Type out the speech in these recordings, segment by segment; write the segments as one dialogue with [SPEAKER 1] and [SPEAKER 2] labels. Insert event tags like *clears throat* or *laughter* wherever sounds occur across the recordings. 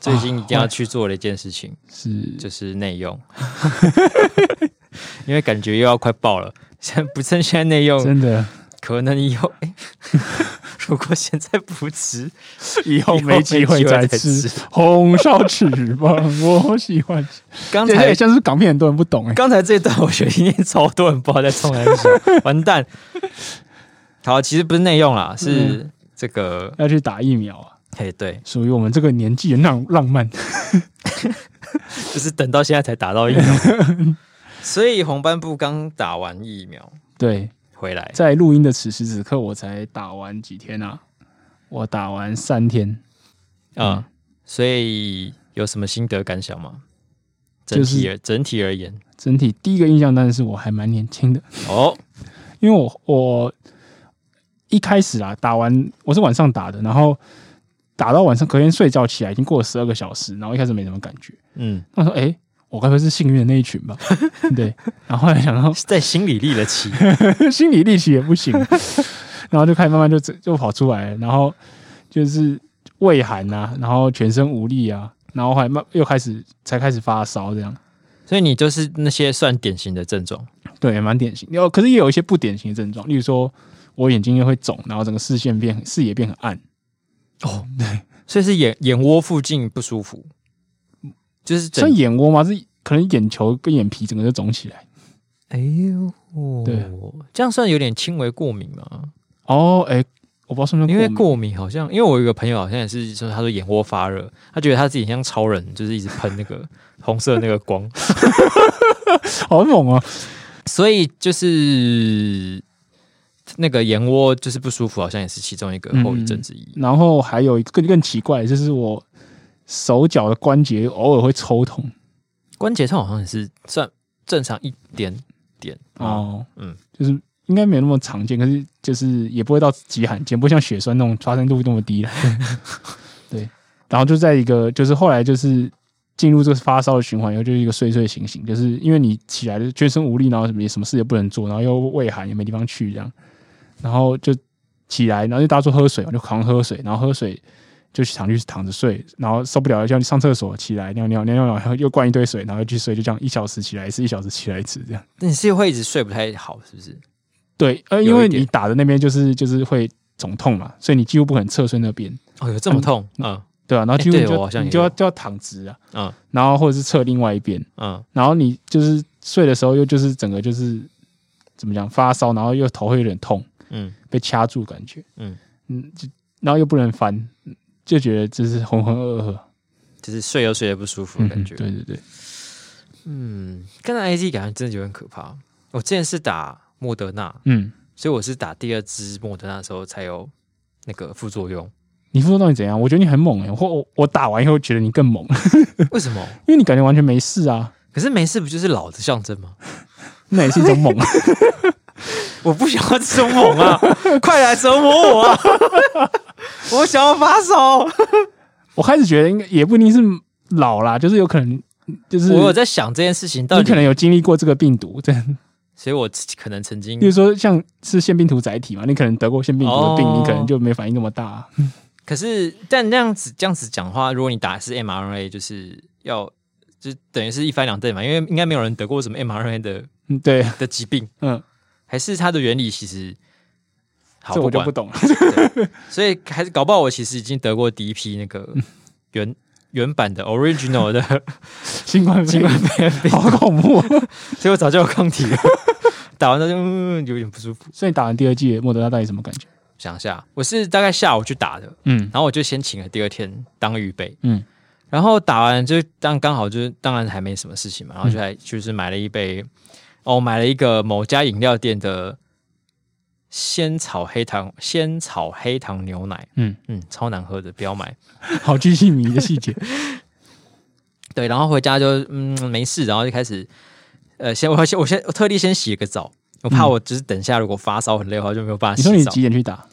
[SPEAKER 1] 最近一定
[SPEAKER 2] 啊
[SPEAKER 1] 要去做的一件事情、
[SPEAKER 2] 是
[SPEAKER 1] 就是内用， *laughs* 因为感觉又要快爆了，现在不趁现在内用，
[SPEAKER 2] 真的，
[SPEAKER 1] 可能以后、哎 *laughs* 如果现在不
[SPEAKER 2] *laughs*
[SPEAKER 1] 吃，
[SPEAKER 2] *laughs* 以后没机
[SPEAKER 1] 会
[SPEAKER 2] 会再
[SPEAKER 1] 再
[SPEAKER 2] 吃。 *laughs* 红烧翅膀，我喜欢吃。
[SPEAKER 1] 刚
[SPEAKER 2] 对
[SPEAKER 1] 才
[SPEAKER 2] 对，像是港片很多人不懂哎，
[SPEAKER 1] 刚才这一段我觉得一定超多人不知道在冲哪里，
[SPEAKER 2] *laughs*
[SPEAKER 1] 完蛋。好，其实不是内用
[SPEAKER 2] 嗯
[SPEAKER 1] 啦，是这个，
[SPEAKER 2] 要去打疫苗啊，
[SPEAKER 1] 哎、对，
[SPEAKER 2] 属于我们这个年纪的浪浪漫。 *laughs*
[SPEAKER 1] 就是等到现在才打到
[SPEAKER 2] *laughs*
[SPEAKER 1] 疫苗，所以红斑部刚打完疫苗
[SPEAKER 2] 对，
[SPEAKER 1] 回来，
[SPEAKER 2] 在录音的此时此刻，我才打完几天啊？我打完三天，啊
[SPEAKER 1] 嗯，所以有什么心得感想吗？整
[SPEAKER 2] 就是
[SPEAKER 1] 体而、整体而言，
[SPEAKER 2] 整体第一个印象当然是我还蛮年轻的，
[SPEAKER 1] 哦，
[SPEAKER 2] 因为我我一开始啊打完我是晚上打的，然后打到晚上隔天睡觉起来已经过了十二个小时，然后一开始没什么感觉，
[SPEAKER 1] 嗯，
[SPEAKER 2] 那时候哎。诶我该不会是幸运的那一群吧？ *laughs* 对，然后后来想到
[SPEAKER 1] 在心里立了旗，
[SPEAKER 2] *laughs* 心理力气也不行， *laughs* 然后就开始慢慢就就跑出来了，然后就是畏寒啊，然后全身无力啊，然后还慢又开始才开始发烧这样，
[SPEAKER 1] 所以你就是那些算典型的症状，
[SPEAKER 2] 对，蛮典型。然后可是也有一些不典型的症状，例如说我眼睛也会肿，然后整个视线变视野变很暗，
[SPEAKER 1] 所以是眼眼窝附近不舒服，就是整
[SPEAKER 2] 像眼窝嘛，是可能眼球跟眼皮整个就肿起来。
[SPEAKER 1] 哎呦，
[SPEAKER 2] 对，
[SPEAKER 1] 这样算有点轻微过敏嘛？
[SPEAKER 2] 哦，哎、我不知道算不算
[SPEAKER 1] 因为
[SPEAKER 2] 敏
[SPEAKER 1] 过敏好像，因为我有一个朋友好像也是说，他说眼窝发热，他觉得他自己很像超人，就是一直喷那个红色的那个光，
[SPEAKER 2] 好猛哦、
[SPEAKER 1] 所以就是那个眼窝就是不舒服，好像也是其中一个后遗症之一。
[SPEAKER 2] 然后还有一个更更奇怪的，就是我手脚的关节偶尔会抽痛。
[SPEAKER 1] 关节痛好像也是算正常一点点哦，
[SPEAKER 2] 哦，
[SPEAKER 1] 嗯
[SPEAKER 2] 嗯，就是应该没有那么常见，可是就是也不会到极罕见，不像血栓那种发生度那么低了。对，然后就在一个就是后来就是进入这个发烧的循环以后，就是一个睡睡醒醒，就是因为你起来就全身无力，然后什么也什么事也不能做，然后又畏寒也没地方去这样，然后就起来，然后就大家说喝水嘛，就狂喝水，然后喝水。就去躺去躺着睡，然后受不了叫你上厕所，起来尿尿尿尿，然后又灌一堆水，然后又去睡，就这样一小时起来一次，一小时起来一次这样。
[SPEAKER 1] 那你是会一直睡不太好，是不是？
[SPEAKER 2] 对，呃，
[SPEAKER 1] 有
[SPEAKER 2] 因
[SPEAKER 1] 一
[SPEAKER 2] 为
[SPEAKER 1] 点
[SPEAKER 2] 你打的那边就是就是会肿痛嘛，所以你几乎不可能侧睡那边，
[SPEAKER 1] 哦，有这么痛？嗯
[SPEAKER 2] 对啊，然后几乎
[SPEAKER 1] 哎对
[SPEAKER 2] 你就、
[SPEAKER 1] 我好像也
[SPEAKER 2] 你就要
[SPEAKER 1] 有
[SPEAKER 2] 就要躺直啊，
[SPEAKER 1] 嗯
[SPEAKER 2] 然后或者是侧另外一边，
[SPEAKER 1] 嗯，
[SPEAKER 2] 然后你就是睡的时候又就是整个就是怎么讲发烧，然后又头会有点痛，
[SPEAKER 1] 嗯，
[SPEAKER 2] 被掐住感觉，
[SPEAKER 1] 嗯
[SPEAKER 2] 嗯，就然后又不能翻，就觉得就是浑浑噩噩，
[SPEAKER 1] 就是睡又睡得不舒服的
[SPEAKER 2] 嗯，
[SPEAKER 1] 感觉。
[SPEAKER 2] 对对对，
[SPEAKER 1] 嗯，看到 A Z 感觉真的有点可怕。我之前是打莫德纳，
[SPEAKER 2] 嗯，
[SPEAKER 1] 所以我是打第二支莫德纳的时候才有那个副作 *laughs* 用。
[SPEAKER 2] 你副作用到底怎样？我觉得你很猛哎、或我我打完以后觉得你更猛，
[SPEAKER 1] 为什么？
[SPEAKER 2] 因为你感觉完全没事啊，
[SPEAKER 1] 可是没事不就是老的象征吗？
[SPEAKER 2] 那也是一种猛。啊
[SPEAKER 1] 我不想要这种猛 *laughs* 啊！快来折磨我啊！ *laughs* 我想要发烧。
[SPEAKER 2] 我开始觉得应该也不一定是老啦，就是有可能就是
[SPEAKER 1] 我有在想这件事情到
[SPEAKER 2] 你可
[SPEAKER 1] 底，
[SPEAKER 2] 能有经历过这个病毒，对，
[SPEAKER 1] 所以我可能曾经
[SPEAKER 2] 比如，说像是腺病毒载体嘛，你可能得过腺病毒的病，
[SPEAKER 1] 哦
[SPEAKER 2] 你可能就没反应那么大、 *laughs*
[SPEAKER 1] 可是但那样子这样子讲话，如果你打的是 mRNA，就是要就等于是一翻两瞪嘛，因为应该没有人得过什么 mRNA 的
[SPEAKER 2] 嗯，对，
[SPEAKER 1] 的疾病。
[SPEAKER 2] 嗯，
[SPEAKER 1] 还是它的原理其实好
[SPEAKER 2] 这我就
[SPEAKER 1] 管
[SPEAKER 2] 不懂了。 *laughs*
[SPEAKER 1] 所以还是搞不好我其实已经得过第一批那个原原版的 original 的， *laughs*
[SPEAKER 2] 新冠新冠肺炎 *laughs* 好恐怖、哦，
[SPEAKER 1] 所以我早就有抗体了。 *laughs* 打完之后就、嗯、有点不舒服。
[SPEAKER 2] 所以你打完第二季的莫德纳到底什
[SPEAKER 1] *laughs*
[SPEAKER 2] 么感觉？
[SPEAKER 1] 想一下，我是大概下午去打的，
[SPEAKER 2] 嗯
[SPEAKER 1] 然后我就先请了第二天当预备，
[SPEAKER 2] 嗯
[SPEAKER 1] 然后打完就当刚好就是当然还没什么事
[SPEAKER 2] 嗯
[SPEAKER 1] 情嘛，然后就还就是买了一杯，哦，买了一个某家饮料店的仙草黑糖仙草黑糖牛奶，
[SPEAKER 2] 嗯，
[SPEAKER 1] 嗯，超难喝的，不要买。
[SPEAKER 2] 好巨细迷的
[SPEAKER 1] *laughs*
[SPEAKER 2] 细节，
[SPEAKER 1] 对，然后回家就嗯没事，然后就开始呃，先我先我先我特地先洗了个澡，我怕我就是等一下如果发烧很累的话就没有办法
[SPEAKER 2] 嗯你说
[SPEAKER 1] 洗
[SPEAKER 2] 你
[SPEAKER 1] 澡。
[SPEAKER 2] 几点去打？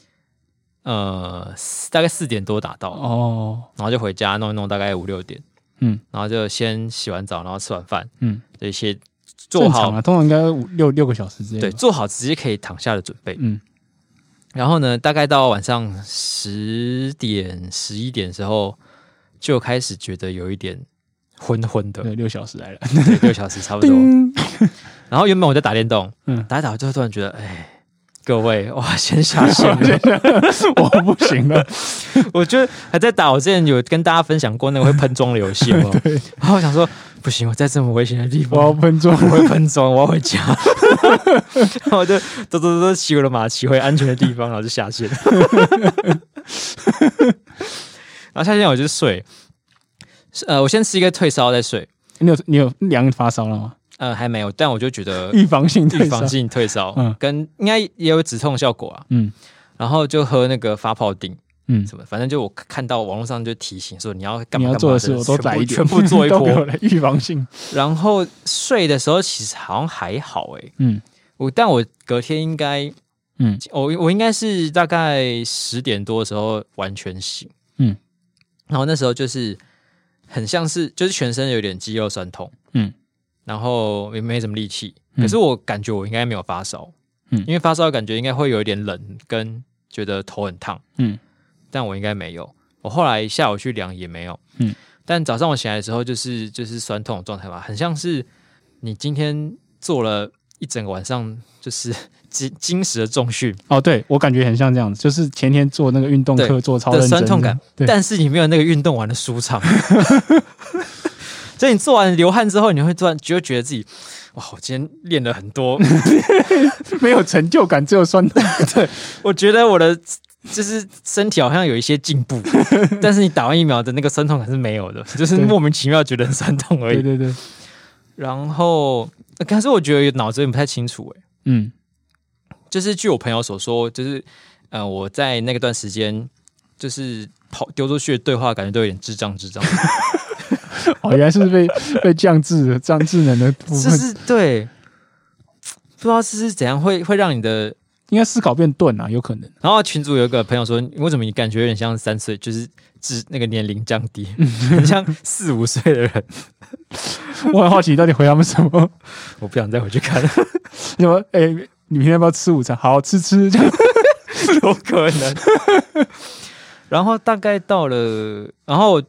[SPEAKER 1] 呃，四大概四点多打到，
[SPEAKER 2] 哦，
[SPEAKER 1] 然后就回家弄一弄，大概五六点，
[SPEAKER 2] 嗯
[SPEAKER 1] 然后就先洗完澡，然后吃完饭，
[SPEAKER 2] 嗯，
[SPEAKER 1] 这些做
[SPEAKER 2] 正
[SPEAKER 1] 好
[SPEAKER 2] 常啊，通常应该五六六个小时之内。
[SPEAKER 1] 对，做好直接可以躺下的准备。
[SPEAKER 2] 嗯
[SPEAKER 1] 然后呢，大概到晚上十点十一点的时候，就开始觉得有一点昏昏的，
[SPEAKER 2] 对，六小时来了，
[SPEAKER 1] 对六小时差不多。
[SPEAKER 2] 叮， *laughs*
[SPEAKER 1] 然后原本我在打电动，
[SPEAKER 2] 嗯
[SPEAKER 1] 打一打，我就突然觉得，哎，各位，哇，先下线
[SPEAKER 2] *laughs*
[SPEAKER 1] 了。
[SPEAKER 2] 我不行了，，
[SPEAKER 1] 我觉得还在打，我之前有跟大家分享过那个会喷装的游戏嘛
[SPEAKER 2] *laughs* 对，
[SPEAKER 1] 然后我想说，不行，我在这么危险的地
[SPEAKER 2] 我要
[SPEAKER 1] 方。
[SPEAKER 2] 喷中
[SPEAKER 1] 我会喷装，我要回家， *laughs* 然后我就走走走走骑我的马骑回安全的地方，然后就下线， *laughs* 然后下线我就睡，呃，我先吃一个退烧再睡，
[SPEAKER 2] 你有你有量发烧了吗？
[SPEAKER 1] 呃，还没有，但我就觉得
[SPEAKER 2] 预防
[SPEAKER 1] *laughs*
[SPEAKER 2] 性
[SPEAKER 1] 预
[SPEAKER 2] 退烧
[SPEAKER 1] 防，性退烧，
[SPEAKER 2] 嗯
[SPEAKER 1] 跟应该也有止痛效果啊。
[SPEAKER 2] 嗯
[SPEAKER 1] 然后就喝那个发泡锭
[SPEAKER 2] 嗯，
[SPEAKER 1] 什么，反正就我看到网络上就提醒说你要干
[SPEAKER 2] 你
[SPEAKER 1] 嘛干
[SPEAKER 2] 要
[SPEAKER 1] 嘛
[SPEAKER 2] 做的事我
[SPEAKER 1] 全
[SPEAKER 2] 都
[SPEAKER 1] 部
[SPEAKER 2] 来一点，
[SPEAKER 1] 全部做一
[SPEAKER 2] *laughs* 都给我
[SPEAKER 1] 波。
[SPEAKER 2] 来预防性，
[SPEAKER 1] 然后睡的时候其实好像还好欸诶、
[SPEAKER 2] 嗯
[SPEAKER 1] 我但我隔天应该
[SPEAKER 2] 嗯
[SPEAKER 1] 我我应该是大概十点多的时候完全醒，
[SPEAKER 2] 嗯，
[SPEAKER 1] 然后那时候就是很像是就是全身有点肌肉酸痛，
[SPEAKER 2] 嗯，
[SPEAKER 1] 然后也没什么力气，
[SPEAKER 2] 嗯
[SPEAKER 1] 可是我感觉我应该没有发烧，
[SPEAKER 2] 嗯
[SPEAKER 1] 因为发烧感觉应该会有一点冷跟觉得头很烫，
[SPEAKER 2] 嗯
[SPEAKER 1] 但我应该没有。我后来下午去量也没有，
[SPEAKER 2] 嗯，
[SPEAKER 1] 但早上我醒来的时候就是就是酸痛的状态嘛，很像是你今天做了一整个晚上就是 *laughs* 精精实的重训，
[SPEAKER 2] 哦，对我感觉很像这样子，就是前天做那个运动
[SPEAKER 1] 对
[SPEAKER 2] 课做超
[SPEAKER 1] 的
[SPEAKER 2] 认真
[SPEAKER 1] 酸痛感，
[SPEAKER 2] 对，
[SPEAKER 1] 但是你没有那个运动完的舒
[SPEAKER 2] *laughs*
[SPEAKER 1] 畅。所以你做完流汗之后，你会突然就觉得自己，哇，我今天练了很多，
[SPEAKER 2] 没有成就感，只有酸痛。
[SPEAKER 1] 我觉得我的就是身体好像有一些进
[SPEAKER 2] *laughs*
[SPEAKER 1] 步，但是你打完疫苗的那个酸痛感是没有的，就是
[SPEAKER 2] 对
[SPEAKER 1] 莫名其妙觉得很酸痛而
[SPEAKER 2] 对
[SPEAKER 1] 已。
[SPEAKER 2] 对对，然
[SPEAKER 1] 然后，呃可是我觉得脑子有点不太清楚、欸， *laughs*
[SPEAKER 2] 嗯
[SPEAKER 1] 就是据我朋友所说，就是呃，我在那个段时间，就是跑丢出去的对话，感觉都有点智障智障，
[SPEAKER 2] 哦，原来是被被降智的降智能的部
[SPEAKER 1] 就
[SPEAKER 2] 分，
[SPEAKER 1] 是对，不知道这是怎样会会让你的。
[SPEAKER 2] 应该思考变钝啊，有可能。 *laughs*
[SPEAKER 1] 然后群主有一个朋友说，为什么你感觉有点像三岁，就是智那个年龄降低，很像四五岁的人。
[SPEAKER 2] 我很好奇，你到底回他们什么？ *laughs*
[SPEAKER 1] 我不想再回去看，
[SPEAKER 2] 什么？哎、你明天要不要吃午餐？好吃吃， *laughs* 这样
[SPEAKER 1] 有可能。然后大概到了，然后我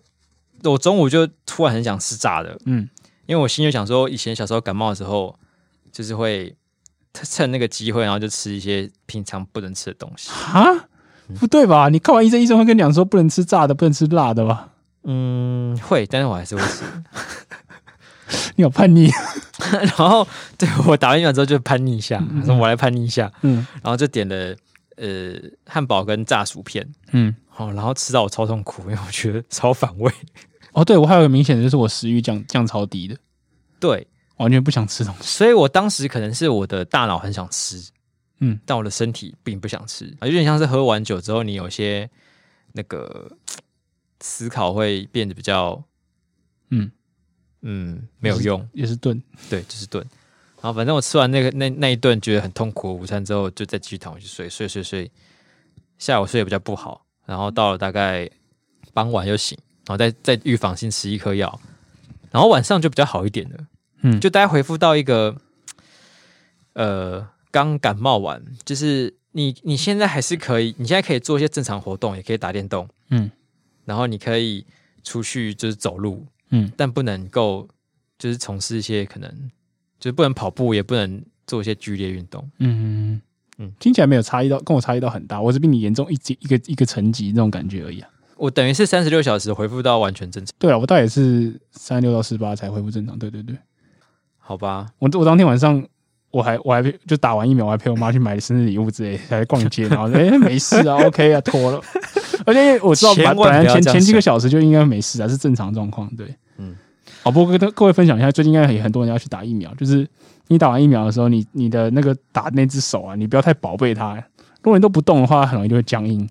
[SPEAKER 1] 我中午就突然很想吃炸的，
[SPEAKER 2] 嗯
[SPEAKER 1] 因为我心里想说，以前小时候感冒的时候，就是会趁那个机会，然后就吃一些平常不能吃的东西。
[SPEAKER 2] 啊，不对吧？你看完医生，医生会跟你讲说不能吃炸的，不能吃辣的吧？
[SPEAKER 1] 嗯，会，但是我还是会吃。
[SPEAKER 2] 你好叛逆，
[SPEAKER 1] *laughs* 然后对我打完疫苗之后就叛逆一下，说我来叛逆一下，
[SPEAKER 2] 嗯
[SPEAKER 1] 然后就点了呃汉堡跟炸薯片。
[SPEAKER 2] 嗯。
[SPEAKER 1] 哦，然后吃到我超痛苦，因为我觉得超反胃。
[SPEAKER 2] 哦，对，我还有个明显的就是我食欲降降超低的，
[SPEAKER 1] 对，
[SPEAKER 2] 完全不想吃东西。
[SPEAKER 1] 所以我当时可能是我的大脑很想吃，
[SPEAKER 2] 嗯，
[SPEAKER 1] 但我的身体并不想吃，啊，有点像是喝完酒之后，你有些那个嘖思考会变得比较，
[SPEAKER 2] 嗯
[SPEAKER 1] 嗯，没有用，
[SPEAKER 2] 也是钝，
[SPEAKER 1] 对，就是顿。然后反正我吃完那个那那一顿觉得很痛苦的午餐之后，就再继续躺回去睡，睡睡睡，下午睡得比较不好，然后到了大概傍晚又醒，然后再再预防性吃一颗药，然后晚上就比较好一点了。
[SPEAKER 2] 嗯
[SPEAKER 1] 就大家回复到一个，呃，刚感冒完，就是你你现在还是可以，你现在可以做一些正常活动，也可以打电动，
[SPEAKER 2] 嗯
[SPEAKER 1] 然后你可以出去就是走路，
[SPEAKER 2] 嗯
[SPEAKER 1] 但不能够就是从事一些可能就是不能跑步，也不能做一些剧烈运动。
[SPEAKER 2] 嗯嗯
[SPEAKER 1] 嗯，
[SPEAKER 2] 听起来没有差异到，跟我差异到很大，我是比你严重一级一个一个层级那种感觉而已啊。
[SPEAKER 1] 我等于是三十六小时恢复到完全正常，
[SPEAKER 2] 对啊，我大概也是三六到四八才恢复正常。对对对，
[SPEAKER 1] 好吧？
[SPEAKER 2] 我我当天晚上我还我还就打完疫苗，我还陪我妈去买生日礼物之类，还逛街，然后哎、诶没事啊，OK 啊，妥了。 *laughs* 而且我知道
[SPEAKER 1] 千
[SPEAKER 2] 本
[SPEAKER 1] 万
[SPEAKER 2] 本来
[SPEAKER 1] 不要
[SPEAKER 2] 前
[SPEAKER 1] 这样
[SPEAKER 2] 前几个
[SPEAKER 1] 想
[SPEAKER 2] 小时就应该没事啊，是正常状况。对，嗯
[SPEAKER 1] 嗯，
[SPEAKER 2] 好，不过跟各位分享一下，最近应该也很多人要去打疫苗，就是你打完疫苗的时候，你你的那个打那只手啊，你不要太宝贝它，如果你都不动的话，很容易就会僵硬，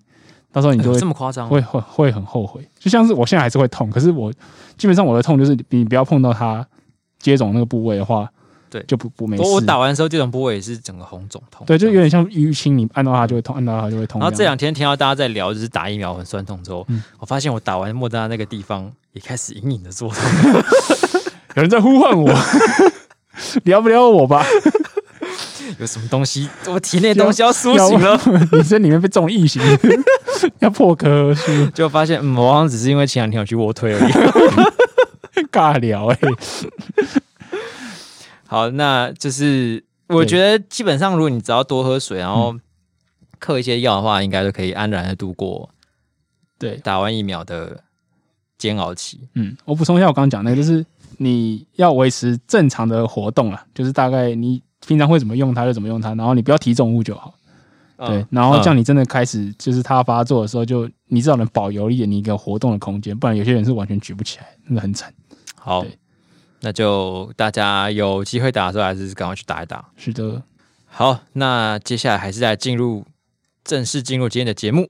[SPEAKER 2] 到时候你就
[SPEAKER 1] 哎呦 *laughs*
[SPEAKER 2] 会
[SPEAKER 1] 这么夸张？
[SPEAKER 2] 会会会很后悔。就像是我现在还是会痛，可是我基本上我的痛就是你不要碰到它接种那个部位的话，
[SPEAKER 1] 对
[SPEAKER 2] 就不不没事。
[SPEAKER 1] 我我打完的时候，这种部位也是整个红肿痛。
[SPEAKER 2] 对，就有点像淤青，你按到它就会痛，按到它就会痛。
[SPEAKER 1] 然后这
[SPEAKER 2] 样嗯
[SPEAKER 1] 两天听到大家在聊就是打疫苗很酸痛之后，我发现我打完莫德纳那个地方也开始隐隐的作 *laughs* 痛。
[SPEAKER 2] 有人在呼唤我， *laughs* 聊不聊我吧？
[SPEAKER 1] 有什么东西，我体内东西要苏醒了。
[SPEAKER 2] 你身里面被中了异形， *laughs* 要破壳而出，
[SPEAKER 1] 就发现嗯，我好像只是因为前两天有去卧推而已。
[SPEAKER 2] 尬聊哎、
[SPEAKER 1] 好，那就是我
[SPEAKER 2] 对嗯
[SPEAKER 1] 觉得基本上，如果你只要多喝水，然后嗑一些药的话，应该就可以安然的度过
[SPEAKER 2] 对，
[SPEAKER 1] 打完疫苗的煎熬期。
[SPEAKER 2] 嗯，我补充一下我刚刚讲那个，就是你要维持正常的活动啊，就是大概你平常会怎么用它就怎么用它，然后你不要提重物就好。对
[SPEAKER 1] 嗯，
[SPEAKER 2] 然后这样
[SPEAKER 1] 嗯
[SPEAKER 2] 你真的开始就是它发作的时候，就你至少能保留一点你一个活动的空间，不然有些人是完全举不起来，那个很惨。
[SPEAKER 1] 好
[SPEAKER 2] 对，
[SPEAKER 1] 那就大家有机会打的时候，还是赶快去打一打。
[SPEAKER 2] 是的，
[SPEAKER 1] 好，那接下来还是在进入正式进入今天的节目。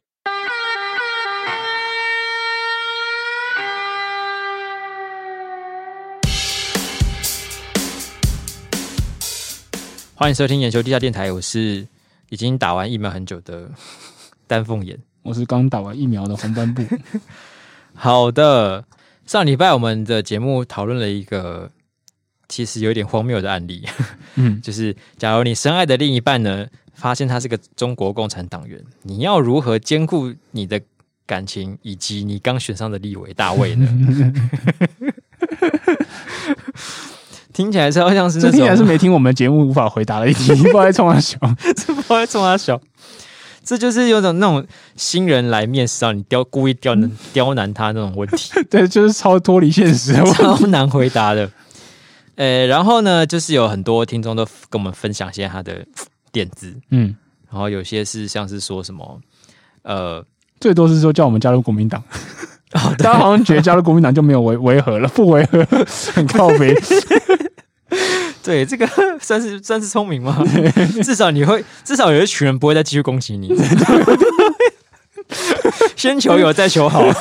[SPEAKER 1] 欢迎收听眼球地下电台，我是已经打完疫苗很久的 *laughs* 丹凤眼。
[SPEAKER 2] 我是刚打完疫苗的红斑
[SPEAKER 1] *laughs*
[SPEAKER 2] 部，
[SPEAKER 1] 好的，上礼拜我们的节目讨论了一个其实有点荒谬的案例，
[SPEAKER 2] 嗯，
[SPEAKER 1] *laughs* 就是假如你深爱的另一半呢，发现他是个中国共产党员，你要如何兼顾你的感情以及你刚选上的立委大
[SPEAKER 2] *laughs*
[SPEAKER 1] 卫呢？听起来超像是那
[SPEAKER 2] 这
[SPEAKER 1] 种，
[SPEAKER 2] 听起来是没听我们节目无法回答的一题，不知道在冲他笑。
[SPEAKER 1] 不会冲他笑。 *laughs* 这就是有种那种新人来面试啊，你刁故意刁难
[SPEAKER 2] *laughs*
[SPEAKER 1] 刁难他那种问题，
[SPEAKER 2] 对，就是超脱离现实 *laughs* 的
[SPEAKER 1] *laughs*
[SPEAKER 2] 问题。
[SPEAKER 1] 超难回答的。 *laughs* 呃，然后呢，就是有很多听众都跟我们分享一些他的点子，
[SPEAKER 2] 嗯，
[SPEAKER 1] 然后有些是像是说什么，呃， *laughs*
[SPEAKER 2] 最多是说叫我们加入国民党。
[SPEAKER 1] 哦
[SPEAKER 2] 大家好像觉得加入国民党就没有违违和了，不违和，很靠
[SPEAKER 1] *laughs*
[SPEAKER 2] 北。
[SPEAKER 1] 对，这个 *laughs* 算是算是聪明吗？ *laughs* 至少你会， *laughs* 至少有一群人不会再继续攻击你。 *laughs* 先求有，再求好。 *laughs*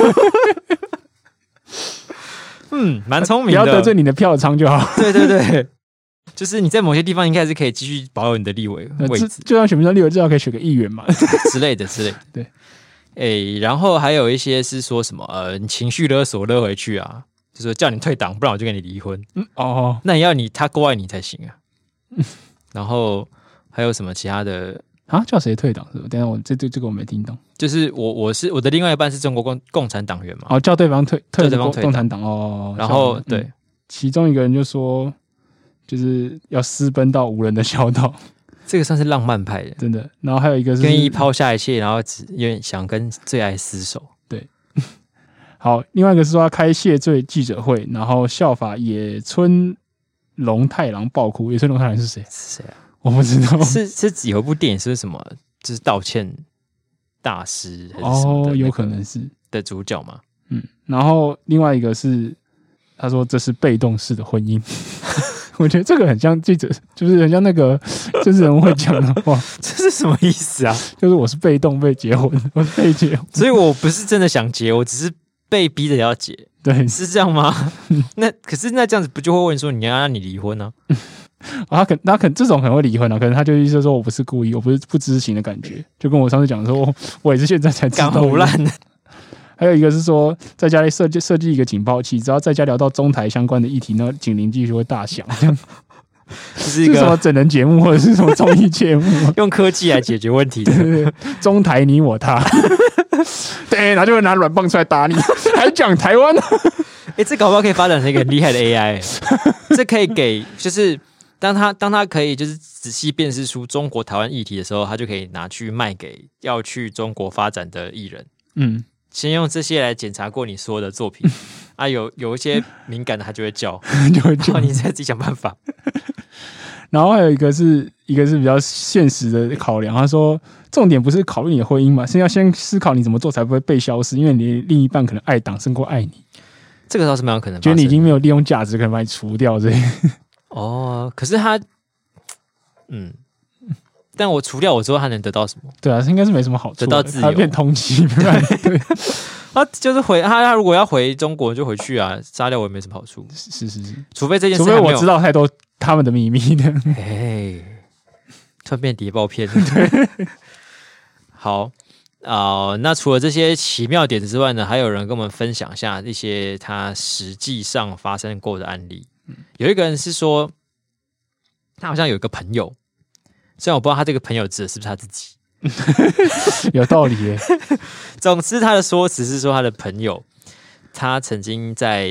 [SPEAKER 1] 嗯，蛮聪
[SPEAKER 2] 不
[SPEAKER 1] 明的。
[SPEAKER 2] 要得罪你的票仓就好。
[SPEAKER 1] 对对对， *laughs* 就是你在某些地方应该还是可以继续保有你的立委位
[SPEAKER 2] 呃这
[SPEAKER 1] 置
[SPEAKER 2] 就算选不上立委，至少可以选个议员
[SPEAKER 1] *laughs*
[SPEAKER 2] 嘛。
[SPEAKER 1] 之类的之类的。
[SPEAKER 2] *laughs* 对，
[SPEAKER 1] 诶、然后还有一些是说什么呃，你情绪勒索勒回去啊，就说叫你退党，不然我就跟你离婚。
[SPEAKER 2] 哦，
[SPEAKER 1] 那也要你他够爱你才行
[SPEAKER 2] *laughs*
[SPEAKER 1] 啊。然后还有什么其他的？
[SPEAKER 2] 啊，叫谁退党？是吧等一下我这这这个我没听懂。
[SPEAKER 1] 就是我我是我的另外一半是中国共共产党员嘛，
[SPEAKER 2] 哦，叫对方退退
[SPEAKER 1] 叫对方
[SPEAKER 2] 共
[SPEAKER 1] 退党
[SPEAKER 2] 共产党哦。
[SPEAKER 1] 然后
[SPEAKER 2] 嗯
[SPEAKER 1] 对，
[SPEAKER 2] 其中一个人就说，就是要私奔到无人的小岛， *laughs*
[SPEAKER 1] 这个算是浪漫派的，
[SPEAKER 2] 真的。然后还有一个是
[SPEAKER 1] 愿意抛下一切，然后只愿想跟最爱厮守。
[SPEAKER 2] 好，另外一个是说他开谢罪记者会，然后效法野村龙太郎爆哭。野村龙太郎是谁？
[SPEAKER 1] 是谁啊？
[SPEAKER 2] 我不知道。
[SPEAKER 1] 是是有一部电影是什么？就是道歉大师还是什么的、
[SPEAKER 2] 哦，有可能是。
[SPEAKER 1] 的主角嘛？
[SPEAKER 2] 嗯，然后另外一个是他说这是被动式的婚姻， *laughs* 我觉得这个很像记者，就是人家那个政治人物会讲的话，
[SPEAKER 1] *laughs* 这是什么意思啊？
[SPEAKER 2] 就是我是被动被结婚， *laughs* 我是被结婚，
[SPEAKER 1] *laughs* 所以我不是真的想结，我只是被逼着要 *laughs* 结。
[SPEAKER 2] 对，
[SPEAKER 1] 是这样吗？ *laughs* 那可是那这样子不就会问说你要让你离婚啊呢、
[SPEAKER 2] 啊他可他可这种可能会离婚啊，可能他就意思说我不是故意，我不是不知情的感觉，就跟我上次讲的说， *laughs* 我我也是现在才知道
[SPEAKER 1] 敢。胡乱 *laughs* 的，
[SPEAKER 2] 还有一个是说，在家里设计设计一个警报器，只要在家聊到中台相关的议题，那警铃继续会
[SPEAKER 1] *laughs*
[SPEAKER 2] 大响。这样
[SPEAKER 1] 就是一
[SPEAKER 2] 是什
[SPEAKER 1] 个
[SPEAKER 2] 么整人节目或者是什么综艺节目 *laughs* 啊？
[SPEAKER 1] 用科技来解决问题 *laughs* 的。
[SPEAKER 2] 对中台你
[SPEAKER 1] *laughs*
[SPEAKER 2] 我他，对，然后就会拿软棒出来打你，还讲台湾啊，
[SPEAKER 1] 哎、这搞不好可以发展成一个很厉害的 *laughs* AI，、欸、这可以给就是当他当他可以就是仔细辨识出中国台湾议题的时候，他就可以拿去卖给要去中国发展的艺人。
[SPEAKER 2] 嗯，
[SPEAKER 1] 先用这些来检查过你所有的作 *laughs* 品啊，有有一些敏感的他就会 *laughs* 叫，
[SPEAKER 2] *laughs* 就会这
[SPEAKER 1] 然后
[SPEAKER 2] 样。
[SPEAKER 1] 你再自己想办法。
[SPEAKER 2] 然后还有一个是一个是比较现实的考量，他说重点不是考虑你的婚姻嘛，是要先思考你怎么做才不会被消失，因为你另一半可能爱党胜过爱你，
[SPEAKER 1] 这个倒是蛮有可能发
[SPEAKER 2] 觉
[SPEAKER 1] 生
[SPEAKER 2] 得
[SPEAKER 1] 的，
[SPEAKER 2] 你已经没有利用价值，可能把你除掉这些。
[SPEAKER 1] 哦，可是他，嗯，但我除掉我之后，他能得到什么？
[SPEAKER 2] *laughs* 对啊，应该是没什么好处的，
[SPEAKER 1] 得到自由
[SPEAKER 2] 他变通缉，不然对，
[SPEAKER 1] 他啊就是回他，他如果要回中国就回去啊，杀掉我也没什么好处，
[SPEAKER 2] 是是 *laughs* 是，
[SPEAKER 1] 除非这件事
[SPEAKER 2] 除非
[SPEAKER 1] 还没
[SPEAKER 2] 我
[SPEAKER 1] 有
[SPEAKER 2] 知。道太多他们的啊秘密的。
[SPEAKER 1] 哎，突然变谍报片。 *laughs* 好啊、呃那除了这些奇妙点子之外呢，还有人跟我们分享一下一些他实际上发生过的案例。
[SPEAKER 2] 嗯
[SPEAKER 1] 有一个人是说，他好像有一个朋友，虽然我不知道他这个朋友指的是不是他自己，
[SPEAKER 2] *laughs* 有道理耶。
[SPEAKER 1] 总之，他的说辞是说他的朋友，他曾经在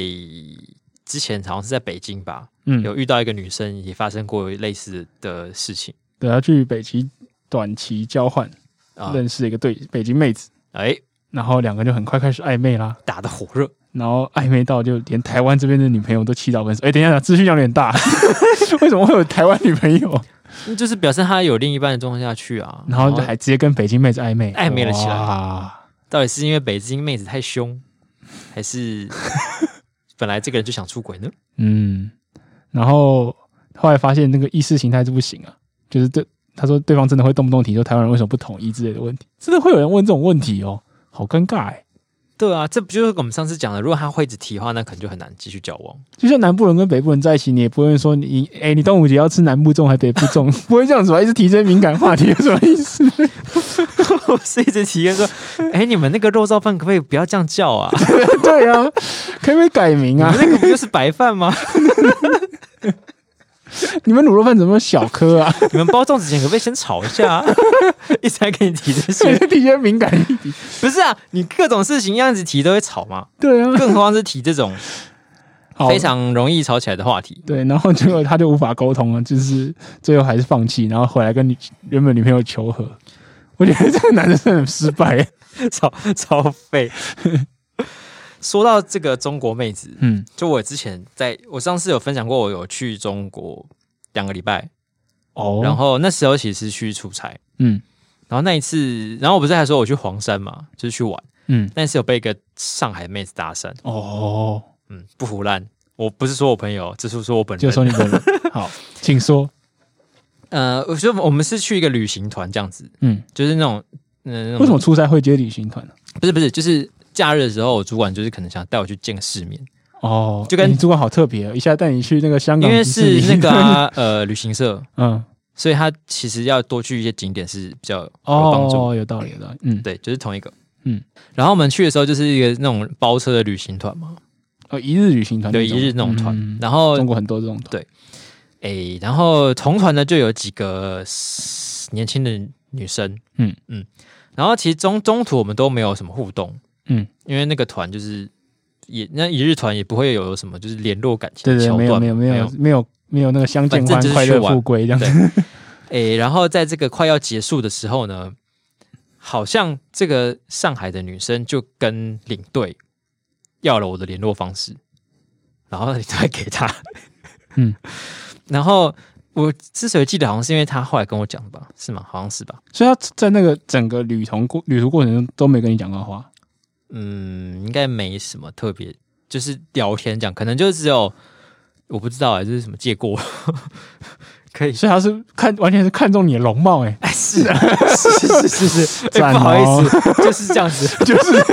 [SPEAKER 1] 之前好像是在北京吧，
[SPEAKER 2] 嗯，
[SPEAKER 1] 有遇到一个女生，也发生过类似的事情
[SPEAKER 2] 对，啊他去北极短期交换，
[SPEAKER 1] 啊。
[SPEAKER 2] 认识了一个对北极妹子，
[SPEAKER 1] 哎、
[SPEAKER 2] 然后两个就很快开始暧昧啦。
[SPEAKER 1] 打的火热，
[SPEAKER 2] 然后暧昧到就连台湾这边的女朋友都气到分手。哎，等一下，资讯量有点大， *laughs* 为什么会有台湾女朋友？
[SPEAKER 1] 就是表示他有另一半的状况下去啊。
[SPEAKER 2] 然后就还直接跟北京妹子暧昧，
[SPEAKER 1] 暧昧了起来
[SPEAKER 2] 哇
[SPEAKER 1] 到底是因为北京妹子太 *laughs* 凶，还是 *laughs* 本来这个人就想出轨呢？
[SPEAKER 2] 嗯，然后后来发现那个意识形态是不行啊，就是对他说对方真的会动不动提说台湾人为什么不统一之类的问题，真的会有人问这种问题哦，好尴尬哎、
[SPEAKER 1] 对啊，这不就是我们上次讲的？如果他会一直提的话，那可能就很难继续交 *laughs* 往。
[SPEAKER 2] 就像南部人跟北部人在一起，你也不会说你哎、你端午节要吃南部粽还北部 *laughs* 粽，不会这样子吧？一直提这些敏感话题有什么意 *laughs* 思？
[SPEAKER 1] 我啊是一直提议说， *laughs* 哎、你们那个肉燥饭可不可以不要这样叫 *laughs* 啊？
[SPEAKER 2] 对啊，可不可以改名啊？
[SPEAKER 1] 那个不就是白饭吗？ *laughs*
[SPEAKER 2] 你们卤肉饭怎么有小
[SPEAKER 1] *laughs*
[SPEAKER 2] 颗啊？
[SPEAKER 1] 你们包粽子前可不可以先吵一下、啊？ *laughs* 一直在跟你提这
[SPEAKER 2] 每
[SPEAKER 1] *laughs* 些，
[SPEAKER 2] 次提些敏感议题，
[SPEAKER 1] 不是啊？你各种事情样子提都会吵嘛，
[SPEAKER 2] 对啊，
[SPEAKER 1] 更何况是提这 *laughs* 种
[SPEAKER 2] 好
[SPEAKER 1] 非常容易吵起来的话题。
[SPEAKER 2] 对，然后结果他就无法沟通了，就是最后还是放弃，然后回来跟女原本女朋友求和。我觉得这个男的真的很失败。欸
[SPEAKER 1] 超 *laughs* 超废。说到这个中国妹子，
[SPEAKER 2] 嗯，
[SPEAKER 1] 就我之前在我上次有分享过，我有去中国两个礼拜，
[SPEAKER 2] 哦
[SPEAKER 1] 然后那时候其实是去出差，
[SPEAKER 2] 嗯
[SPEAKER 1] 然后那一次，然后我不是还说我去黄山嘛，就是去玩，
[SPEAKER 2] 嗯，
[SPEAKER 1] 那一次有被一个上海妹子搭讪，
[SPEAKER 2] 哦，
[SPEAKER 1] 嗯，不胡乱，我不是说我朋友，只是说我本人，
[SPEAKER 2] 就说你本人 *laughs* 好，请说。
[SPEAKER 1] 呃，我觉得我们是去一个旅行团这样子，
[SPEAKER 2] 嗯，
[SPEAKER 1] 就是那种，嗯、那
[SPEAKER 2] 为什
[SPEAKER 1] 种
[SPEAKER 2] 么出差会接旅行团呢？
[SPEAKER 1] 不是不是，就是假日的时候，我主管就是可能想带我去见个世面，
[SPEAKER 2] 哦，
[SPEAKER 1] 就跟
[SPEAKER 2] 欸你主管好特别哦，一下带你去那个香
[SPEAKER 1] 因
[SPEAKER 2] 港
[SPEAKER 1] 为
[SPEAKER 2] 迪士尼，
[SPEAKER 1] 是那个啊、呃旅行社，
[SPEAKER 2] *laughs* 嗯，
[SPEAKER 1] 所以他其实要多去一些景点是比较有帮助。
[SPEAKER 2] 哦，有道理，有道理。嗯，
[SPEAKER 1] 对，就是同一个。
[SPEAKER 2] 嗯，
[SPEAKER 1] 然后我们去的时候就是一个那种包车的旅行团嘛，
[SPEAKER 2] 哦，一日旅行团，
[SPEAKER 1] 有一日那种团。
[SPEAKER 2] 嗯
[SPEAKER 1] 然后
[SPEAKER 2] 中国很多这种团。
[SPEAKER 1] 对诶，然后同团呢就有几个嘶年轻的女生，
[SPEAKER 2] 嗯
[SPEAKER 1] 嗯，然后其实中中途我们都没有什么互动，
[SPEAKER 2] 嗯，
[SPEAKER 1] 因为那个团就是也那一日团也不会有什么就是联络感情
[SPEAKER 2] 对
[SPEAKER 1] 的
[SPEAKER 2] 对，
[SPEAKER 1] 桥
[SPEAKER 2] 没
[SPEAKER 1] 段
[SPEAKER 2] 有
[SPEAKER 1] 嘛，
[SPEAKER 2] 没有没有没有没有那个相见
[SPEAKER 1] 反正
[SPEAKER 2] 欢
[SPEAKER 1] 就是
[SPEAKER 2] 快
[SPEAKER 1] 去
[SPEAKER 2] 乐
[SPEAKER 1] 玩
[SPEAKER 2] 富贵这样。
[SPEAKER 1] 对，诶，然后在这个快要结束的时候呢，好像这个上海的女生就跟领队要了我的联络方式，然后领队给她，
[SPEAKER 2] 嗯，
[SPEAKER 1] *laughs* 然后我之所以记得好像是因为她后来跟我讲的吧，是吗？好像是吧，
[SPEAKER 2] 所以他在那个整个旅途过旅途过程中都没跟你讲过话，
[SPEAKER 1] 嗯，应该没什么特别，就是聊天讲，可能就只有我不知道哎、这是什么借过， *laughs* 可以。
[SPEAKER 2] 所以他是看完全是看中你的容貌、欸，
[SPEAKER 1] 哎，是啊是 *laughs* 是是是是，哎、
[SPEAKER 2] *laughs* 赞
[SPEAKER 1] 不好
[SPEAKER 2] 哦
[SPEAKER 1] 意思，就是这样子。
[SPEAKER 2] 就是。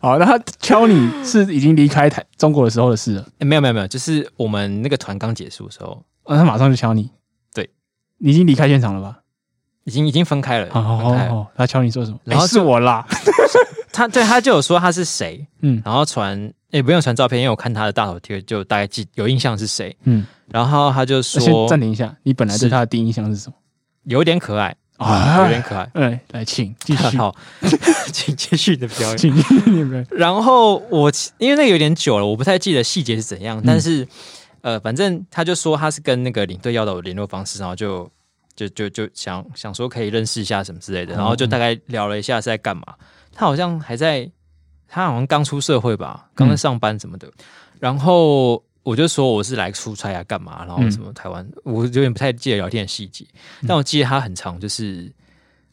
[SPEAKER 2] 好，那他敲你是已经离开台中国的时候的事了，
[SPEAKER 1] 欸没有没有没有，就是我们那个团刚结束的时候，
[SPEAKER 2] 哦、他马上就敲你。
[SPEAKER 1] 对，
[SPEAKER 2] 你已经离开现场了吧？
[SPEAKER 1] 已经已经分开了，
[SPEAKER 2] 好好
[SPEAKER 1] 分开了。
[SPEAKER 2] 好，他敲你说什么？
[SPEAKER 1] 然后
[SPEAKER 2] 哎是我啦，
[SPEAKER 1] 他对他就有说他是谁，
[SPEAKER 2] 嗯
[SPEAKER 1] 然后传也、不用传照片，因为我看他的大头贴就大概记有印象是谁。
[SPEAKER 2] 嗯。
[SPEAKER 1] 然后他就
[SPEAKER 2] 那先
[SPEAKER 1] 说
[SPEAKER 2] 暂停一下，你本来对他的第一印象是什么？
[SPEAKER 1] 有点可爱，
[SPEAKER 2] 啊
[SPEAKER 1] 有点可爱。
[SPEAKER 2] 哎，来，请继
[SPEAKER 1] *laughs*
[SPEAKER 2] 续，
[SPEAKER 1] 好，请继续你的表演。
[SPEAKER 2] 请继续你们
[SPEAKER 1] 然后我其因为那个有点久了，我不太记得细节是怎样，但是呃，反正他就说他是跟那个领队要到我联络方式，然后就就就就想想说可以认识一下什么之类的，
[SPEAKER 2] 哦
[SPEAKER 1] 然后就大概聊了一下是在干嘛。他好像还在，他好像刚出社会吧，刚在上班什么的。然后我就说我是来出差啊，干嘛？然后什么台湾，我有点不太记得聊天的细节，但我记得他很长，就是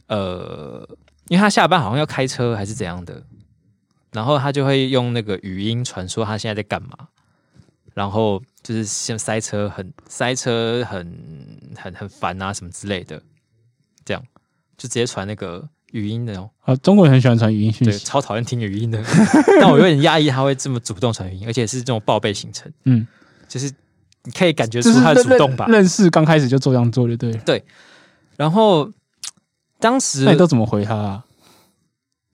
[SPEAKER 1] 呃，因为他下班好像要开车还是怎样的，然后他就会用那个语音传说他现在在干嘛，然后就是像塞车很塞车很很很烦啊什么之类的，这样就直接传那个语音的哦，
[SPEAKER 2] 好，啊中国人很喜欢传语音讯
[SPEAKER 1] 对，
[SPEAKER 2] 息，
[SPEAKER 1] 超讨厌听语音的， *laughs* 但我有点压抑他会这么主动传语音，而且是这种报备行程，
[SPEAKER 2] 嗯，
[SPEAKER 1] 就是你可以感觉
[SPEAKER 2] 就
[SPEAKER 1] 出
[SPEAKER 2] 是
[SPEAKER 1] 他的
[SPEAKER 2] 认
[SPEAKER 1] 主动吧。
[SPEAKER 2] 认认识刚开始就这样做就对了。
[SPEAKER 1] 然后当时
[SPEAKER 2] 那你都怎么回他啊？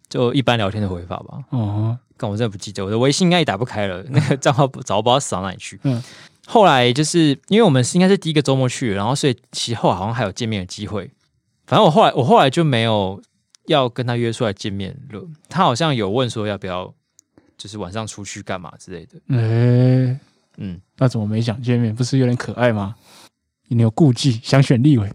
[SPEAKER 1] 就一般聊天的回法吧，
[SPEAKER 2] 哦，
[SPEAKER 1] 但我真的不记得，我的微信应该也打不开了，那个账号不早不知道扫哪里去。
[SPEAKER 2] 嗯
[SPEAKER 1] 后来就是因为我们是应该是第一个周末去，然后所以其后好像还有见面的机会，反正我后来我后来就没有要跟他约出来见面了。他好像有问说要不要，就是晚上出去干嘛之类的。
[SPEAKER 2] 哎、
[SPEAKER 1] 嗯，
[SPEAKER 2] 那怎么没想见面？不是有点可爱吗？你有顾忌，想选立委，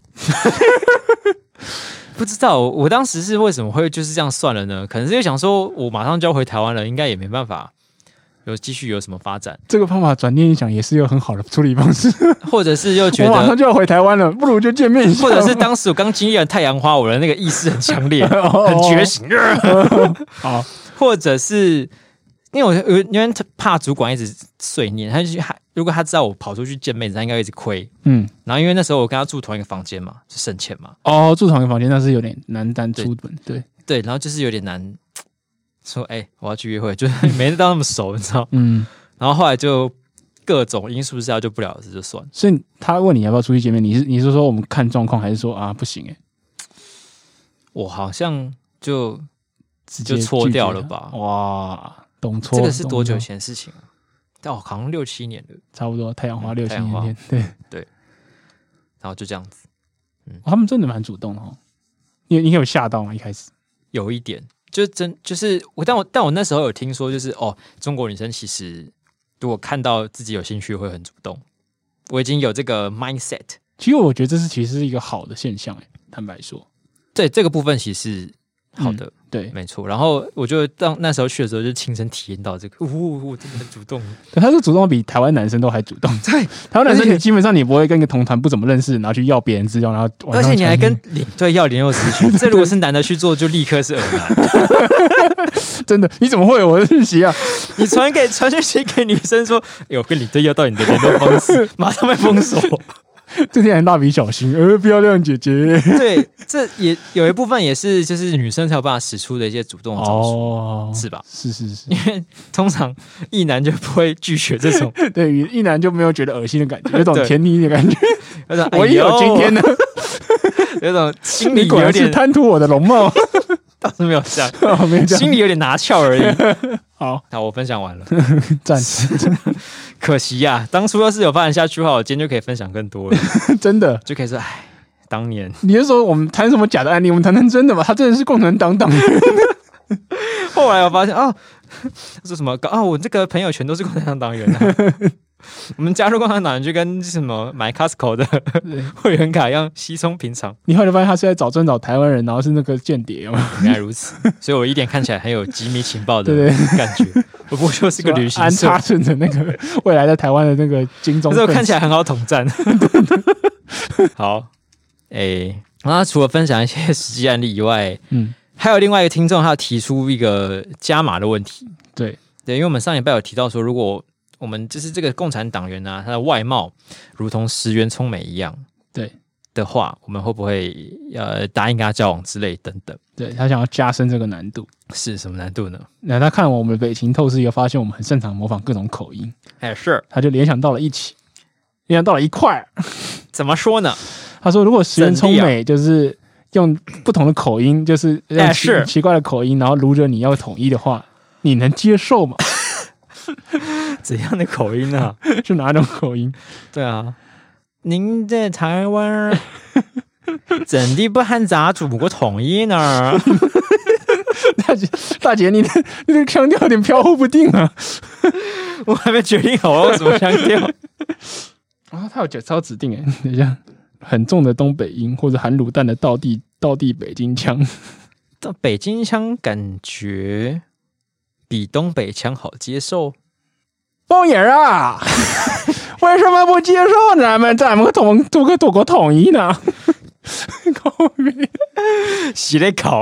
[SPEAKER 1] 不知道我我当时是为什么会就是这样算了呢？可能是因为想说我马上就要回台湾了，应该也没办法有继续有什么发展，
[SPEAKER 2] 这个方法转念一想也是有很好的处理方式。
[SPEAKER 1] 或者是又觉
[SPEAKER 2] 我马上
[SPEAKER 1] 得，
[SPEAKER 2] 就要回台湾了，不如就见面一下吧，
[SPEAKER 1] 或者是当时我刚经历了太阳花，我的那个意识很强烈，
[SPEAKER 2] 哦
[SPEAKER 1] 很觉醒，
[SPEAKER 2] 好，
[SPEAKER 1] 或者是因为我有因为怕主管一直碎念，他就还如果他知道我跑出去见妹子，他应该一直亏。
[SPEAKER 2] 嗯，
[SPEAKER 1] 然后因为那时候我跟他住同一个房间嘛，就省钱嘛，
[SPEAKER 2] 哦，住同一个房间那是有点难单出本，对，
[SPEAKER 1] 对，然后就是有点难说，哎、我要去约会，就是 *laughs* 没到那么熟，你知道。
[SPEAKER 2] 嗯，
[SPEAKER 1] 然后后来就各种因素之下就不了了之，就算了。
[SPEAKER 2] 所以他问你要不要出去见面，你是你是说我们看状况，还是说啊不行哎、
[SPEAKER 1] 我好像就
[SPEAKER 2] 直接
[SPEAKER 1] 就搓掉了
[SPEAKER 2] 拒绝
[SPEAKER 1] 吧
[SPEAKER 2] 哇，懂搓，
[SPEAKER 1] 这个是多久
[SPEAKER 2] 懂搓？
[SPEAKER 1] 前的事情啊？但我好像六七年了，
[SPEAKER 2] 差不多太阳花六
[SPEAKER 1] 嗯太
[SPEAKER 2] 七
[SPEAKER 1] 阳花
[SPEAKER 2] 年前，对、
[SPEAKER 1] 然后就这样子，
[SPEAKER 2] 哦他们真的蛮主动的哦。你你有吓到吗？一开始
[SPEAKER 1] 有一点就真就是我，但我但我那时候有听说，就是哦，中国女生其实如果看到自己有兴趣会很主动。我已经有这个 mindset，
[SPEAKER 2] 其实我觉得这是其实是一个好的现象哎、坦白说，
[SPEAKER 1] 对这个部分其实是好的，
[SPEAKER 2] 对，
[SPEAKER 1] 没错。然后我就当那时候去的时候，就亲身体验到这个，呜、真的很主动，
[SPEAKER 2] 对他是主动比台湾男生都还主动。
[SPEAKER 1] *laughs* 对，
[SPEAKER 2] 台湾男生
[SPEAKER 1] 而且
[SPEAKER 2] 你基本上你不会跟一个同团不怎么认识，然后去要别人资料，然后晚
[SPEAKER 1] 而
[SPEAKER 2] 上
[SPEAKER 1] 且你还
[SPEAKER 2] 传
[SPEAKER 1] 跟领队要联络资
[SPEAKER 2] *laughs*
[SPEAKER 1] 讯，这如果是男的去做，就立刻是耳男。
[SPEAKER 2] 真的你怎么会有我的讯息啊？
[SPEAKER 1] 你传给传讯息给女生说，哎、我跟领队要到你的联络方
[SPEAKER 2] *laughs*
[SPEAKER 1] 式，马上被封锁。
[SPEAKER 2] 这些人蜡笔小新，呃，不要这样，姐姐。
[SPEAKER 1] *laughs* 对，这也有一部分也是就是女生才有办法使出的一些主动的招数，
[SPEAKER 2] 哦，
[SPEAKER 1] 是吧？
[SPEAKER 2] 是是是， *laughs*
[SPEAKER 1] 因为通常一男就不会拒绝这
[SPEAKER 2] *laughs*
[SPEAKER 1] 种，
[SPEAKER 2] 对，一男就没有觉得恶心的感觉，有种
[SPEAKER 1] 对
[SPEAKER 2] 甜腻的感觉。
[SPEAKER 1] 有种
[SPEAKER 2] 我也有今天，
[SPEAKER 1] 哎
[SPEAKER 2] 呢，
[SPEAKER 1] 呦有
[SPEAKER 2] *laughs*
[SPEAKER 1] 种心里
[SPEAKER 2] 你果
[SPEAKER 1] 有
[SPEAKER 2] 然是
[SPEAKER 1] 点
[SPEAKER 2] 贪图我的容貌， *laughs* 哦
[SPEAKER 1] 倒是没有这样，
[SPEAKER 2] 没 *laughs* 有这
[SPEAKER 1] 心
[SPEAKER 2] 样。
[SPEAKER 1] 里有点拿翘而已。
[SPEAKER 2] *laughs* 好，
[SPEAKER 1] 好，我分享完了，
[SPEAKER 2] 赞，
[SPEAKER 1] 可惜呀、当初要是有发展下去的话，我今天就可以分享更多了，
[SPEAKER 2] *laughs* 真的。
[SPEAKER 1] 就可以说，哎，当年。
[SPEAKER 2] 你是说我们谈什么假的案例？我们谈谈真的吧？他真的是共产
[SPEAKER 1] *laughs*
[SPEAKER 2] 党党员，
[SPEAKER 1] 后来我发现啊，说什么搞啊，我这个朋友全都是共产党党员、啊。 *laughs* 我们加入共产党就跟什么买 Costco 的会员卡一样稀松平常，
[SPEAKER 2] 你后来发现他是在找专找台湾人，然后是那个间
[SPEAKER 1] *laughs*
[SPEAKER 2] 谍，有没有
[SPEAKER 1] 原来如
[SPEAKER 2] *laughs*
[SPEAKER 1] 此。所以我一点看起来很有机密情报的
[SPEAKER 2] 对
[SPEAKER 1] 感觉，我不过就是个旅行
[SPEAKER 2] 安
[SPEAKER 1] 社
[SPEAKER 2] 插，顺着那个未来在台湾的那个金钟
[SPEAKER 1] 可
[SPEAKER 2] 分
[SPEAKER 1] 是
[SPEAKER 2] 子。
[SPEAKER 1] 我看起来很好统战。
[SPEAKER 2] *laughs*
[SPEAKER 1] 好，哎、然后除了分享一些实际案例以外，
[SPEAKER 2] 嗯，
[SPEAKER 1] 还有另外一个听众他有提出一个加码的问题，
[SPEAKER 2] 对，
[SPEAKER 1] 对，因为我们上礼拜有提到说，如果我们就是这个共产党员啊，他的外貌如同石原聪美一样，
[SPEAKER 2] 对
[SPEAKER 1] 的话，我们会不会呃答应跟他交往之类等等？
[SPEAKER 2] 对他想要加深这个难度。
[SPEAKER 1] 是什么难度呢？
[SPEAKER 2] 那他看了我们北秦透视以后，发现我们很擅长模仿各种口音，
[SPEAKER 1] 哎，是
[SPEAKER 2] 他就联想到了一起，联想到了一块儿。
[SPEAKER 1] 怎么说呢？
[SPEAKER 2] 他说，如果石原聪
[SPEAKER 1] 整
[SPEAKER 2] 美就是用不同的口音，就是用
[SPEAKER 1] 啊哎
[SPEAKER 2] 奇
[SPEAKER 1] 是
[SPEAKER 2] 奇怪的口音，然后如着你要统一的话，你能接受吗？ *laughs*
[SPEAKER 1] 怎样的口音啊？
[SPEAKER 2] 是哪种口音？
[SPEAKER 1] 对啊，您在台湾
[SPEAKER 2] *laughs*
[SPEAKER 1] 儿怎地不和咱祖国统一呢？
[SPEAKER 2] *laughs* 大姐， *laughs* 大姐，你的你的腔调有点飘忽不定啊！
[SPEAKER 1] 我还没决定好我要怎么腔
[SPEAKER 2] *laughs*
[SPEAKER 1] 调。
[SPEAKER 2] 啊、他有九超指定哎，等一下，很重的东北音或者含卤蛋的道地道地北京腔，
[SPEAKER 1] 但北京腔感觉比东北腔好接受。
[SPEAKER 2] 包爷儿啊， *laughs* 为什么不接受咱们咱们统祖国祖国统一呢？ *laughs* 靠北
[SPEAKER 1] 洗嘞 *laughs* 烤，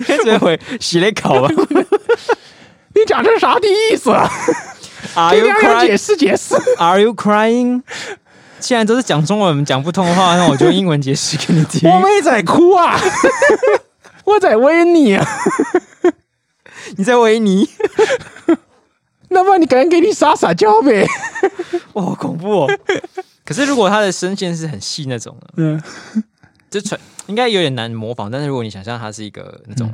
[SPEAKER 1] 开始回洗嘞烤
[SPEAKER 2] *laughs*
[SPEAKER 1] 吧。
[SPEAKER 2] 你讲这啥的意思？
[SPEAKER 1] Are
[SPEAKER 2] 这
[SPEAKER 1] you
[SPEAKER 2] 定要解
[SPEAKER 1] crying?
[SPEAKER 2] 释解释。
[SPEAKER 1] Are you crying? 既然都是讲中文，我们讲不通的话，那我就用英文解释给你听。
[SPEAKER 2] 我没在哭啊， *laughs* 我在问你啊。 *laughs*
[SPEAKER 1] 你在维尼，
[SPEAKER 2] 那么你赶紧给你撒撒娇呗。
[SPEAKER 1] 哇，好恐怖哦！可是如果他的声线是很细那种的，
[SPEAKER 2] 嗯，
[SPEAKER 1] 就传应该有点难模仿。但是如果你想象他是一个那种，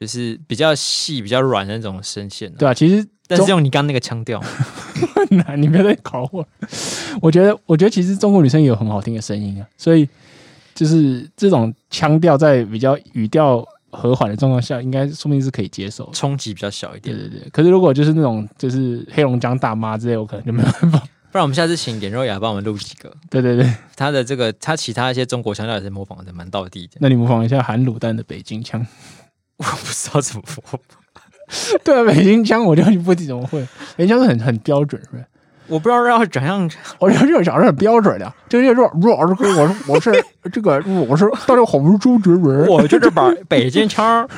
[SPEAKER 1] 就是比较细、比较软的那种声线啊、
[SPEAKER 2] 对啊，其实
[SPEAKER 1] 但是
[SPEAKER 2] 中
[SPEAKER 1] 用你刚刚那个腔调，
[SPEAKER 2] 很 *laughs* 难，你不要再考我。我觉得，我觉得其实中国女生也有很好听的声音啊，所以就是这种腔调在比较语调和缓的状况下，应该说不定是可以接受的。
[SPEAKER 1] *laughs* 冲击比较小一
[SPEAKER 2] 对
[SPEAKER 1] 点。
[SPEAKER 2] 对对，可是如果就是那种就是黑龙江大妈之类，我可能就没有办法。 *laughs*
[SPEAKER 1] 不然我们下次请点肉雅帮我们录几个，
[SPEAKER 2] 对对对，
[SPEAKER 1] 他的这个他其他一些中国腔调也是模仿的蛮到地的，
[SPEAKER 2] 那你模仿一下含卤蛋的北京腔。
[SPEAKER 1] *laughs*
[SPEAKER 2] *laughs*
[SPEAKER 1] 我不知道怎么播。
[SPEAKER 2] 对啊，北京腔我就不怎么会，北京腔是很很标准，是不是？
[SPEAKER 1] 我不知道要怎样，
[SPEAKER 2] 我觉得这种讲是很标准的，就是说，我是我是我是这个我是到这红猪侄
[SPEAKER 1] *laughs*
[SPEAKER 2] 儿，
[SPEAKER 1] 我就是把北京腔，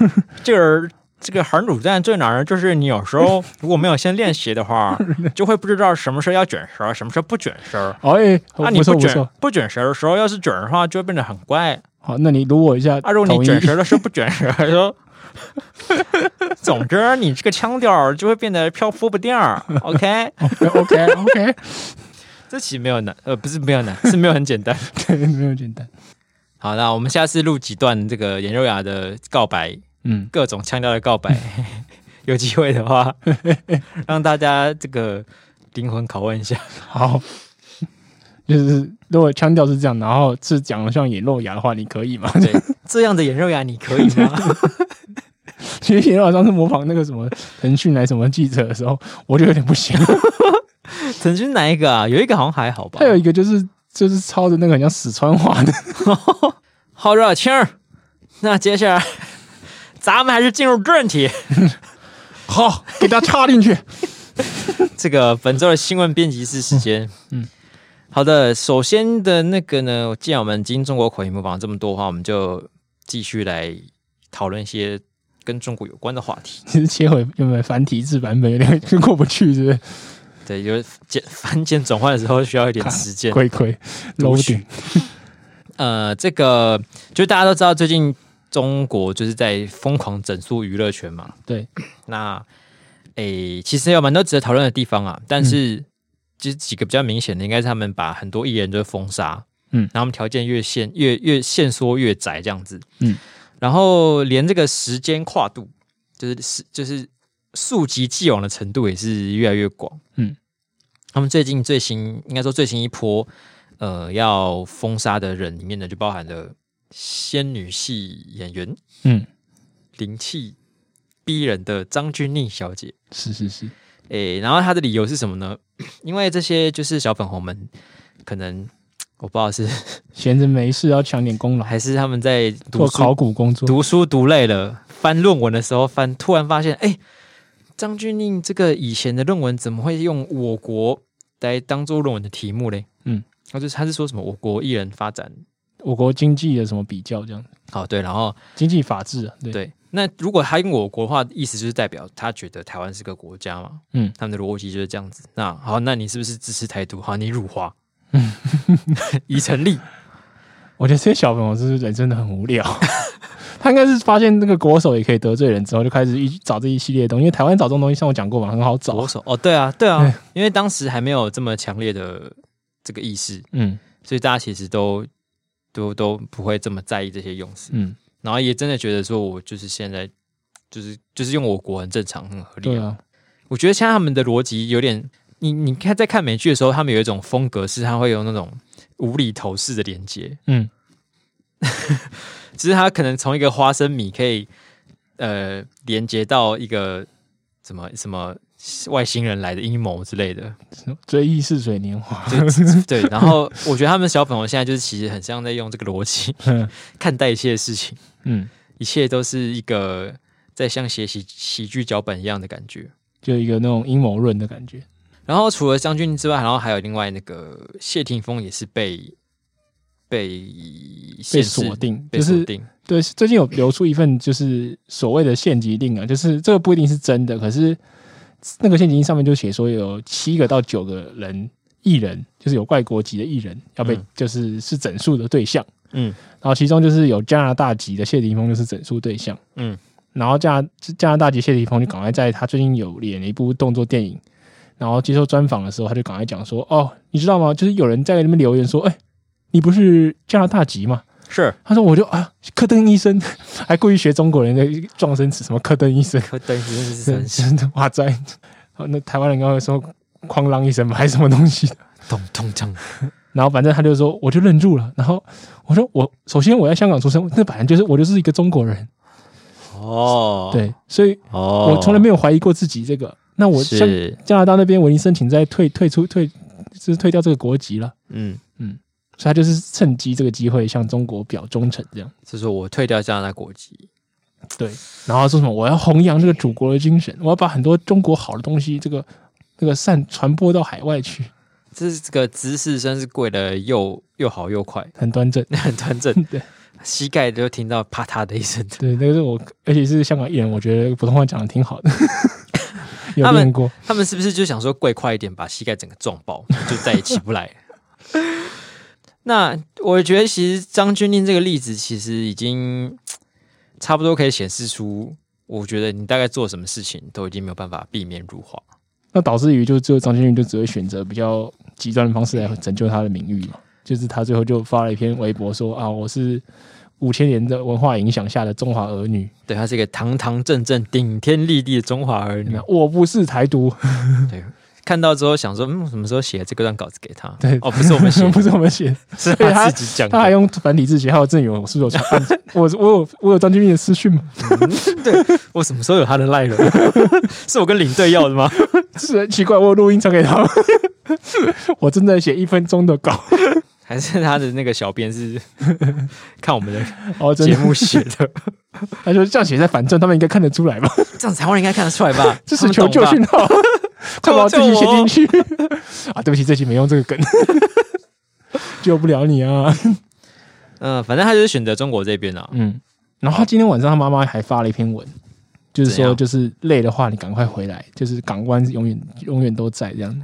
[SPEAKER 1] 这个这个含卤蛋最难的就是你有时候如果没有先练习的话，就会不知道什么时候要卷舌，什么时候不卷舌。
[SPEAKER 2] 哦哎，
[SPEAKER 1] 啊，你
[SPEAKER 2] 不错不
[SPEAKER 1] 卷
[SPEAKER 2] 错，
[SPEAKER 1] 不卷舌的时候，要是卷的话，就会变得很怪。
[SPEAKER 2] 好，那你撸我一下
[SPEAKER 1] 啊，如
[SPEAKER 2] 头
[SPEAKER 1] 果你
[SPEAKER 2] 音
[SPEAKER 1] 卷
[SPEAKER 2] *laughs*
[SPEAKER 1] 舌的时候不卷舌，就总之你这个腔调就会变得飘忽不定儿。OK，
[SPEAKER 2] 哦，OK OK，
[SPEAKER 1] 这其实没有难，呃，不是没有难，是没有很简单。
[SPEAKER 2] 对，没有简单，
[SPEAKER 1] 好，那我们下次录几段这个颜柔雅的告白，
[SPEAKER 2] 嗯，
[SPEAKER 1] 各种腔调的告
[SPEAKER 2] *laughs*
[SPEAKER 1] 白，有机会的话，让大家这个灵魂拷问一下。
[SPEAKER 2] 好， *laughs* 就是如果腔调是这样，然后是讲的像演肉牙的话，你可以吗？ *laughs*
[SPEAKER 1] 对，这样的颜柔雅你可以吗？ *laughs*
[SPEAKER 2] 其实演肉牙上次模仿那个什么腾讯来什么记者的时候，我就有点不行，
[SPEAKER 1] 曾经哪一个啊？有一个好像还好吧
[SPEAKER 2] 还。有一个就是就是抄的那个很像四川话的，
[SPEAKER 1] 好热青儿，那接下来咱们还是进入正题。 *laughs*
[SPEAKER 2] 好， *laughs* 给它插进去，
[SPEAKER 1] 这个本周的新闻编辑室时间。嗯
[SPEAKER 2] 嗯，
[SPEAKER 1] 好的，首先的那个呢，既然我们今中国口音模仿这么多的话，我们就继续来讨论一些跟中国有关的话题。
[SPEAKER 2] 其实切回原本繁体字版本有点过不去，是不是？
[SPEAKER 1] 对，有简翻简转换的时候需要一点时间。
[SPEAKER 2] 亏亏
[SPEAKER 1] 录
[SPEAKER 2] low
[SPEAKER 1] 取
[SPEAKER 2] 顶，
[SPEAKER 1] 呃，这个就大家都知道，最近中国就是在疯狂整肃娱乐圈嘛。
[SPEAKER 2] 对，
[SPEAKER 1] 那诶，其实有蛮多值得讨论的地方啊，
[SPEAKER 2] 嗯
[SPEAKER 1] 但是其实几个比较明显的，应该是他们把很多艺人都封杀，
[SPEAKER 2] 嗯
[SPEAKER 1] 然后他们条件越限越越限缩越窄这样子，
[SPEAKER 2] 嗯，
[SPEAKER 1] 然后连这个时间跨度，就是是就是溯及既往的程度也是越来越广，
[SPEAKER 2] 嗯，
[SPEAKER 1] 他们最近最新应该说最新一波，呃，要封杀的人里面呢，就包含了仙女系演员
[SPEAKER 2] 嗯，
[SPEAKER 1] 灵气逼人的张钧甯小姐。
[SPEAKER 2] 是是是，
[SPEAKER 1] 诶，然后他的理由是什么呢？ *clears throat* 因为这些就是小粉红们，可能我不知道是
[SPEAKER 2] 闲着没事要抢点功劳，
[SPEAKER 1] 还是他们在读
[SPEAKER 2] 做考
[SPEAKER 1] 书
[SPEAKER 2] 古工作，
[SPEAKER 1] 读书读累了，翻论文的时候翻，突然发现，哎，张钧甯这个以前的论文怎么会用我国来当做论文的题目嘞？
[SPEAKER 2] 嗯，
[SPEAKER 1] 他就是他是说什么我国艺人发展，
[SPEAKER 2] 我国经济的什么比较这样，
[SPEAKER 1] 好对，然后
[SPEAKER 2] 经济法治啊，对，
[SPEAKER 1] 对，那如果他用我国的话，意思就是代表他觉得台湾是个国家嘛，
[SPEAKER 2] 嗯，
[SPEAKER 1] 他们的逻辑就是这样子。那好，那你是不是支持台独？好，你辱
[SPEAKER 2] *laughs*
[SPEAKER 1] 华，已成立。
[SPEAKER 2] 我觉得这些小朋友就是人真的很无聊。 *laughs* 他应该是发现那个国手也可以得罪人之后，就开始一找这一系列的东西。因为台湾找这种东西，像我讲过嘛，很好
[SPEAKER 1] 左
[SPEAKER 2] 找。
[SPEAKER 1] 手哦，对啊，对啊，因为当时还没有这么强烈的这个意识，
[SPEAKER 2] 嗯
[SPEAKER 1] 所以大家其实都都都不会这么在意这些用词，
[SPEAKER 2] 嗯，
[SPEAKER 1] 然后也真的觉得说我就是现在就是就是用我国很正常，很合理、
[SPEAKER 2] 对啊，
[SPEAKER 1] 我觉得现在他们的逻辑有点，你你看在看美剧的时候，他们有一种风格是他会有那种无厘头式的连接，
[SPEAKER 2] 嗯，
[SPEAKER 1] 只是他可能从一个花生米可以呃连接到一个什么什么外星人来的阴谋之类的，
[SPEAKER 2] 追忆似水年华。
[SPEAKER 1] 就 *laughs* 对。然后我觉得他们小粉红现在就是其实很像在用这个逻辑
[SPEAKER 2] 嗯
[SPEAKER 1] 看待一切事情，
[SPEAKER 2] 嗯，
[SPEAKER 1] 一切都是一个在像写喜喜剧脚本一样的感觉。
[SPEAKER 2] 就一个那种阴谋论的感觉。
[SPEAKER 1] 然后除了张钧甯之外，然后还有另外那个谢霆锋也是被被
[SPEAKER 2] 被
[SPEAKER 1] 限制
[SPEAKER 2] 锁定，
[SPEAKER 1] 被
[SPEAKER 2] 就
[SPEAKER 1] 锁
[SPEAKER 2] 是
[SPEAKER 1] 定。
[SPEAKER 2] 对，最近有流出一份就是所谓的县级令啊，就是这个不一定是真的，可是那个县级令上面就写说有七个到九个人艺人，就是有外国籍的艺人要被
[SPEAKER 1] 嗯
[SPEAKER 2] 就是是整数的对象，
[SPEAKER 1] 嗯
[SPEAKER 2] 然后其中就是有加拿大籍的谢霆锋就是整数对象，
[SPEAKER 1] 嗯，
[SPEAKER 2] 然后加拿加拿大籍谢霆锋就赶快在他最近有演了一部动作电影，然后接受专访的时候，他就赶快讲说，哦，你知道吗？就是有人在那边留言说，哎、你不是加拿大籍吗？
[SPEAKER 1] 是
[SPEAKER 2] 他说我就啊，科登医生， *laughs* 还故意学中国人的撞声词，什么科登医生，
[SPEAKER 1] 柯登真的是神
[SPEAKER 2] 真
[SPEAKER 1] 仙，
[SPEAKER 2] 的 *laughs* 哇塞！那台湾人刚刚说哐啷一声吧，还是什么东西的？ *laughs*
[SPEAKER 1] 咚咚锵，
[SPEAKER 2] 然后反正他就说，我就愣住了。然后我说我首先我在香港出生，那本来就是我就是一个中国人，
[SPEAKER 1] 哦，，
[SPEAKER 2] 对，所以
[SPEAKER 1] 哦，
[SPEAKER 2] 我从来没有怀疑过自己这个。那我像
[SPEAKER 1] 是，
[SPEAKER 2] 加拿大那边，我已经申请在退退出退，就是退掉这个国籍了，
[SPEAKER 1] 嗯，
[SPEAKER 2] 所以他就是趁机这个机会向中国表忠诚这样。
[SPEAKER 1] 就是我退掉加拿大国籍，
[SPEAKER 2] 对，然后说什么我要弘扬这个祖国的精神，我要把很多中国好的东西，这个这个散传播到海外去，
[SPEAKER 1] 这这个姿势真是跪的又又好又快，
[SPEAKER 2] 很端正。
[SPEAKER 1] 很端正，
[SPEAKER 2] 对
[SPEAKER 1] 膝盖都听到啪嗒的一声，
[SPEAKER 2] 对，那个是我，而且是香港艺人，我觉得普通话讲的
[SPEAKER 1] *laughs*
[SPEAKER 2] 挺好的，有
[SPEAKER 1] 他们
[SPEAKER 2] 练过。
[SPEAKER 1] 他们是不是就想说跪快一点，把膝盖整个撞爆， *laughs* 就再也起不来？ *laughs* 那我觉得其实张钧甯这个例子其实已经差不多可以显示出，我觉得你大概做什么事情都已经没有办法避免辱华。
[SPEAKER 2] 那导致于就最后张馨予就只会选择比较极端的方式来拯救他的名誉嘛，就是他最后就发了一篇微博说啊，我是五千年的文化影响下的中华儿女，
[SPEAKER 1] 对，她是一个堂堂正正、顶天立地的中华儿女
[SPEAKER 2] 那。我不是
[SPEAKER 1] *laughs*
[SPEAKER 2] 台独，嗯
[SPEAKER 1] 对，看到之后想说，嗯，什么时候写这个段稿子给他？
[SPEAKER 2] 对
[SPEAKER 1] 哦，不是我们写的，
[SPEAKER 2] *laughs* 不是我们写的，
[SPEAKER 1] 是
[SPEAKER 2] 所以
[SPEAKER 1] 他
[SPEAKER 2] *laughs* 他
[SPEAKER 1] 自己讲
[SPEAKER 2] 他还
[SPEAKER 1] 的。
[SPEAKER 2] 用繁体字写，还有郑宇文，我是不是有
[SPEAKER 1] *laughs*
[SPEAKER 2] 传？我我有我有张钧甯的私讯吗？ *laughs*
[SPEAKER 1] 我什么时候有他的赖了？ *laughs* 是我跟领队要的吗？
[SPEAKER 2] 是很奇怪，我有录音传给他们， *laughs* 我正在写一分钟的稿，
[SPEAKER 1] 还是他的那个小编
[SPEAKER 2] *laughs*
[SPEAKER 1] 是看我们的
[SPEAKER 2] 哦，真
[SPEAKER 1] 节
[SPEAKER 2] 的，
[SPEAKER 1] 目写的，
[SPEAKER 2] *laughs* 他说这样写在反正他们应该看得出来吧？
[SPEAKER 1] 这样台湾人应该看得出来吧？
[SPEAKER 2] *laughs* 这
[SPEAKER 1] 他
[SPEAKER 2] 是
[SPEAKER 1] 们
[SPEAKER 2] 求
[SPEAKER 1] 懂
[SPEAKER 2] 救
[SPEAKER 1] 吧
[SPEAKER 2] 讯
[SPEAKER 1] *laughs*
[SPEAKER 2] 号，快把我自己写进去
[SPEAKER 1] 哦
[SPEAKER 2] 啊！对不起，这期没用这个梗， *laughs* 救不了你啊。
[SPEAKER 1] 嗯，反正他就是选择中国这边啊。
[SPEAKER 2] 嗯，然后他今天晚上他妈妈还发了一篇文，就是
[SPEAKER 1] 怎
[SPEAKER 2] 说，
[SPEAKER 1] 样
[SPEAKER 2] 就是累的话你赶快回来，就是港湾永远永远都在这样。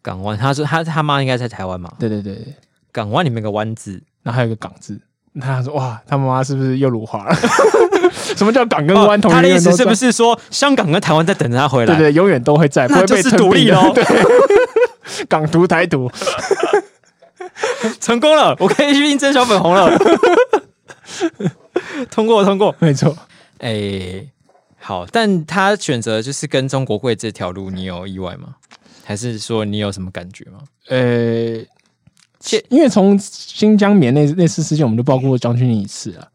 [SPEAKER 1] 港湾，他说他他妈应该在台湾嘛？
[SPEAKER 2] 对对对对，
[SPEAKER 1] 港湾里面有个湾字，
[SPEAKER 2] 然后还有一个港字。他说：“哇，他妈妈是不是又辱华了？ *laughs* 什么叫港跟湾
[SPEAKER 1] 哦
[SPEAKER 2] 同
[SPEAKER 1] 他
[SPEAKER 2] 源
[SPEAKER 1] 的意
[SPEAKER 2] 永远都
[SPEAKER 1] 思
[SPEAKER 2] 在？
[SPEAKER 1] 是不是说香港跟台湾在等着他回来？
[SPEAKER 2] 对对，永远都会在，不
[SPEAKER 1] 那
[SPEAKER 2] 会
[SPEAKER 1] 就
[SPEAKER 2] 被
[SPEAKER 1] 是
[SPEAKER 2] 吞
[SPEAKER 1] 独立
[SPEAKER 2] 并的
[SPEAKER 1] 咯
[SPEAKER 2] *laughs* 对港独、台独，
[SPEAKER 1] 成功了，我可以去应征小粉红了。 *laughs* 通过通过，
[SPEAKER 2] 没错。
[SPEAKER 1] 哎、好，但他选择就是跟中国贵这条路，你有意外吗？还是说你有什么感觉吗？
[SPEAKER 2] 呃，
[SPEAKER 1] 切
[SPEAKER 2] 因为从新疆棉那那次事件，我们就报过张钧甯一次啊。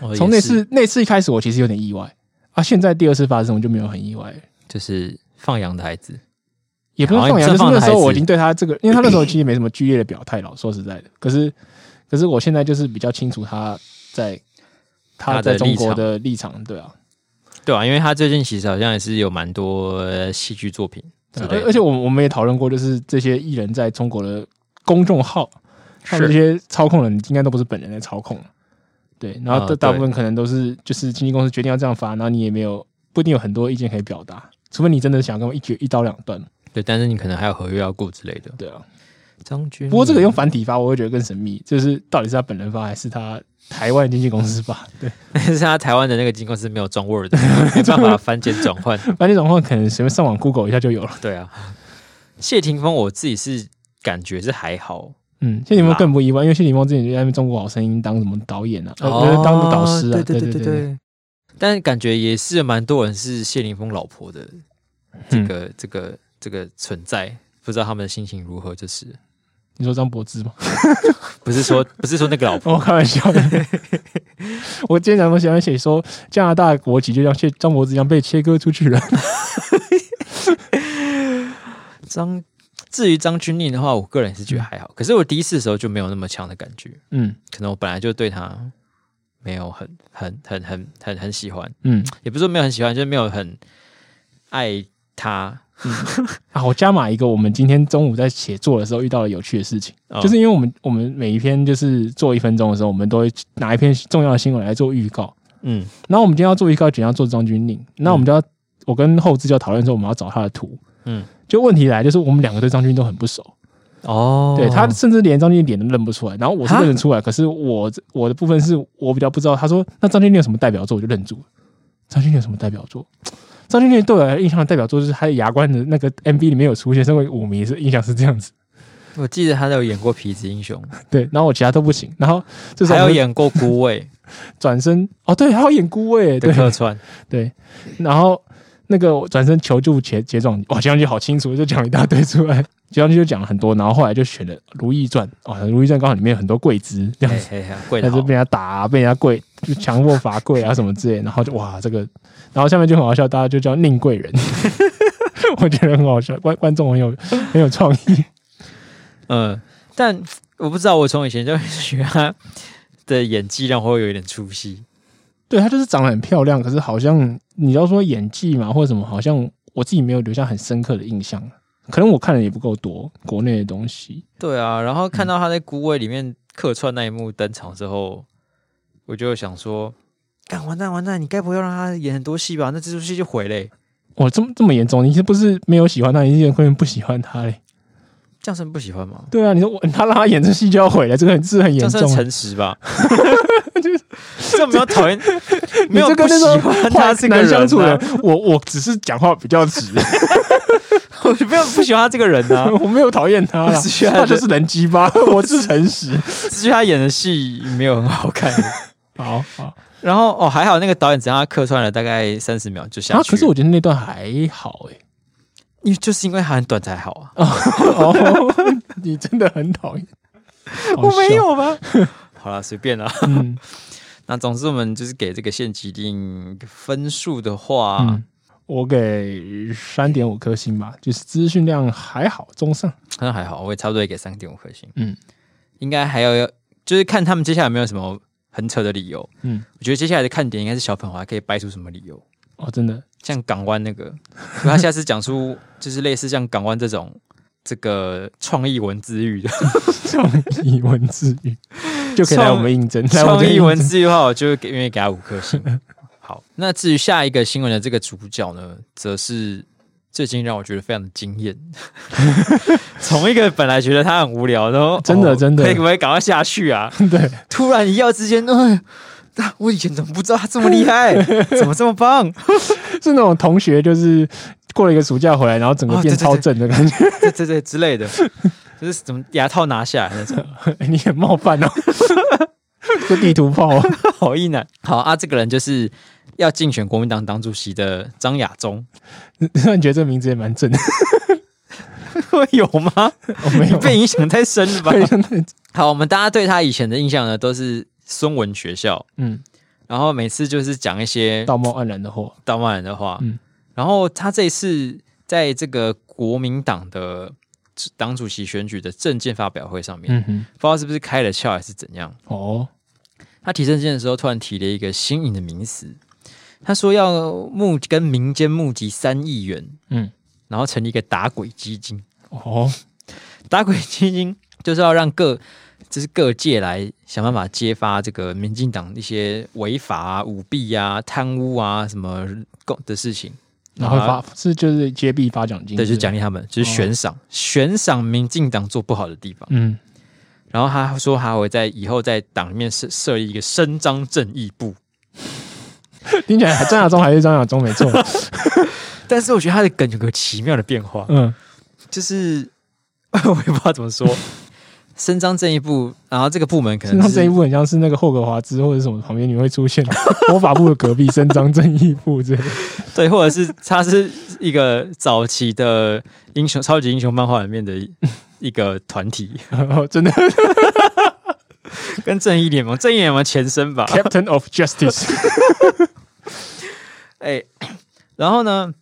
[SPEAKER 1] 哦
[SPEAKER 2] 从
[SPEAKER 1] 也是
[SPEAKER 2] 那次那次一开始，我其实有点意外啊。现在第二次发生，我就没有很意外，
[SPEAKER 1] 就是放羊的孩子，
[SPEAKER 2] 也不是
[SPEAKER 1] 好
[SPEAKER 2] 放
[SPEAKER 1] 像
[SPEAKER 2] 羊，就是
[SPEAKER 1] 正放
[SPEAKER 2] 那
[SPEAKER 1] 的
[SPEAKER 2] 时候
[SPEAKER 1] 孩子
[SPEAKER 2] 我已经对他这个，因为他那时候其实没什么剧烈的表态了。说实在的，可是可是我现在就是比较清楚他在他
[SPEAKER 1] 他的
[SPEAKER 2] 在中
[SPEAKER 1] 立
[SPEAKER 2] 国
[SPEAKER 1] 场
[SPEAKER 2] 的立场，对啊。
[SPEAKER 1] 对啊，因为他最近其实好像也是有蛮多呃戏剧作品之
[SPEAKER 2] 对啊
[SPEAKER 1] 类
[SPEAKER 2] 而而
[SPEAKER 1] 的，
[SPEAKER 2] 且我们我们也讨论过，就是这些艺人在中国的公众号，他们这
[SPEAKER 1] 是
[SPEAKER 2] 些操控人应该都不是本人在操控，对，然后
[SPEAKER 1] 啊
[SPEAKER 2] 大大
[SPEAKER 1] 对
[SPEAKER 2] 部分可能都是就是经纪公司决定要这样发，然后你也没有不一定有很多意见可以表达，除非你真的想跟我一决一刀两断，
[SPEAKER 1] 对，但是你可能还有合约要顾之类的。
[SPEAKER 2] 对啊。
[SPEAKER 1] 张军，
[SPEAKER 2] 不过这个用繁体发，我会觉得更神秘，就是到底是他本人发还是他台湾经纪公司发？对，
[SPEAKER 1] 但 *laughs* 是他台湾的那个经纪公司没有装
[SPEAKER 2] *laughs*
[SPEAKER 1] Word，没办法翻简转换。
[SPEAKER 2] 反正这种话可能随便上网 Google 一下就有了。
[SPEAKER 1] 对啊，谢霆锋我自己是感觉是还好，
[SPEAKER 2] 嗯，谢霆锋更不意外，因为谢霆锋之前就在那边中国好声音当什么导演啊，呃
[SPEAKER 1] 哦
[SPEAKER 2] 当导师啊，
[SPEAKER 1] 对
[SPEAKER 2] 对
[SPEAKER 1] 对
[SPEAKER 2] 对对。
[SPEAKER 1] 但感觉也是有蛮多人是谢霆锋老婆的这
[SPEAKER 2] 嗯
[SPEAKER 1] 个、这个这个存在，不知道他们的心情如何，就是
[SPEAKER 2] 你说张柏芝吗？ *laughs*
[SPEAKER 1] 不是说不是说那个老婆，
[SPEAKER 2] 我开玩笑的。 *laughs* 我今天早上喜欢写说加拿大国籍就像切张柏芝一样被切割出去了。 *laughs*
[SPEAKER 1] 张至于张钧甯的话，我个人是觉得还好，可是我第一次的时候就没有那么强的感觉，
[SPEAKER 2] 嗯
[SPEAKER 1] 可能我本来就对他没有很很很很很很喜欢，
[SPEAKER 2] 嗯
[SPEAKER 1] 也不是说没有很喜欢，就是没有很爱他。
[SPEAKER 2] 啊，我加码一个，我们今天中午在写作的时候遇到的有趣的事情，
[SPEAKER 1] 哦
[SPEAKER 2] 就是因为我们我们每一篇就是做一分钟的时候，我们都会拿一篇重要的新闻来做预告。
[SPEAKER 1] 嗯，
[SPEAKER 2] 然后我们今天要做预告，就要做张钧甯，那我们就要、我跟后置就要讨论说我们要找他的图。
[SPEAKER 1] 嗯，
[SPEAKER 2] 就问题来就是我们两个对张钧甯都很不熟，
[SPEAKER 1] 哦
[SPEAKER 2] 对他甚至连张钧甯脸都认不出来，然后我是认得出来，可是我我的部分是我比较不知道。他说那张钧甯有什么代表作，我就愣住了。张钧甯有什么代表作？张钧甯对我来印象的代表作就是他的牙关的那个 MV 里面有出现，身为舞迷是印象是这样子。
[SPEAKER 1] 我记得他有演过《痞子英雄
[SPEAKER 2] 对，然后我其他都不行，然后这》，时
[SPEAKER 1] 还
[SPEAKER 2] 候
[SPEAKER 1] 有
[SPEAKER 2] 我 *laughs* 就
[SPEAKER 1] 演过《孤味
[SPEAKER 2] 转身哦，对，还有演孤味，》
[SPEAKER 1] 的
[SPEAKER 2] *laughs* 对
[SPEAKER 1] 客
[SPEAKER 2] *laughs*
[SPEAKER 1] 串。
[SPEAKER 2] 对，然后那个我转身求助且结状，哇，结状就好清楚，就讲一大堆出来。就他就讲了很多，然后后来就选了《如懿传》哦，《如懿传》刚好里面有很多贵族这样
[SPEAKER 1] 嘿
[SPEAKER 2] *laughs* 子，
[SPEAKER 1] 嘿嘿，贵
[SPEAKER 2] 他
[SPEAKER 1] 的
[SPEAKER 2] 就
[SPEAKER 1] 好
[SPEAKER 2] 被人家打、啊，被人家跪，就强迫罚跪啊什么之类的，然后就哇这个，然后下面就很好笑，大家就叫宁贵人， *laughs* 我觉得很好笑，观观众很有很有创意，
[SPEAKER 1] 嗯，但我不知道，我从以前就 *laughs* 学他的演技，让我有一点出戏。
[SPEAKER 2] 对她就是长得很漂亮，可是好像你要说演技嘛或者什么，好像我自己没有留下很深刻的印象，可能我看的也不够多国内的东西，
[SPEAKER 1] 对啊，然后看到他在《孤味》里面客串那一幕登场之后，我就想说，干完蛋完蛋，你该不会要让他演很多戏吧？那这出戏就毁嘞、
[SPEAKER 2] 哇这么这么严重，你是不是没有喜欢她，你是根本不喜欢她嘞？
[SPEAKER 1] 降生不喜欢吗？
[SPEAKER 2] 对啊，你说我他让他演这戏就要毁了，这个很是很严
[SPEAKER 1] 降
[SPEAKER 2] 重
[SPEAKER 1] 生
[SPEAKER 2] 啊。
[SPEAKER 1] 诚实
[SPEAKER 2] *laughs*
[SPEAKER 1] 吧，这没有讨厌，没有
[SPEAKER 2] 你
[SPEAKER 1] 不
[SPEAKER 2] 这跟那
[SPEAKER 1] 喜
[SPEAKER 2] 种
[SPEAKER 1] 欢
[SPEAKER 2] 坏
[SPEAKER 1] 他这个
[SPEAKER 2] 难
[SPEAKER 1] 人、
[SPEAKER 2] 相处的
[SPEAKER 1] 啊，
[SPEAKER 2] 人，我我只是讲话比较直，
[SPEAKER 1] 我没有不喜欢他这个人啊，
[SPEAKER 2] *laughs* 我没有讨厌他啦
[SPEAKER 1] 我只是，觉得
[SPEAKER 2] 他就是人鸡巴， *laughs* 我是诚实。
[SPEAKER 1] 只是他演的戏没有很好看。
[SPEAKER 2] 好好
[SPEAKER 1] 然后哦，还好那个导演只让他客串了大概三十秒就下去
[SPEAKER 2] 啊，
[SPEAKER 1] 了。
[SPEAKER 2] 可是我觉得那段还好哎、
[SPEAKER 1] 因为就是因为他很短才好啊。
[SPEAKER 2] 哦， *laughs* 你真的很讨厌，好笑，
[SPEAKER 1] 哦
[SPEAKER 2] *laughs*
[SPEAKER 1] 吧？好了，随便啦。
[SPEAKER 2] 嗯
[SPEAKER 1] 那总之我们就是给这个限级令分数的话，
[SPEAKER 2] 嗯，我给三点五颗星吧，就是资讯量还好，中上。
[SPEAKER 1] 好像还好，我也差不多也给三点五颗星。
[SPEAKER 2] 嗯
[SPEAKER 1] 应该还要就是看他们接下来有没有什么很扯的理由。
[SPEAKER 2] 嗯，
[SPEAKER 1] 我觉得接下来的看点应该是小粉华可以掰出什么理由，
[SPEAKER 2] 哦，真的，
[SPEAKER 1] 像港湾那个， *laughs* 如果他下次讲出就是类似像港湾这种这个创意文字狱的
[SPEAKER 2] 创意文字狱就可以来我们应征， *laughs* 来我
[SPEAKER 1] 创
[SPEAKER 2] 们
[SPEAKER 1] 意
[SPEAKER 2] 应
[SPEAKER 1] 文
[SPEAKER 2] 征
[SPEAKER 1] 字的话，我就会给愿意给他五颗星。 *laughs* 好，那至于下一个新闻的这个主角呢，则是最近让我觉得非常的惊艳。 *laughs* 从一个本来觉得他很无聊，然后
[SPEAKER 2] 真的
[SPEAKER 1] 哦
[SPEAKER 2] 真的
[SPEAKER 1] 可以不可以赶快下去啊？
[SPEAKER 2] 对。
[SPEAKER 1] 突然一跃之间，哎，啊我以前怎么不知道他这么厉害？
[SPEAKER 2] *laughs*
[SPEAKER 1] 怎么这么棒？ *laughs*
[SPEAKER 2] 是那种同学，就是过了一个暑假回来，然后整个
[SPEAKER 1] 哦
[SPEAKER 2] 变
[SPEAKER 1] 对对
[SPEAKER 2] 超正的感觉， *laughs*
[SPEAKER 1] 对对对之类的，就是怎么牙套拿下来那种。
[SPEAKER 2] 你很冒犯哦， *laughs* 这地图炮、哦，
[SPEAKER 1] 好意男，好啊，这个人就是要竞选国民党党主席的张亚中， *laughs*
[SPEAKER 2] 那你觉得这名字也蛮正的？
[SPEAKER 1] 有吗？
[SPEAKER 2] 我、没
[SPEAKER 1] 你
[SPEAKER 2] 有，
[SPEAKER 1] *laughs* 被影响太深了吧？
[SPEAKER 2] *laughs* 对，
[SPEAKER 1] *laughs* 好，我们大家对他以前的印象呢，都是孙文学校，
[SPEAKER 2] 嗯，
[SPEAKER 1] 然后每次就是讲一些
[SPEAKER 2] 道貌岸然的货，
[SPEAKER 1] 道貌岸然的话，
[SPEAKER 2] 嗯
[SPEAKER 1] 然后他这一次在这个国民党的呃党主席选举的政见发表会上面，
[SPEAKER 2] 嗯哼，
[SPEAKER 1] 不知道是不是开了窍还是怎样，
[SPEAKER 2] 哦，
[SPEAKER 1] 他提证件的时候突然提了一个新颖的名词，他说要募跟民间募集三亿元，
[SPEAKER 2] 嗯，
[SPEAKER 1] 然后成立一个打鬼基金，
[SPEAKER 2] 哦，
[SPEAKER 1] 打鬼基金 *laughs* 就是要让各就是各界来想办法揭发这个民进党一些违法啊、舞弊啊、贪污啊什么共的事情，
[SPEAKER 2] 然后发是就是接币发奖金，
[SPEAKER 1] 啊对，就是是奖励他
[SPEAKER 2] 哦
[SPEAKER 1] 们，就是悬赏，悬赏民进党做不好的地方。
[SPEAKER 2] 嗯， *laughs*
[SPEAKER 1] 然后他说他会在以后在党里面设设立一个伸张正义部，
[SPEAKER 2] 听起来还张亚中还是张亚中
[SPEAKER 1] *laughs*
[SPEAKER 2] 没错，
[SPEAKER 1] 但是我觉得他的梗有个奇妙的变化，
[SPEAKER 2] 嗯，
[SPEAKER 1] 就是 *laughs* 我也不知道怎么说，伸张正义部，然后这个部门可
[SPEAKER 2] 伸
[SPEAKER 1] 能
[SPEAKER 2] 张
[SPEAKER 1] 是
[SPEAKER 2] 正义部很像是那个霍格华兹或者什么旁边你会出现的 *laughs* 魔法部的隔壁伸张正义部之类的，
[SPEAKER 1] *laughs* 对，或者是它是一个早期的英雄超级英雄漫画里面的
[SPEAKER 2] *laughs*
[SPEAKER 1] 一一个团体，
[SPEAKER 2] 哦真的
[SPEAKER 1] 跟正义联盟、正义联盟前身吧。
[SPEAKER 2] Captain of Justice，
[SPEAKER 1] 哎、然后呢，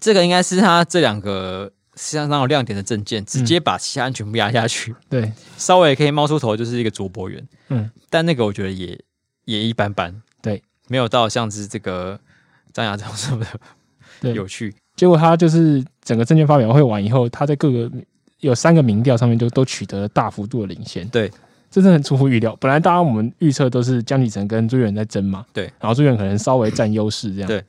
[SPEAKER 1] 这个应该是他这两个相当有亮点的证件，直
[SPEAKER 2] 嗯
[SPEAKER 1] 接把其他人全部压下去，
[SPEAKER 2] 对，
[SPEAKER 1] 稍微可以冒出头就是一个卓博远，
[SPEAKER 2] 嗯，
[SPEAKER 1] 但那个我觉得也也一般般，
[SPEAKER 2] 对，
[SPEAKER 1] 没有到像是这个张亚中什么的
[SPEAKER 2] 对
[SPEAKER 1] 有趣。
[SPEAKER 2] 结果他就是整个证券发表会完以后，他在各个有三个民调上面就都取得了大幅度的领先。
[SPEAKER 1] 对，
[SPEAKER 2] 这真的很出乎预料。本来大家我们预测都是江启臣跟朱元在争嘛，
[SPEAKER 1] 对，
[SPEAKER 2] 然后朱元可能稍微占优势这样。
[SPEAKER 1] 对。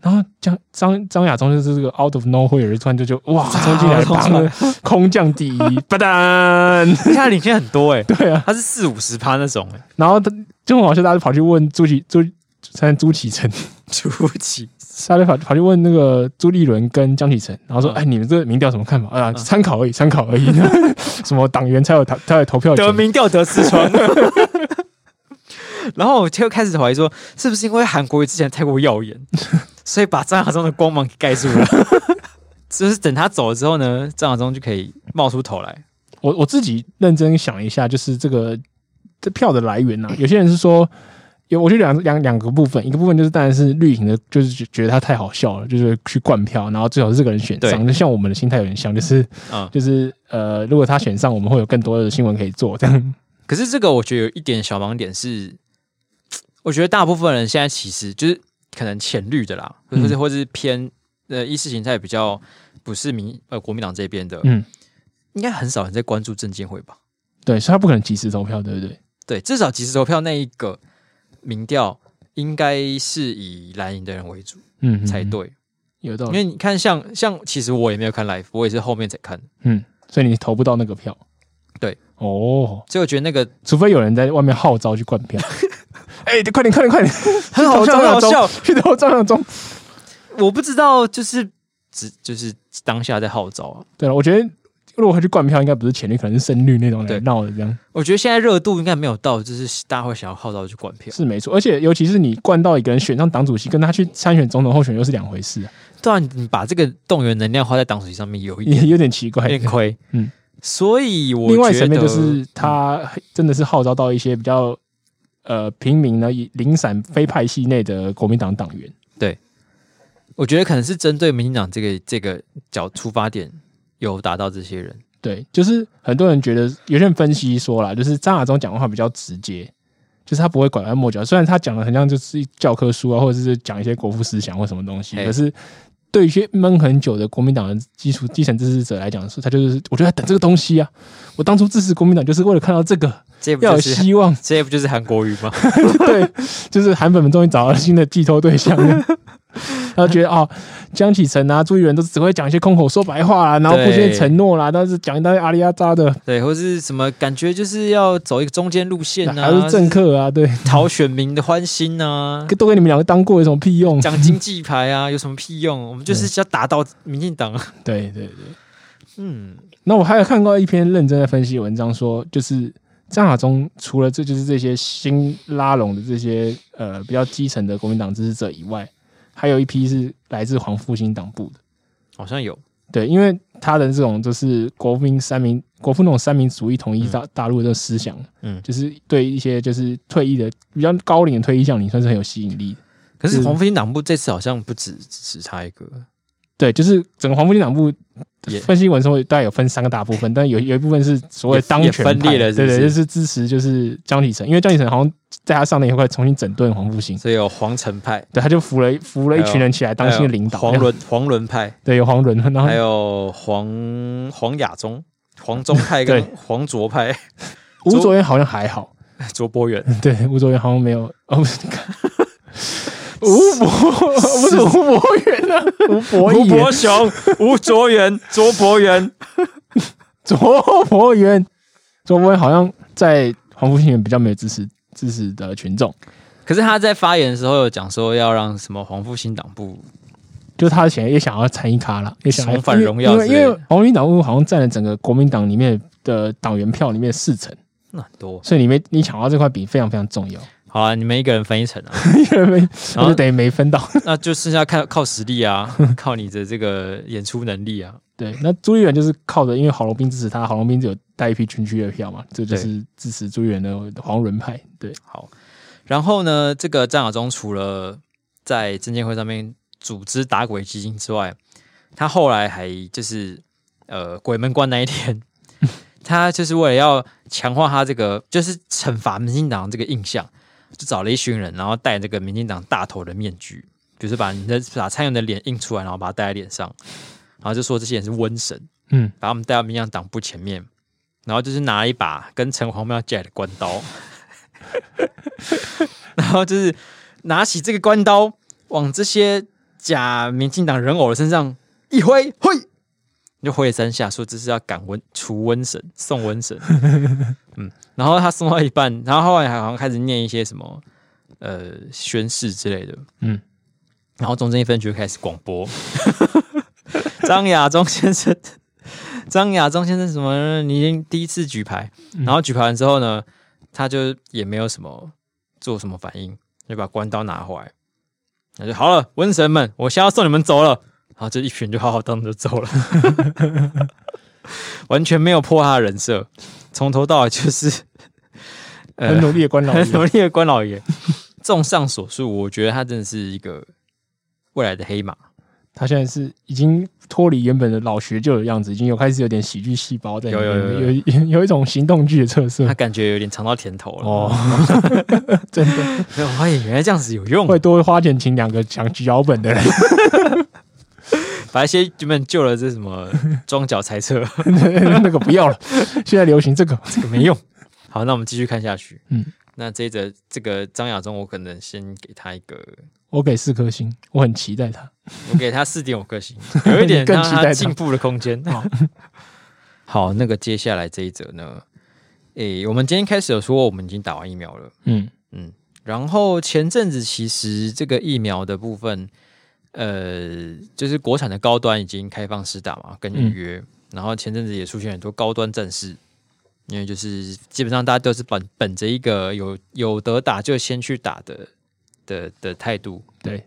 [SPEAKER 2] 然后江张张亚中就是这个 out of nowhere，突然就就哇冲进来，
[SPEAKER 1] 冲进来 *laughs*
[SPEAKER 2] 砰空降第一，吧嗒。
[SPEAKER 1] 现在领先很多哎、
[SPEAKER 2] 对啊，
[SPEAKER 1] 他是四五十趴那种哎、
[SPEAKER 2] *laughs* 然后他就很好笑，大家就跑去问朱启朱，才朱启臣，
[SPEAKER 1] 出奇
[SPEAKER 2] 他就跑跑去问那个朱立伦跟江启臣，然后说：“
[SPEAKER 1] 嗯
[SPEAKER 2] 哎，你们这个民调什么看法？啊，参考而已，参
[SPEAKER 1] *laughs*
[SPEAKER 2] 考而已。什么党员才有投才有投票权
[SPEAKER 1] 得？民调得痔
[SPEAKER 2] *laughs*
[SPEAKER 1] 疮。然后我就开始怀疑说，是不
[SPEAKER 2] *laughs*
[SPEAKER 1] 是因为韩国瑜之前太过耀眼，所以把张亚中的光芒给盖住了？就是等他走了之后呢，张晓忠就可以冒出头来。
[SPEAKER 2] 我我自己认真想了一下，就是这个这票的来源呐、啊有些人是说，有我觉得两两两个部分，一个部分就是当然是绿营的，就是觉觉得他太好笑了，就是去灌票，然后最好是这个人选上，
[SPEAKER 1] 对
[SPEAKER 2] 就像我们的心态有点像，就是
[SPEAKER 1] 嗯，
[SPEAKER 2] 就是呃，如果他选上，我们会有更多的新闻可以做，这样
[SPEAKER 1] 可是这个我觉得有一点小盲点是，我觉得大部分人现在其实就是可能浅绿的啦，或者是、
[SPEAKER 2] 嗯
[SPEAKER 1] 或者是偏呃意识形态比较不是民呃国民党这边的，
[SPEAKER 2] 嗯，
[SPEAKER 1] 应该很少人在关注证监会吧？
[SPEAKER 2] 对，所以他不可能及时投票，对不对？
[SPEAKER 1] 对，至少即时投票那一个民调应该是以蓝营的人为主
[SPEAKER 2] 嗯，嗯
[SPEAKER 1] 才，
[SPEAKER 2] 嗯
[SPEAKER 1] 对，
[SPEAKER 2] 有道
[SPEAKER 1] 因
[SPEAKER 2] 理，
[SPEAKER 1] 为你看像像其实我也没有看 live，我也是后面才看的，
[SPEAKER 2] 嗯，所以你投不到那个票，
[SPEAKER 1] 对，
[SPEAKER 2] 哦，
[SPEAKER 1] 所以我觉得那个
[SPEAKER 2] 除非有人在外面号召去灌票。 *laughs* 哎、快点，快点，快 *laughs* 点！
[SPEAKER 1] 很好笑，
[SPEAKER 2] 去投张
[SPEAKER 1] 很
[SPEAKER 2] 耀
[SPEAKER 1] 好
[SPEAKER 2] 宗
[SPEAKER 1] 笑，
[SPEAKER 2] *laughs* 去投张耀宗。
[SPEAKER 1] 我不知道就是只就是当下在号召啊。
[SPEAKER 2] 对了，我觉得如果回去灌票，应该不是浅绿，可能是深绿那种来
[SPEAKER 1] 对
[SPEAKER 2] 闹的，这样
[SPEAKER 1] 我觉得现在热度应该没有到，就是大家会想要号召去管票。
[SPEAKER 2] 是没错。而且尤其是你灌到一个人选上党主席，跟他去参选总统候选又是两回事、啊，
[SPEAKER 1] 对啊，你把这个动员能量花在党主席上面，有一
[SPEAKER 2] 也
[SPEAKER 1] 点
[SPEAKER 2] 有点奇怪
[SPEAKER 1] 有。点亏。
[SPEAKER 2] 嗯，
[SPEAKER 1] 所以我
[SPEAKER 2] 另外一
[SPEAKER 1] 觉
[SPEAKER 2] 层面
[SPEAKER 1] 得
[SPEAKER 2] 就是他真的是号召到一些比较呃平民呢、以零散非派系内的国民党党员。
[SPEAKER 1] 我觉得可能是针对民进党这个这个角出发点，有达到这些人。
[SPEAKER 2] 对，就是很多人觉得，有些人分析说啦，就是张亚中讲话比较直接，就是他不会拐弯抹角。虽然他讲的很像就是教科书啊，或者是讲一些国父思想或什么东西，
[SPEAKER 1] 嘿
[SPEAKER 2] 可是对一些闷很久的国民党的基础基层支持者来讲，是他就是我就在等这个东西啊。我当初支持国民党就是为了看到这个，
[SPEAKER 1] 这不
[SPEAKER 2] 要有
[SPEAKER 1] 就是
[SPEAKER 2] 希望。
[SPEAKER 1] 这不就是韩国瑜
[SPEAKER 2] *laughs*
[SPEAKER 1] 吗？
[SPEAKER 2] 对，就是韩粉们终于找到了新的寄托对象了。 *laughs* 然后觉得哦，江启臣啊、朱一元都只会讲一些空口说白话啊啦，然后不
[SPEAKER 1] 对
[SPEAKER 2] 信承诺啦，但是讲一大堆阿里阿扎的，
[SPEAKER 1] 对，或是什么感觉就是要走一个中间路线
[SPEAKER 2] 还
[SPEAKER 1] 啊，
[SPEAKER 2] 是政客啊，对，
[SPEAKER 1] 讨选民的欢心啊，
[SPEAKER 2] 都给你们两个当过有什么屁用？
[SPEAKER 1] 讲经济牌啊，有什么屁用？我们就是要打倒民进党。啊
[SPEAKER 2] 对对对。
[SPEAKER 1] 嗯，
[SPEAKER 2] 那我还有看过一篇认真的分析的文章说，就是张亚中除了这就是这些新拉拢的这些呃比较基层的国民党支持者以外，还有一批是来自黄复兴党部的。
[SPEAKER 1] 好像有。
[SPEAKER 2] 对，因为他的这种就是国民三民国父那种三民主义统一大大陆的思想，
[SPEAKER 1] 嗯
[SPEAKER 2] 就是对一些就是退役的比较高龄的退役将领算是很有吸引力的。
[SPEAKER 1] 可是
[SPEAKER 2] 是
[SPEAKER 1] 黄复兴党部这次好像不止只他一个，
[SPEAKER 2] 对，就是整个黄埔军党部
[SPEAKER 1] 也
[SPEAKER 2] 分析文说大概有分三个大部分，但有有一部分是所谓
[SPEAKER 1] 也
[SPEAKER 2] 当权派
[SPEAKER 1] 也分裂了是不
[SPEAKER 2] 对
[SPEAKER 1] 是
[SPEAKER 2] 对，就是支持就是江启臣，因为江启臣好像在他上任以后重新整顿黄复兴，
[SPEAKER 1] 所以有黄成派，
[SPEAKER 2] 对，他就扶了扶了一群人起来当新的领导，嗯
[SPEAKER 1] 还有黄，伦黄伦派，
[SPEAKER 2] 对，有黄伦，然后
[SPEAKER 1] 还有黄黄雅宗、黄宗派跟
[SPEAKER 2] *laughs* 对
[SPEAKER 1] 黄卓派， *laughs*
[SPEAKER 2] 吴卓源好像还好，
[SPEAKER 1] 卓博远
[SPEAKER 2] 对，吴卓源好像没有，哦，
[SPEAKER 1] *laughs*
[SPEAKER 2] 不是。吴博哦不是吴博远啊，吴
[SPEAKER 1] *laughs*
[SPEAKER 2] 博
[SPEAKER 1] 吴
[SPEAKER 2] 远
[SPEAKER 1] 伯，雄、吴卓源、 *laughs* 卓博源，
[SPEAKER 2] 卓博远，卓博远好像在黄复兴也比较没有支持支持的群众，
[SPEAKER 1] 可是他在发言的时候有讲说要让什么黄复兴党部，
[SPEAKER 2] 就是他想也想要参与咖啦，也想要
[SPEAKER 1] 重返荣耀
[SPEAKER 2] 因为因为
[SPEAKER 1] 之
[SPEAKER 2] 因
[SPEAKER 1] 类
[SPEAKER 2] 为黄民党务好像占了整个国民党里面的党员票里面四成，
[SPEAKER 1] 那很多。
[SPEAKER 2] 所以你没你抢到这块饼非常非常重要， *laughs*
[SPEAKER 1] 好啊，你们一个人分一层啊，
[SPEAKER 2] 因为没
[SPEAKER 1] 然
[SPEAKER 2] 我
[SPEAKER 1] 后
[SPEAKER 2] 就等于没分到。
[SPEAKER 1] 那就剩下靠靠实力啊，靠你的这个演出能力啊。
[SPEAKER 2] 对，那朱立伦就是靠着因为郝龙斌支持他，郝龙斌有带一批军区的票嘛，这就是支持朱立伦的黄仁派。对，
[SPEAKER 1] 好，然后呢，这个张亚中除了在证监会上面组织打鬼基金之外，他后来还就是呃鬼门关那一天，他就是为了要强化他这个就是惩罚民进党这个印象，就找了一群人，然后戴这个民进党大头的面具，比如说把你的把蔡英文的脸印出来，然后把它戴在脸上，然后就说这些人是瘟神，
[SPEAKER 2] 嗯，
[SPEAKER 1] 把他们带到民进党党部前面，然后就是拿一把跟城隍庙借来的关刀， *laughs* 然后就是拿起这个关刀往这些假民进党人偶的身上一挥，挥就挥了三下，说这是要赶瘟除瘟神送瘟神，嗯，然后他送到一半，然后后来好像开始念一些什么呃宣誓之类的，
[SPEAKER 2] 嗯
[SPEAKER 1] 嗯，然后中正一分局开始广播。 *laughs* 张亚中先生，张亚中先生什么？你已经第一次举牌，
[SPEAKER 2] 嗯
[SPEAKER 1] 然后举牌完之后呢，他就也没有什么做什么反应，就把关刀拿回来。他就好了，瘟神们，我现在要送你们走了。然后这一群就浩浩荡荡地走了， *laughs* 完全没有破他的人设，从头到尾就是呃
[SPEAKER 2] 嗯很努力的关老
[SPEAKER 1] 很努 *laughs*
[SPEAKER 2] 爷，
[SPEAKER 1] 力的关老爷。综上所述，我觉得他真的是一个未来的黑马。
[SPEAKER 2] 他现在是已经脱离原本的老学究的样子，已经有开始有点喜剧细胞在里面，
[SPEAKER 1] 有有有
[SPEAKER 2] 有有有一种行动剧的特色
[SPEAKER 1] 他感觉有点尝到甜头了 *laughs*
[SPEAKER 2] 嗯哦， *laughs* 真的
[SPEAKER 1] 没有发现原来这样子有用，
[SPEAKER 2] 会多花钱请两个讲脚本的人， *laughs*
[SPEAKER 1] 把一些原本旧的这什 *laughs* 么装脚猜测
[SPEAKER 2] 那个不要了，现在流行这个，
[SPEAKER 1] 这个没用。 *laughs* 好，那我们继续看下去。
[SPEAKER 2] 嗯，
[SPEAKER 1] 那这一则这个张亚中，我可能先给他一个，
[SPEAKER 2] 我给四颗星，我很期待他。
[SPEAKER 1] 我给他四点五颗 *laughs* 星，有一点
[SPEAKER 2] 你更
[SPEAKER 1] 让
[SPEAKER 2] 期待
[SPEAKER 1] 他
[SPEAKER 2] 他
[SPEAKER 1] 进步的空间。 *laughs* 好，那个接下来这一则呢？诶、我们今天开始有说我们已经打完疫苗了。
[SPEAKER 2] 嗯，
[SPEAKER 1] 嗯，然后前阵子其实这个疫苗的部分，呃，就是国产的高端已经开放施打嘛，跟预约。然后前阵子也出现很多高端战士，因为就是基本上大家都是本本着一个有有得打就先去打的的的态度，
[SPEAKER 2] 对，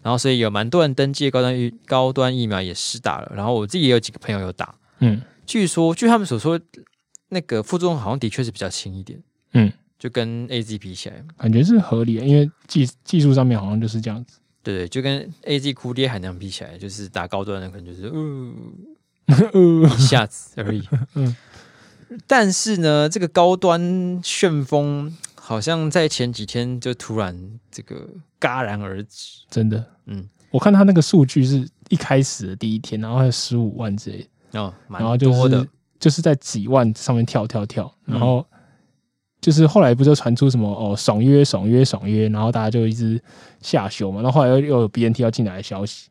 [SPEAKER 1] 然后所以有蛮多人登记的高端疫高端疫苗也施打了。然后我自己也有几个朋友有打，
[SPEAKER 2] 嗯
[SPEAKER 1] 据说据他们所说，那个副作用好像的确是比较轻一点，
[SPEAKER 2] 嗯，
[SPEAKER 1] 就跟 A Z 比起来。
[SPEAKER 2] 感觉是合理的，因为技技术上面好像就是这样子，
[SPEAKER 1] 对对，就跟 A Z 哭爹喊娘比起来，就是打高端的可能就是嗯、
[SPEAKER 2] *laughs* 呃，
[SPEAKER 1] 一下子而已。嗯
[SPEAKER 2] *laughs* 嗯，
[SPEAKER 1] 但是呢，这个高端旋风好像在前几天就突然这个戛然而止。
[SPEAKER 2] 真的，
[SPEAKER 1] 嗯，
[SPEAKER 2] 我看他那个数据是一开始的第一天，然后还有十五万之类的。
[SPEAKER 1] 哦，蛮
[SPEAKER 2] 然后就
[SPEAKER 1] 多的嗯
[SPEAKER 2] 是，就是在几万上面跳跳跳，然后就是后来不就传出什么哦爽约爽约爽约，然后大家就一直下修嘛，然后后来又又有 BNT 要进来的消息，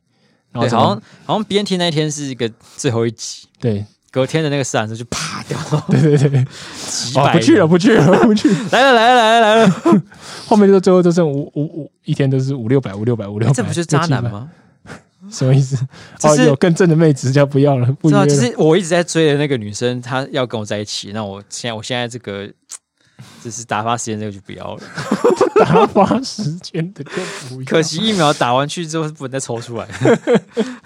[SPEAKER 2] 然后
[SPEAKER 1] 对，
[SPEAKER 2] 什
[SPEAKER 1] 好
[SPEAKER 2] 么
[SPEAKER 1] 像好像 B N T 那一天是一个最后一集，
[SPEAKER 2] 对 *laughs*
[SPEAKER 1] 隔天的那个斯坦斯就啪掉到
[SPEAKER 2] 对对对，
[SPEAKER 1] 几
[SPEAKER 2] 哦
[SPEAKER 1] 百、
[SPEAKER 2] 不去了，不去了 *laughs* 不去了，
[SPEAKER 1] 来了来了来了来
[SPEAKER 2] *laughs*
[SPEAKER 1] 了，
[SPEAKER 2] 后面就最后就剩五五五一天都是五六百五六百五六百，
[SPEAKER 1] 这不就是渣男
[SPEAKER 2] 六七
[SPEAKER 1] 吗？
[SPEAKER 2] 百？什么意思？
[SPEAKER 1] 这
[SPEAKER 2] 哦
[SPEAKER 1] 是
[SPEAKER 2] 有更正的妹子叫不要了，不
[SPEAKER 1] 知
[SPEAKER 2] 约
[SPEAKER 1] 道，
[SPEAKER 2] 了，
[SPEAKER 1] 就是我一直在追的那个女生，她要跟我在一起，那我现在我现在这个就是打发时间这个就不
[SPEAKER 2] *laughs*
[SPEAKER 1] 要了。
[SPEAKER 2] *laughs* 打发时间的就不要，
[SPEAKER 1] 可惜疫苗打完去之后是不能再抽出来，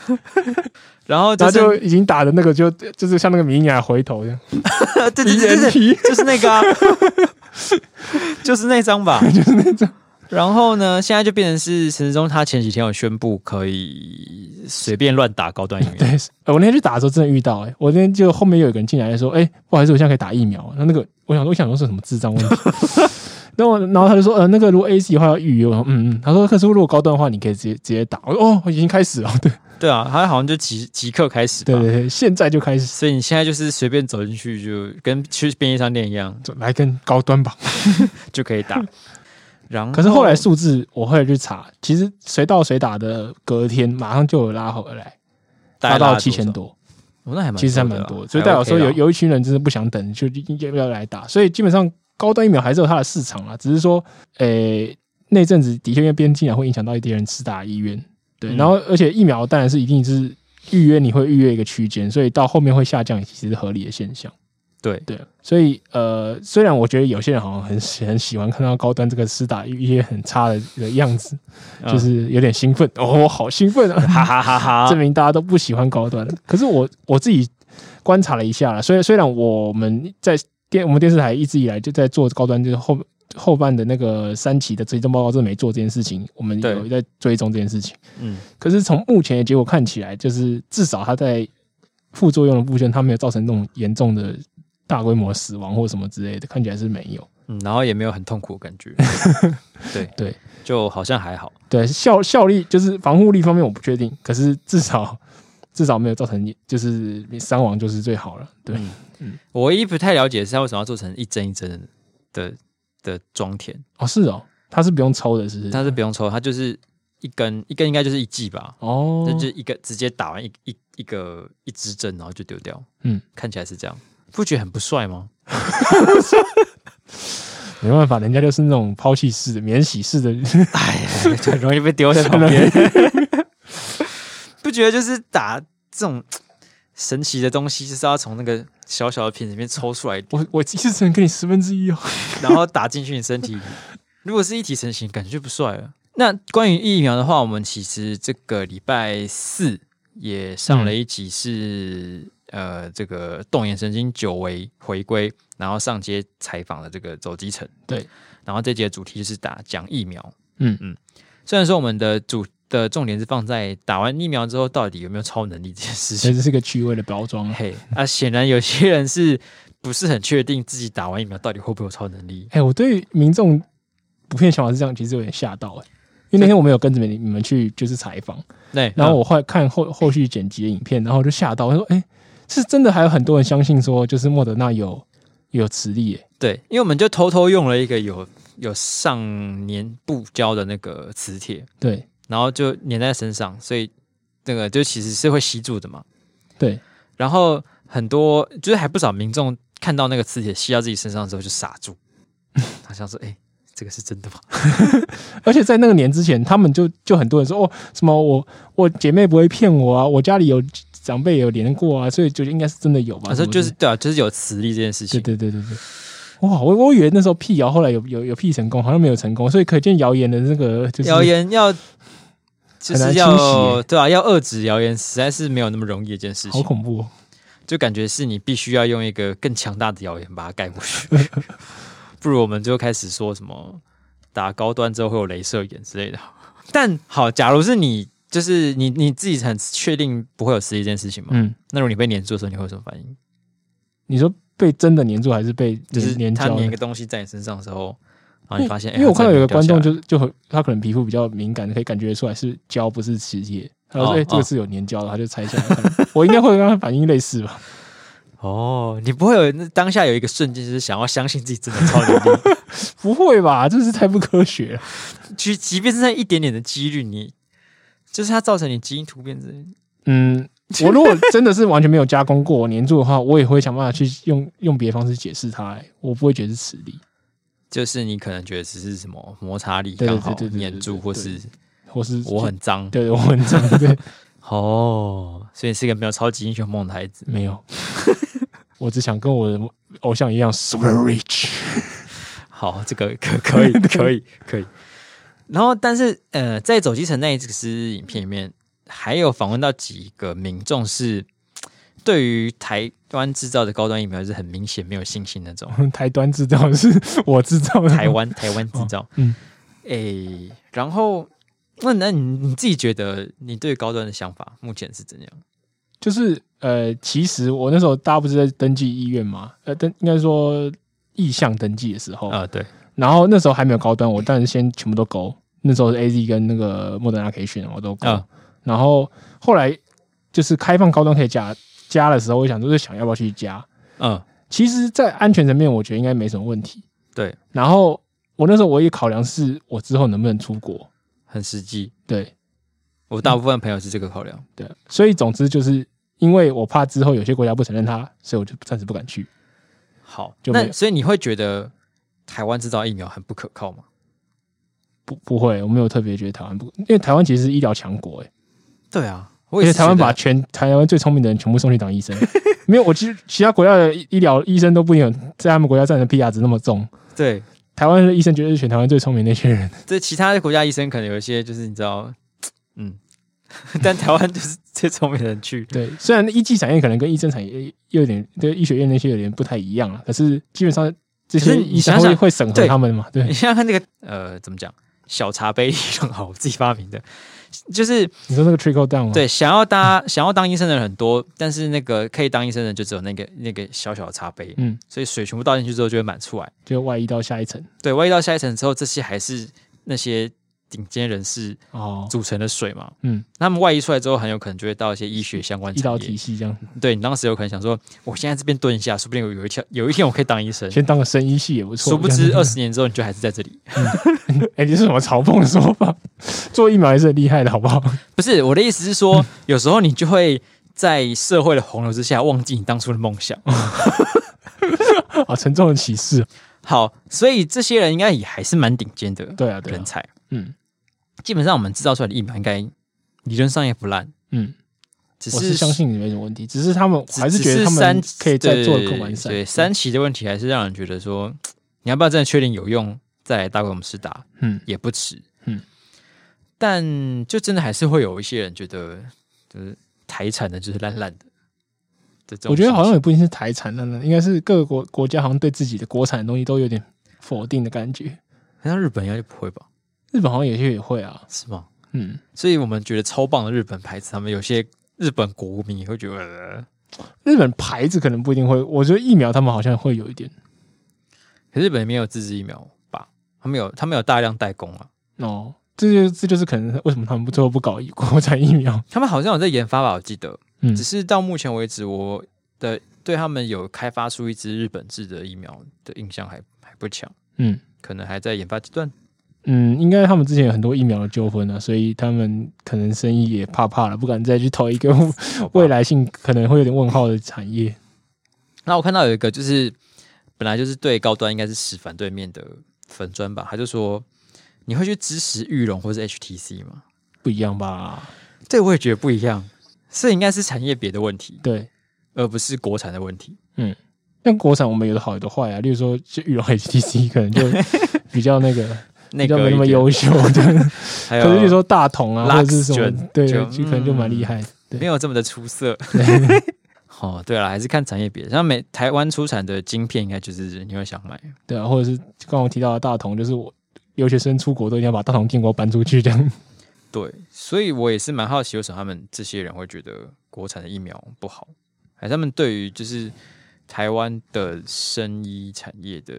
[SPEAKER 2] *laughs*
[SPEAKER 1] 然后
[SPEAKER 2] 然
[SPEAKER 1] 就
[SPEAKER 2] 后
[SPEAKER 1] 是 *laughs*
[SPEAKER 2] 就已经打的那个就就是像那个米娅回头这样，
[SPEAKER 1] 对对对对对，
[SPEAKER 2] ENT
[SPEAKER 1] 就是那
[SPEAKER 2] *laughs*
[SPEAKER 1] 个、啊，就是那张吧，就是那张。然后呢，现在就变成是陈时中，他前几天有宣布可以随便乱打高端疫苗
[SPEAKER 2] 对，，呃我那天去打的时候真的遇到、欸，我那天就后面有一个人进来就说，哎、不好意思，我现在可以打疫苗。然后那个我想说，我想说是什么智障问题。 *laughs* 然后我，然后他就说，呃，那个如果 A C 的话要预约。我说，嗯嗯。他说，可是如果高端的话，你可以直接直接打。我说，哦，已经开始了，对
[SPEAKER 1] 对啊，他好像就即即刻开始吧。
[SPEAKER 2] 对对对，现在就开始，
[SPEAKER 1] 所以你现在就是随便走进去，就跟去便利商店一样
[SPEAKER 2] 就来跟高端吧。
[SPEAKER 1] 哦就可以打。然后，
[SPEAKER 2] 可是后来数字，我后来去查，其实谁到谁打的隔天，马上就有拉回来，
[SPEAKER 1] 大概
[SPEAKER 2] 拉
[SPEAKER 1] 拉
[SPEAKER 2] 到
[SPEAKER 1] 了
[SPEAKER 2] 七千
[SPEAKER 1] 少，
[SPEAKER 2] 多。
[SPEAKER 1] 哦那还蛮
[SPEAKER 2] 其实还蛮
[SPEAKER 1] 的啊
[SPEAKER 2] 多的，所以代表说
[SPEAKER 1] 还
[SPEAKER 2] 有
[SPEAKER 1] OK 啦
[SPEAKER 2] 有一群人真的不想等，就要不要来打？所以基本上高端疫苗还是有它的市场啊啦，只是说，诶、那阵子的确因为边境啊会影响到一些人吃打意愿，对，
[SPEAKER 1] 嗯
[SPEAKER 2] 然后而且疫苗当然是一定是预约，你会预约一个区间，所以到后面会下降，其实是合理的现象。
[SPEAKER 1] 对
[SPEAKER 2] 对，所以呃，虽然我觉得有些人好像很喜很喜欢看到高端这个施打一些很差的的样子，
[SPEAKER 1] 嗯
[SPEAKER 2] *laughs* 就是有点兴奋，哦，我好兴奋啊，
[SPEAKER 1] *laughs* 哈哈哈哈，
[SPEAKER 2] 证明大家都不喜欢高端。可是我我自己观察了一下了，虽然虽然我们在电我们电视台一直以来就在做高端，就是后后半的那个三期的追踪报告，真的没做这件事情，我们
[SPEAKER 1] 对
[SPEAKER 2] 有在追踪这件事情。
[SPEAKER 1] 嗯，
[SPEAKER 2] 可是从目前的结果看起来，就是至少它在副作用的部分，它没有造成那种严重的大规模死亡或什么之类的，看起来是没有。
[SPEAKER 1] 嗯，然后也没有很痛苦的感
[SPEAKER 2] *laughs*
[SPEAKER 1] 觉，对
[SPEAKER 2] 对，
[SPEAKER 1] 就好像还好，
[SPEAKER 2] 对效效力就是防护力方面我不确定，可是至少至少没有造成就是伤亡就是最好了。对，
[SPEAKER 1] 嗯我唯一不太了解是他为什么要做成一针一针的的的装填，
[SPEAKER 2] 哦，是哦，它是不用抽的，是不是？
[SPEAKER 1] 但是不用抽，它就是一根一根应该就是一剂吧，
[SPEAKER 2] 哦
[SPEAKER 1] 那、，就一个直接打完一一一个一支针，然后就丢掉，
[SPEAKER 2] 嗯，
[SPEAKER 1] 看起来是这样，不觉得很不帅吗？
[SPEAKER 2] 没办法，人家就是那种抛弃式的、免洗式的， *laughs*
[SPEAKER 1] 哎 *laughs* 呀，就很容易被丢在旁边，不觉得就是打这种神奇的东西，就是要从那个小小的瓶子里面抽出来
[SPEAKER 2] 我我其实只能给你十分之一哦。
[SPEAKER 1] *laughs* 然后打进去你身体里。如果是一体成型，感觉就不帅了。那关于疫苗的话，我们其实这个礼拜四也上了一集是、呃这个动眼神经久违回归，然后上街采访的这个走基层。
[SPEAKER 2] 对，
[SPEAKER 1] 然后这集的主题就是打讲疫苗。
[SPEAKER 2] 嗯
[SPEAKER 1] 嗯，虽然说我们的主的重点是放在打完疫苗之后到底有没有超能力这件事
[SPEAKER 2] 所
[SPEAKER 1] 情
[SPEAKER 2] 以。这是个趣味的包装。哎、
[SPEAKER 1] 嘿，啊，显然有些人是不是很确定自己打完疫苗到底会不会有超能力？
[SPEAKER 2] 哎我对民众普遍想法是这样，其实有点吓到哎、因为那天我们有跟着你们你们去就是采访，
[SPEAKER 1] 对，
[SPEAKER 2] 然后我后来看后后续剪辑的影片，然后我就吓到，我说哎、是真的还有很多人相信说就是莫德纳有有磁力、欸，
[SPEAKER 1] 对，因为我们就偷偷用了一个有有上粘布胶的那个磁铁，
[SPEAKER 2] 对
[SPEAKER 1] 然后就粘在身上，所以那个就其实是会吸住的嘛。
[SPEAKER 2] 对，
[SPEAKER 1] 然后很多就是还不少民众看到那个磁铁吸到自己身上之后就傻
[SPEAKER 2] *laughs*
[SPEAKER 1] 住，他想说：“哎、这个是真的吗
[SPEAKER 2] 而且在那个年之前，他们就就很多人说哦什么我我姐妹不会骗我啊，我家里有长辈有连过啊，所以就应该是真的有？”吧，
[SPEAKER 1] 他说：“
[SPEAKER 2] 什么
[SPEAKER 1] 就是对啊，就是有磁力这件事
[SPEAKER 2] 对
[SPEAKER 1] 情。
[SPEAKER 2] 对对对对。哇，我我以为那时候辟谣，后来有有有辟成功，好像没有成功，所以可见谣言的那个就是
[SPEAKER 1] 谣言要就
[SPEAKER 2] 很难
[SPEAKER 1] 是
[SPEAKER 2] 清洗
[SPEAKER 1] 要
[SPEAKER 2] 耶
[SPEAKER 1] 对啊，要遏制谣言实在是没有那么容易的一件事
[SPEAKER 2] 好
[SPEAKER 1] 情，
[SPEAKER 2] 恐怖、哦。
[SPEAKER 1] 就感觉是你必须要用一个更强大的谣言把它盖过去。 *laughs* 不如我们就开始说什么打高端之后会有镭射眼之类的。但好，假如是你，就是你你自己很确定不会有实力这件事情嘛？
[SPEAKER 2] 嗯，
[SPEAKER 1] 那如果你被粘住的时候，你会有什么反应？
[SPEAKER 2] 你说被真的黏住还是被
[SPEAKER 1] 就
[SPEAKER 2] 黏
[SPEAKER 1] 是
[SPEAKER 2] 黏
[SPEAKER 1] 他
[SPEAKER 2] 胶的？哦
[SPEAKER 1] 粘一个东西在你身上的时候，然后你发现，哎
[SPEAKER 2] 因为我看到有个观众
[SPEAKER 1] 就
[SPEAKER 2] 就就很他可能皮肤比较敏感，可以感觉出来是胶不是磁铁。他就
[SPEAKER 1] 哦
[SPEAKER 2] 说：“哎、这
[SPEAKER 1] 哦
[SPEAKER 2] 个是有粘胶的。”他就拆下来看。 *laughs* 我应该会跟他反应类似
[SPEAKER 1] *laughs*
[SPEAKER 2] 吧？
[SPEAKER 1] 哦，你不会有那当下有一个瞬间就是想要相信自己真的超能力，
[SPEAKER 2] 不会吧？这是太不科学了。
[SPEAKER 1] 其实即便是那一点点的几率，你就是它造成你基因突变之类的，
[SPEAKER 2] 嗯，我如果真的是完全没有加工过 *laughs* 粘住的话，我也会想办法去用用别的方式解释它、哎我不会觉得是磁力，
[SPEAKER 1] 就是你可能觉得只是什么摩擦力
[SPEAKER 2] 对对
[SPEAKER 1] 刚
[SPEAKER 2] 对
[SPEAKER 1] 好
[SPEAKER 2] 对对对
[SPEAKER 1] 粘住，
[SPEAKER 2] 对
[SPEAKER 1] 或
[SPEAKER 2] 对
[SPEAKER 1] 是
[SPEAKER 2] 或是
[SPEAKER 1] 我很脏
[SPEAKER 2] 对我很脏。对，
[SPEAKER 1] 哦，所以你是一个没有超级英雄梦的孩子。*laughs*
[SPEAKER 2] 没有，我只想跟我的偶像一样 super rich。
[SPEAKER 1] 好，这
[SPEAKER 2] *laughs*
[SPEAKER 1] 个可可以可以可以。然后，但是呃，在走基层那一支影片里面，还有访问到几个民众是对于台湾制造的高端疫苗是很明显没有信心那种。
[SPEAKER 2] *laughs* 台端制造是我制造的，
[SPEAKER 1] 台
[SPEAKER 2] *laughs*
[SPEAKER 1] 湾台湾制造，
[SPEAKER 2] 嗯
[SPEAKER 1] 诶、然后那那你你自己觉得你对高端的想法目前是怎样？
[SPEAKER 2] 就是呃，其实我那时候大家不是在登记医院嘛，呃，登应该说意向登记的时候，
[SPEAKER 1] 啊，对，
[SPEAKER 2] 然后那时候还没有高端，我当然先全部都勾。那时候是 A Z 跟那个莫德纳可以选，我都勾。
[SPEAKER 1] 啊
[SPEAKER 2] 然后后来就是开放高端可以加加的时候，我想说就想要不要去加，
[SPEAKER 1] 嗯，
[SPEAKER 2] 其实，在安全层面，我觉得应该没什么问题。
[SPEAKER 1] 对，
[SPEAKER 2] 然后我那时候唯一考量是我之后能不能出国。
[SPEAKER 1] 很实际。
[SPEAKER 2] 对嗯
[SPEAKER 1] 我大部分朋友是这个考量，
[SPEAKER 2] 对，所以总之就是因为我怕之后有些国家不承认它，所以我就暂时不敢去。
[SPEAKER 1] 好，
[SPEAKER 2] 就没
[SPEAKER 1] 那
[SPEAKER 2] 有
[SPEAKER 1] 所以你会觉得台湾制造疫苗很不可靠吗？
[SPEAKER 2] 不不会，我没有特别觉得台湾不，因为台湾其实是医疗强国、欸，
[SPEAKER 1] 对啊，
[SPEAKER 2] 而
[SPEAKER 1] 我也
[SPEAKER 2] 且
[SPEAKER 1] 是觉
[SPEAKER 2] 台
[SPEAKER 1] 得
[SPEAKER 2] 湾把全台湾最聪明的人全部送去当医生。没有，我其实其他国家的医医疗医生都不一定有在他们国家占的 PR 值那么重。
[SPEAKER 1] 对，
[SPEAKER 2] 台湾的医生绝对是选台湾最聪明的那些人，
[SPEAKER 1] 这其他的国家医生可能有一些就是你知道，嗯， *laughs* 但台湾就是最聪明的人去，
[SPEAKER 2] 对，虽然医技产业可能跟医生产业又有点，对医学院那些有点不太一样了，可是基本上这
[SPEAKER 1] 可
[SPEAKER 2] 些
[SPEAKER 1] 是你
[SPEAKER 2] 医生
[SPEAKER 1] 想
[SPEAKER 2] 会
[SPEAKER 1] 想
[SPEAKER 2] 会审核
[SPEAKER 1] 对
[SPEAKER 2] 他们嘛，对
[SPEAKER 1] 你，想想看那个呃，怎么讲？小茶杯理论好，我自己发明的，就是
[SPEAKER 2] 你说那个 trickle down 吗？，
[SPEAKER 1] 对想要当 *laughs* 想要当医生的人很多，但是那个可以当医生的人就只有那个那个小小的茶杯，
[SPEAKER 2] 嗯，
[SPEAKER 1] 所以水全部倒进去之后就会满出来。
[SPEAKER 2] 就外移到下一层
[SPEAKER 1] 对，万一到下一层之后，这些还是那些顶尖人士
[SPEAKER 2] 哦，
[SPEAKER 1] 组成的水嘛，
[SPEAKER 2] 嗯，
[SPEAKER 1] 那他们外溢出来之后，很有可能就会到一些医学相关
[SPEAKER 2] 医疗
[SPEAKER 1] 产
[SPEAKER 2] 体
[SPEAKER 1] 业。
[SPEAKER 2] 系这样，
[SPEAKER 1] 对你当时有可能想说，我现在这边蹲一下，说不定有有一天 *laughs* 有一天我可以当医生。
[SPEAKER 2] 先当个生医系也不错。
[SPEAKER 1] 殊不
[SPEAKER 2] 这
[SPEAKER 1] 知
[SPEAKER 2] 样
[SPEAKER 1] 二
[SPEAKER 2] 子，
[SPEAKER 1] 十年之后你就还是在这里。
[SPEAKER 2] 哎，你是什么嘲讽的说法？做疫苗也是很厉害的，好不好？
[SPEAKER 1] 不是我的意思是说，有时候你就会在社会的洪流之下忘记你当初的梦想。
[SPEAKER 2] 啊，沉重的歧视，
[SPEAKER 1] 好，所以这些人应该也还是蛮顶尖的
[SPEAKER 2] 对啊，对啊
[SPEAKER 1] 人，才。
[SPEAKER 2] 嗯
[SPEAKER 1] 基本上我们制造出来的疫苗应该理论上也不烂，
[SPEAKER 2] 嗯，
[SPEAKER 1] 只
[SPEAKER 2] 我是相信你没什么问题，只是他们
[SPEAKER 1] 只
[SPEAKER 2] 还是
[SPEAKER 1] 只
[SPEAKER 2] 觉得他
[SPEAKER 1] 三
[SPEAKER 2] 们可以再做
[SPEAKER 1] 对
[SPEAKER 2] 更完善，
[SPEAKER 1] 对，三期的问题还是让人觉得说，你要不要真的确定有用再来大规模试打
[SPEAKER 2] 嗯
[SPEAKER 1] 也不迟。
[SPEAKER 2] 嗯，
[SPEAKER 1] 但就真的还是会有一些人觉得，就是台产的就是烂烂的。这种
[SPEAKER 2] 我觉得好像
[SPEAKER 1] 心
[SPEAKER 2] 也不一定是台产那那，应该是各个国国家好像对自己的国产的东西都有点否定的感觉。
[SPEAKER 1] 情好像日本应该就不会吧？
[SPEAKER 2] 日本好像有些也会啊，
[SPEAKER 1] 是吗？
[SPEAKER 2] 嗯，
[SPEAKER 1] 所以我们觉得超棒的日本牌子，他们有些日本国民也会觉得呃，
[SPEAKER 2] 日本牌子可能不一定会，我觉得疫苗他们好像会有一点
[SPEAKER 1] 可是日本没有自制疫苗吧？他们有，他们有大量代工啊。
[SPEAKER 2] 哦。这就这就是可能为什么他们最后不搞国产疫苗，
[SPEAKER 1] 他们好像有在研发吧？我记得，
[SPEAKER 2] 嗯
[SPEAKER 1] 只，是到目前为止，我的对他们有开发出一支日本制的疫苗的印象还还不强，
[SPEAKER 2] 嗯
[SPEAKER 1] 可能还在研发阶
[SPEAKER 2] *laughs*
[SPEAKER 1] 段。
[SPEAKER 2] 嗯，应该他们之前有很多疫苗的纠纷啊，所以他们可能生意也怕怕了，不敢再去投一个
[SPEAKER 1] 好吧
[SPEAKER 2] 未，来性可能会有点问号的产业。
[SPEAKER 1] 那我看到有一个就是本来就是对高端应该是持反对面的粉砖吧，他就说你会去支持玉龙或是 HTC 吗？
[SPEAKER 2] 不一样吧？
[SPEAKER 1] 这我也觉得不一样，这应该是产业别的问题，
[SPEAKER 2] 对，
[SPEAKER 1] 而不是国产的问题。
[SPEAKER 2] 但国产我们有的好有的坏啊，例如说就玉龙 HTC 可
[SPEAKER 1] *laughs*
[SPEAKER 2] 能就比较那个，
[SPEAKER 1] 那
[SPEAKER 2] 比较
[SPEAKER 1] 个
[SPEAKER 2] 没那么
[SPEAKER 1] 一点
[SPEAKER 2] 优秀， *laughs* 对。
[SPEAKER 1] 还
[SPEAKER 2] 可是例如
[SPEAKER 1] 有
[SPEAKER 2] 说大同啊，或者是什
[SPEAKER 1] Lux 嗯
[SPEAKER 2] 么，对，
[SPEAKER 1] 就
[SPEAKER 2] 就可能就蛮厉害的。
[SPEAKER 1] 没
[SPEAKER 2] 对，
[SPEAKER 1] 有这么的出色。 *laughs* 哦，对了，还是看产业别，像美台湾出产的晶片，应该就是你会想买。
[SPEAKER 2] 对啊，或者是刚刚我提到的大同，就是我留学生出国都一定要把大同电锅搬出去这样。
[SPEAKER 1] 对，所以我也是蛮好奇，为什么他们这些人会觉得国产的疫苗不好，还是他们对于就是台湾的生医产业的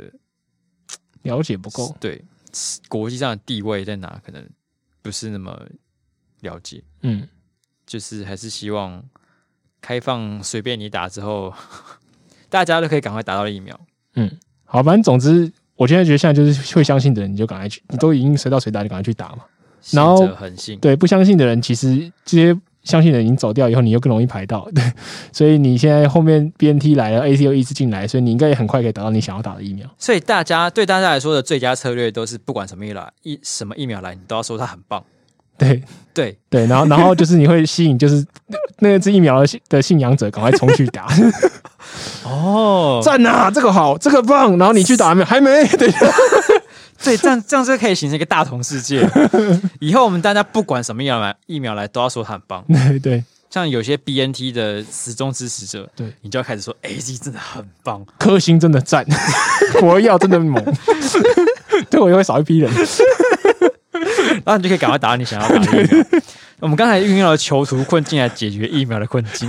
[SPEAKER 2] 了解不够，
[SPEAKER 1] 对国际上的地位在哪，可能不是那么了解，
[SPEAKER 2] 嗯，
[SPEAKER 1] 就是还是希望开放随便你打之后，大家都可以赶快打到疫苗。
[SPEAKER 2] 好，反正总之，我现在觉得现在就是会相信的人，你就赶快去，你都已经随到随打，就赶快去打嘛。然后
[SPEAKER 1] 信者恒信，
[SPEAKER 2] 对，不相信的人，其实这些相信的人已经走掉以后，你又更容易排到。 *laughs* 对，所以你现在后面 BNT 来了，AC 又一直进来，所以你应该也很快可以打到你想要打的疫苗。
[SPEAKER 1] 所以大家对大家来说的最佳策略都是，不管什么疫苗来一什么疫苗来，你都要说它很棒。
[SPEAKER 2] 对
[SPEAKER 1] 对，
[SPEAKER 2] 对，然后然后就是你会吸引就是那那支疫苗的信的信仰者赶快冲去打， *laughs*
[SPEAKER 1] 哦，
[SPEAKER 2] 赞呐、这个好，这个棒，然后你去打没有？还没， *laughs* 对，
[SPEAKER 1] 对，这样这样就可以形成一个大同世界。 *laughs* 以后我们大家不管什么疫苗来，疫苗来都要说它很棒。
[SPEAKER 2] 对对，
[SPEAKER 1] 像有些 BNT 的死忠支持者，
[SPEAKER 2] 对
[SPEAKER 1] 你就要开始说 AZ 真的很棒。
[SPEAKER 2] 颗星真的赞， *laughs* 我要真的猛， *laughs* 对我又会少一批人，
[SPEAKER 1] 然后你就可以赶快打到你想要打的疫
[SPEAKER 2] *laughs*
[SPEAKER 1] 苗。我们刚才运用了囚徒困境来解决疫苗的困境，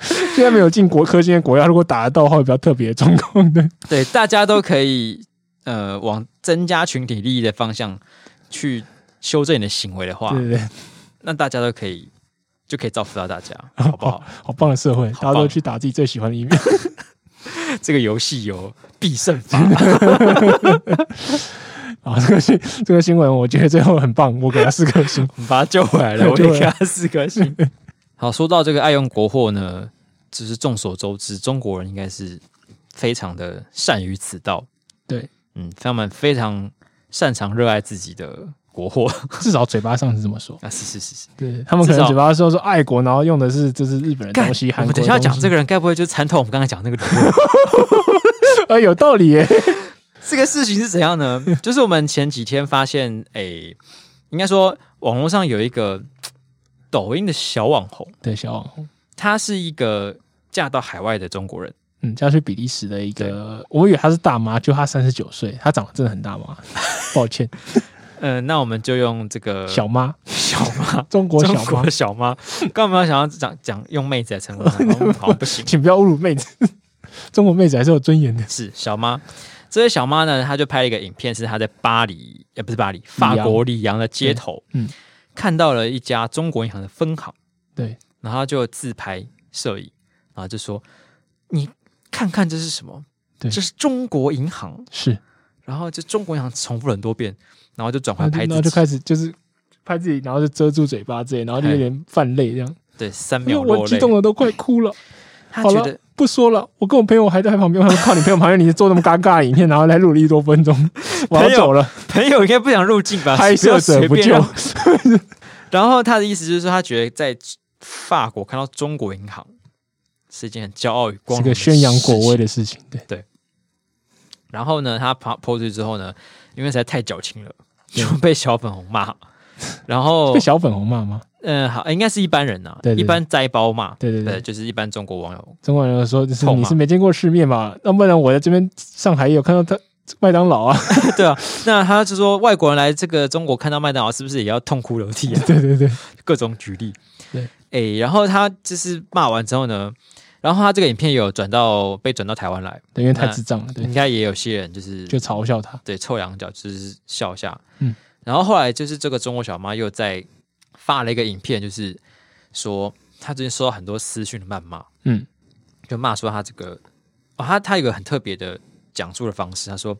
[SPEAKER 2] 现在没有进国科今天国药，如果打得到的话，会比较特别的状况，对，
[SPEAKER 1] 对，大家都可以呃往增加群体利益的方向去修正你的行为的话，
[SPEAKER 2] 对对对，
[SPEAKER 1] 那大家都可以就可以造福到大家， *laughs* 好不好？
[SPEAKER 2] 好棒的社会，
[SPEAKER 1] 好
[SPEAKER 2] 大
[SPEAKER 1] 棒
[SPEAKER 2] 家都去打自己最喜欢的 *laughs* 疫苗。
[SPEAKER 1] 这个游戏有必胜法，
[SPEAKER 2] *laughs* 啊，这个新这个新闻，我觉得最后很棒，我给他四颗星。
[SPEAKER 1] 我们把它救回来了，我
[SPEAKER 2] 对
[SPEAKER 1] 也给他四颗
[SPEAKER 2] *laughs*
[SPEAKER 1] 星。好，说到这个爱用国货呢，就是众所周知，中国人应该是非常的善于此道，
[SPEAKER 2] 对，
[SPEAKER 1] 嗯，他们非常擅长热爱自己的国
[SPEAKER 2] *laughs*
[SPEAKER 1] 货
[SPEAKER 2] *laughs* 至少嘴巴上是这么说。
[SPEAKER 1] 啊，是是是是。
[SPEAKER 2] 对他们可
[SPEAKER 1] 至
[SPEAKER 2] 能
[SPEAKER 1] 少
[SPEAKER 2] 嘴巴说说爱国，然后用的是这是日本人的东西，
[SPEAKER 1] 我
[SPEAKER 2] 韩
[SPEAKER 1] 们
[SPEAKER 2] 国
[SPEAKER 1] 等一
[SPEAKER 2] 的
[SPEAKER 1] 下要讲
[SPEAKER 2] 东西
[SPEAKER 1] 这个人，该不会就参透我们刚才讲的那个理论？
[SPEAKER 2] 哎，有道理耶。
[SPEAKER 1] 这个事情是怎样 *laughs* 呢？就是我们前几天发现，诶、应该说网络上有一个嘖抖音的小网红，
[SPEAKER 2] 对，小网红，
[SPEAKER 1] 她是一个嫁到海外的中国人，
[SPEAKER 2] 嗯，嫁去比利时的一个，我以为她是大妈，就她三十九岁，她长得真的很大 *laughs* 妈，抱歉，
[SPEAKER 1] 嗯、那我们就用这个 *laughs*
[SPEAKER 2] 小妈，
[SPEAKER 1] 小妈，
[SPEAKER 2] 中国小
[SPEAKER 1] 中
[SPEAKER 2] 妈
[SPEAKER 1] 国，小妈，干嘛想要讲讲用妹子来称呼她？好 *laughs* 像好像不行，
[SPEAKER 2] 请不要侮辱妹子， *laughs* 中国妹子还是有尊严的。
[SPEAKER 1] 是小妈。这位小妈呢，她就拍了一个影片，是她在巴黎，呃也不是巴黎，法
[SPEAKER 2] 昂
[SPEAKER 1] 国里昂的街头，
[SPEAKER 2] 嗯
[SPEAKER 1] 看到了一家中国银行的分行。
[SPEAKER 2] 对，
[SPEAKER 1] 然后他就自拍摄影，然后就说：“你看看这是什么？
[SPEAKER 2] 对
[SPEAKER 1] 这是中国银行。
[SPEAKER 2] 是，”
[SPEAKER 1] 然后就中国银行重复了很多遍，然后就转换
[SPEAKER 2] 然后
[SPEAKER 1] 拍
[SPEAKER 2] 就
[SPEAKER 1] 自
[SPEAKER 2] 然后就
[SPEAKER 1] 己，
[SPEAKER 2] 开始就是拍自己，然后就遮住嘴巴之类，然后就有点泛泪这样，
[SPEAKER 1] 对，三
[SPEAKER 2] 因为
[SPEAKER 1] 秒落
[SPEAKER 2] 哎我激
[SPEAKER 1] 泪。
[SPEAKER 2] 动的都快哭了。
[SPEAKER 1] 他
[SPEAKER 2] 好
[SPEAKER 1] 觉
[SPEAKER 2] 了
[SPEAKER 1] 得
[SPEAKER 2] 不说了，我跟我朋友还在旁边，我说靠你朋友旁边，你做那么尴尬的影片，然后来录了一多分钟，我要走了，
[SPEAKER 1] 朋友应该不想入境吧，
[SPEAKER 2] 拍摄者不
[SPEAKER 1] 不要随便啊
[SPEAKER 2] 救。
[SPEAKER 1] 让然后他的意思就是说，他觉得在法国看到中国银行是一件很骄傲与 *laughs* 光
[SPEAKER 2] 这
[SPEAKER 1] 荣的
[SPEAKER 2] 个宣扬国
[SPEAKER 1] 事情
[SPEAKER 2] 威的事情，对，
[SPEAKER 1] 然后呢，他抛抛出去之后呢，因为实在太矫情了，就被小粉红骂。然后
[SPEAKER 2] *laughs* 被小粉红骂吗？
[SPEAKER 1] 嗯，好，应该是一般人呐，
[SPEAKER 2] 对对对
[SPEAKER 1] 一般斋包嘛，
[SPEAKER 2] 对对对
[SPEAKER 1] 对，就是一般中国网友，
[SPEAKER 2] 中国人说就是
[SPEAKER 1] 痛啊
[SPEAKER 2] 你
[SPEAKER 1] 骂
[SPEAKER 2] 是没见过世面嘛，要不然我在这边上海也有看到他麦当劳啊， *laughs*
[SPEAKER 1] 对啊。那他就说外国人来这个中国看到麦当劳，是不是也要痛哭流涕啊？
[SPEAKER 2] 对对对，
[SPEAKER 1] *laughs* 各种举例。
[SPEAKER 2] 对，
[SPEAKER 1] 哎，然后他就是骂完之后呢，然后他这个影片也有转到被转到台湾来，
[SPEAKER 2] 对因为太智障了，对
[SPEAKER 1] 应，该也有些人就是
[SPEAKER 2] 就嘲笑他，
[SPEAKER 1] 对臭两脚，就是笑一下。
[SPEAKER 2] 嗯，
[SPEAKER 1] 然后后来就是这个中国小妈又在发了一个影片，就是说她最近收到很多私讯的谩骂，
[SPEAKER 2] 嗯，
[SPEAKER 1] 就骂说她这个哦，她她有个很特别的讲述的方式，她说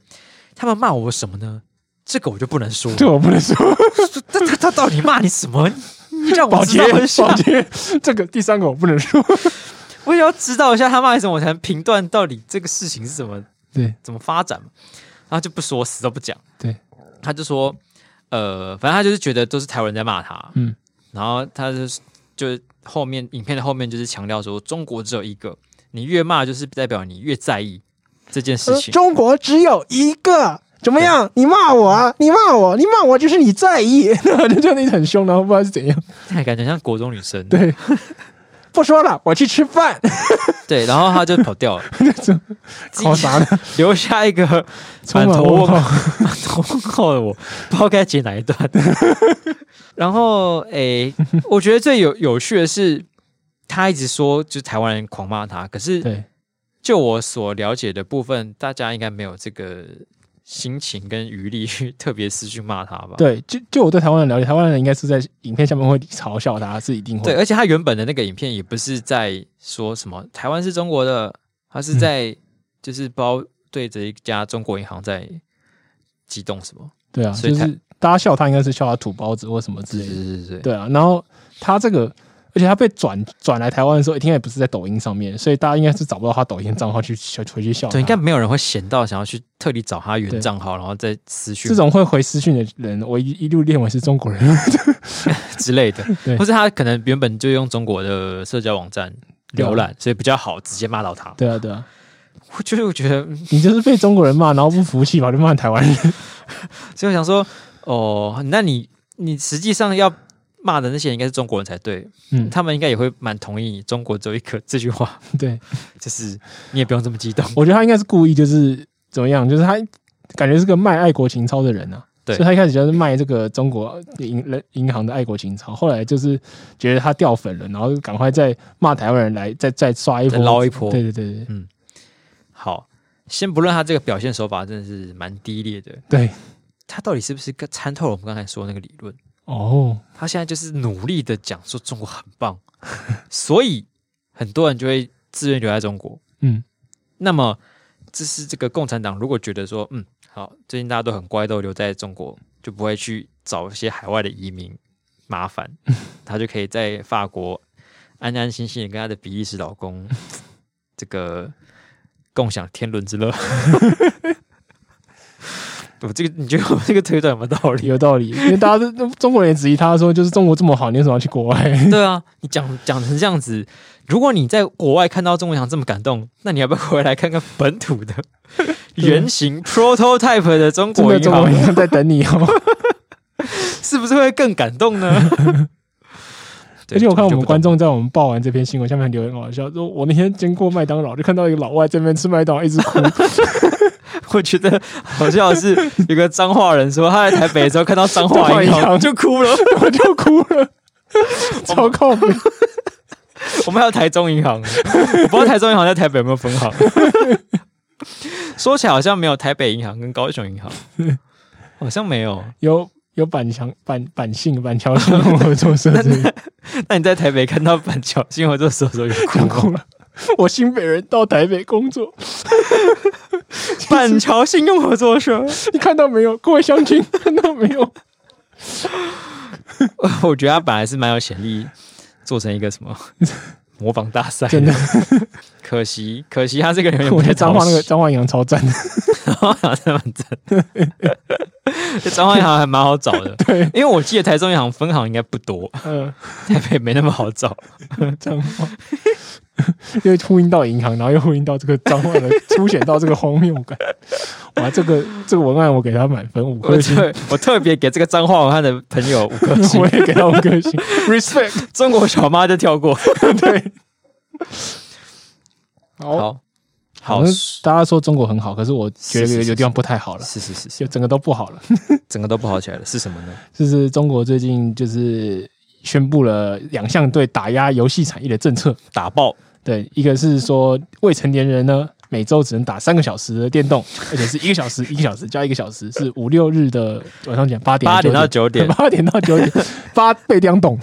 [SPEAKER 1] 他们骂我什么呢？这个我就不能说，
[SPEAKER 2] 这我不能说，
[SPEAKER 1] 他 *laughs* 他他到底骂你什么？你让
[SPEAKER 2] 保
[SPEAKER 1] 我
[SPEAKER 2] 洁
[SPEAKER 1] 知道一
[SPEAKER 2] 保
[SPEAKER 1] 下，
[SPEAKER 2] 洁，这个第三个我不能说，
[SPEAKER 1] 我也要知道一下他骂你什么，我才能评断到底这个事情是怎么
[SPEAKER 2] 对
[SPEAKER 1] 怎么发展嘛。然后就不说，死都不讲。
[SPEAKER 2] 对，
[SPEAKER 1] 他就说，呃，反正他就是觉得都是台湾人在骂他，
[SPEAKER 2] 嗯，
[SPEAKER 1] 然后他就是就后面影片的后面就是强调说，中国只有一个，你越骂就是代表你越在意这件事情。
[SPEAKER 2] 呃中国只有一个。怎么样？你骂我啊！你骂我，你骂我就是你在意， *laughs* 就叫你很凶，然后不知道是怎样。
[SPEAKER 1] 哎感觉像国中女生，
[SPEAKER 2] 对， *laughs* 不说了，我去吃饭，
[SPEAKER 1] 对，然后他就跑掉了，
[SPEAKER 2] 搞啥呢？
[SPEAKER 1] *laughs* 留下一个满头
[SPEAKER 2] 充
[SPEAKER 1] 问
[SPEAKER 2] 满
[SPEAKER 1] 号
[SPEAKER 2] 问、
[SPEAKER 1] 满头问号的我，不知道该截哪一段。 *laughs* 然后，诶、我觉得最有有趣的是，他一直说就是台湾人狂骂他，可是
[SPEAKER 2] 对，
[SPEAKER 1] 就我所了解的部分，大家应该没有这个心情跟余力去 *laughs* 特别私讯骂他吧？
[SPEAKER 2] 对，就就我对台湾人了解，台湾人应该是在影片下面会嘲笑他，是一定会。
[SPEAKER 1] 对，而且他原本的那个影片也不是在说什么台湾是中国的，他
[SPEAKER 2] 嗯
[SPEAKER 1] 是在就是包对着一家中国银行在激动什么。
[SPEAKER 2] 对啊，
[SPEAKER 1] 所以
[SPEAKER 2] 就
[SPEAKER 1] 台
[SPEAKER 2] 是大家笑他，应该是笑他土包子或什么之
[SPEAKER 1] 对
[SPEAKER 2] 类的。
[SPEAKER 1] 对对对，
[SPEAKER 2] 对啊，然后他这个，而且他被转转来台湾的时候，应该也不是在抖音上面，所以大家应该是找不到他抖音账号去去回去笑他。
[SPEAKER 1] 对，应该没有人会闲到想要去特地找他
[SPEAKER 2] 对
[SPEAKER 1] 原账号，然后再私讯
[SPEAKER 2] 这种会回私讯的人，我一一路认为是中国人。
[SPEAKER 1] *laughs* 之类的
[SPEAKER 2] 对，
[SPEAKER 1] 或是他可能原本就用中国的社交网站
[SPEAKER 2] 对啊
[SPEAKER 1] 浏览，所以比较好直接骂到他。
[SPEAKER 2] 对啊，对啊，
[SPEAKER 1] 我就是我觉得，嗯
[SPEAKER 2] 你就是被中国人骂，然后不服气，跑去骂台湾人。
[SPEAKER 1] 所以我想说，哦，那你你实际上要骂的那些人应该是中国人才对，
[SPEAKER 2] 嗯，
[SPEAKER 1] 他们应该也会蛮同意你“中国只有一个”这句话， *laughs*
[SPEAKER 2] 对，
[SPEAKER 1] 就是你也不用这么激动。
[SPEAKER 2] 我觉得他应该是故意，就是怎么样，就是他感觉是个卖爱国情操的人啊。
[SPEAKER 1] 对
[SPEAKER 2] 所以他一开始就是卖这个中国银人银行的爱国情操，后来就是觉得他掉粉了，然后赶快再骂台湾人来再再刷一波，
[SPEAKER 1] 再捞一波
[SPEAKER 2] 对对对对
[SPEAKER 1] 好，先不论他这个表现手法真的是蛮低劣的，
[SPEAKER 2] 对，
[SPEAKER 1] 他到底是不是跟参透了我们刚才说的那个理论？
[SPEAKER 2] 哦，
[SPEAKER 1] 他现在就是努力的讲说中国很棒，所以很多人就会自愿留在中国。
[SPEAKER 2] 嗯，
[SPEAKER 1] 那么，这是这个共产党如果觉得说，嗯，好，最近大家都很乖，都留在中国，就不会去找一些海外的移民麻烦，他就可以在法国安安心心的跟他的比利时老公这个共享天伦之乐。 *laughs* 我这个，你觉得我这个推断有没有道理？
[SPEAKER 2] 有道理，因为大家都中国人也质疑他说，就是中国这么好，你为什么要去国外？ *laughs*
[SPEAKER 1] 对啊，你讲讲成这样子，如果你在国外看到中文墙这么感动，那你要不要回来看看本土
[SPEAKER 2] *laughs*
[SPEAKER 1] 的原型 prototype 的中
[SPEAKER 2] 真
[SPEAKER 1] 国
[SPEAKER 2] 的
[SPEAKER 1] 银
[SPEAKER 2] 中国
[SPEAKER 1] 行，
[SPEAKER 2] 人在等你哦。
[SPEAKER 1] 是不是会更感动
[SPEAKER 2] *laughs*
[SPEAKER 1] 呢？对
[SPEAKER 2] 而且我看我
[SPEAKER 1] 就
[SPEAKER 2] 们
[SPEAKER 1] 不懂
[SPEAKER 2] 观众在我们报完这篇新闻下面留言很好笑，说我那天经过麦当劳，就看到一个老外在那边吃麦当劳，一直
[SPEAKER 1] *laughs*
[SPEAKER 2] 哭。
[SPEAKER 1] 我觉得好笑的是，有个彰化人说他在台北的时候看到彰
[SPEAKER 2] *laughs* 彰化
[SPEAKER 1] 化银
[SPEAKER 2] 银行
[SPEAKER 1] 行就哭了。
[SPEAKER 2] *laughs* 我就哭
[SPEAKER 1] *laughs*
[SPEAKER 2] 了，超靠谱。
[SPEAKER 1] 我们还有台中银行，我不知道台中银行在台北有没有
[SPEAKER 2] *laughs*
[SPEAKER 1] 分行。说起来好像没有台北银行跟高雄银行，好像没有。
[SPEAKER 2] 有有板桥板板性板桥性
[SPEAKER 1] *laughs*
[SPEAKER 2] 合作社这个
[SPEAKER 1] 那你在台北看到板桥新闻的时候有 *laughs* 哭
[SPEAKER 2] 就
[SPEAKER 1] 吗？
[SPEAKER 2] 哭了。我新北人到台北工作，
[SPEAKER 1] 板桥信用合作社，
[SPEAKER 2] 你看到没有，各位乡亲，看到没有？
[SPEAKER 1] *laughs* 我觉得他本来是蛮有潜力做成一个 *laughs* 什么模仿大赛，
[SPEAKER 2] 真的。
[SPEAKER 1] 可惜，可惜他这个人有点
[SPEAKER 2] 我
[SPEAKER 1] 不
[SPEAKER 2] 觉
[SPEAKER 1] 太
[SPEAKER 2] 得彰
[SPEAKER 1] 讨
[SPEAKER 2] 化那个
[SPEAKER 1] 喜
[SPEAKER 2] 彰化银行超赞的，
[SPEAKER 1] 彰 *laughs* 化真的蛮真的， *laughs* 彰化银行还蛮好找 *laughs* 的，
[SPEAKER 2] 对，
[SPEAKER 1] 因为我记得台中银行分行应该不多，
[SPEAKER 2] 嗯、
[SPEAKER 1] 台北没那么好找。
[SPEAKER 2] 彰化。
[SPEAKER 1] *laughs*
[SPEAKER 2] 又呼应到银行，然后又呼应到这个彰化的，凸显到这个荒谬感。哇，这个这个文案我给他满分五
[SPEAKER 1] *laughs* 我
[SPEAKER 2] 颗星，
[SPEAKER 1] 特我特别给这个脏话文汉的朋友五 *laughs* 颗星
[SPEAKER 2] 我，也给他五颗
[SPEAKER 1] *laughs*
[SPEAKER 2] 星，respect。
[SPEAKER 1] 中国小妈就跳过。
[SPEAKER 2] 对，好，
[SPEAKER 1] 好好
[SPEAKER 2] 反正
[SPEAKER 1] 是
[SPEAKER 2] 大家说中国很好，可是我觉
[SPEAKER 1] 是
[SPEAKER 2] 得
[SPEAKER 1] 是
[SPEAKER 2] 有
[SPEAKER 1] 是
[SPEAKER 2] 有地方不太好了，
[SPEAKER 1] 是是是，
[SPEAKER 2] 就整个都不好了。 *laughs*
[SPEAKER 1] 整个都不好起来了，是什么呢？
[SPEAKER 2] 就是中国最近就是宣布了两项对打压游戏产业的政策，
[SPEAKER 1] 打爆
[SPEAKER 2] 对，一个是说未成年人呢每周只能打三个小时的电动，而且是一个小时一个小时加一个小时，是五六日的晚上讲八点
[SPEAKER 1] 八点到九点，
[SPEAKER 2] 八点到九点八被当懂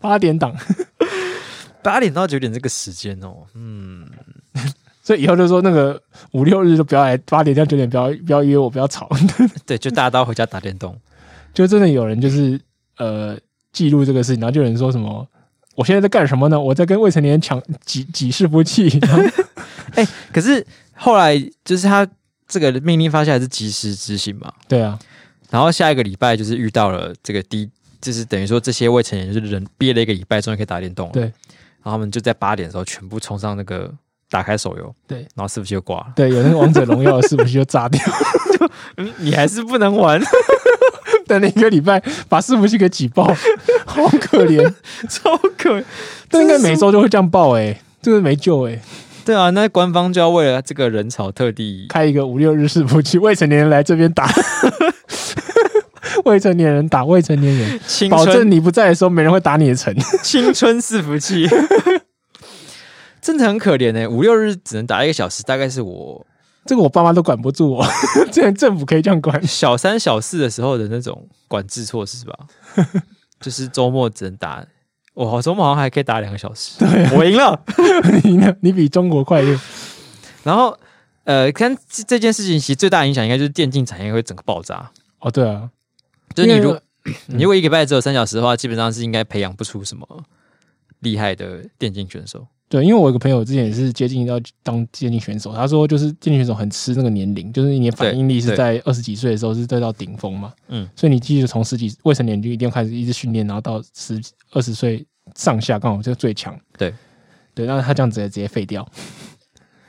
[SPEAKER 2] 八点档，
[SPEAKER 1] 八点到九点这个时间哦，嗯，
[SPEAKER 2] 所以以后就说那个五六日就不要来八点到九点不要不要约我不要吵，
[SPEAKER 1] 对，就大家都要回家打电动， *laughs*
[SPEAKER 2] 就真的有人就是呃记录这个事情，然后就有人说什么。我现在在干什么呢？我在跟未成年人抢挤挤伺服器，然后
[SPEAKER 1] 哎、可是后来就是他这个命令发下来是及时执行嘛，
[SPEAKER 2] 对啊，
[SPEAKER 1] 然后下一个礼拜就是遇到了这个第，就是等于说这些未成年人就是人憋了一个礼拜，终于可以打电动了，
[SPEAKER 2] 对
[SPEAKER 1] 然后他们就在八点的时候全部冲上那个打开手游，
[SPEAKER 2] 对
[SPEAKER 1] 然后是不是就挂了？
[SPEAKER 2] 对，有那个王者荣耀是不是就炸掉？
[SPEAKER 1] 嗯 *laughs* 你还是不能玩， *laughs*
[SPEAKER 2] 等了一个礼拜，把伺服器给
[SPEAKER 1] *laughs*
[SPEAKER 2] 挤爆，好可怜。
[SPEAKER 1] 超可，
[SPEAKER 2] 但应该每周就会这样爆哎、
[SPEAKER 1] *laughs*
[SPEAKER 2] 这个没救哎、
[SPEAKER 1] 对啊，那官方就要为了这个人潮特地。
[SPEAKER 2] 开一个五六日伺服器，未成年人来这边
[SPEAKER 1] *laughs*
[SPEAKER 2] 打，未成年人打未成年人，
[SPEAKER 1] 青
[SPEAKER 2] 保
[SPEAKER 1] 春
[SPEAKER 2] 证你不在的时候，没人会打你
[SPEAKER 1] *laughs*
[SPEAKER 2] 的城。
[SPEAKER 1] 青春伺服器， *laughs* 真的很可怜呢、五六日只能打一个小时，大概是我
[SPEAKER 2] 这个我爸妈都管不住我， *laughs* 这然政府可以这样管。
[SPEAKER 1] 小三、小四的时候的那种管制措施
[SPEAKER 2] *laughs*
[SPEAKER 1] 吧。就是周末只能打，我好周末好像还可以打两个小时，我赢了。
[SPEAKER 2] 你呢？你比中国快乐，
[SPEAKER 1] 然后呃，看这这件事情，其实最大影响应该就是电竞产业会整个爆炸。
[SPEAKER 2] 哦，对啊，
[SPEAKER 1] 就是你如
[SPEAKER 2] 因为
[SPEAKER 1] *clears throat* 你如果一个礼拜只有三小时的话，基本上是应该培养不出什么厉害的电竞选手。
[SPEAKER 2] 对，因为我有个朋友之前也是接近要当电竞选手，他说就是电竞选手很吃那个年龄，就是你的反应力是
[SPEAKER 1] 对
[SPEAKER 2] 在二十几岁的时候是对到顶峰嘛，
[SPEAKER 1] 嗯，
[SPEAKER 2] 所以你记住从十几未成年就一定要开始一直训练，然后到十二十岁上下刚好就最强，
[SPEAKER 1] 对
[SPEAKER 2] 对，那他这样子直接废掉，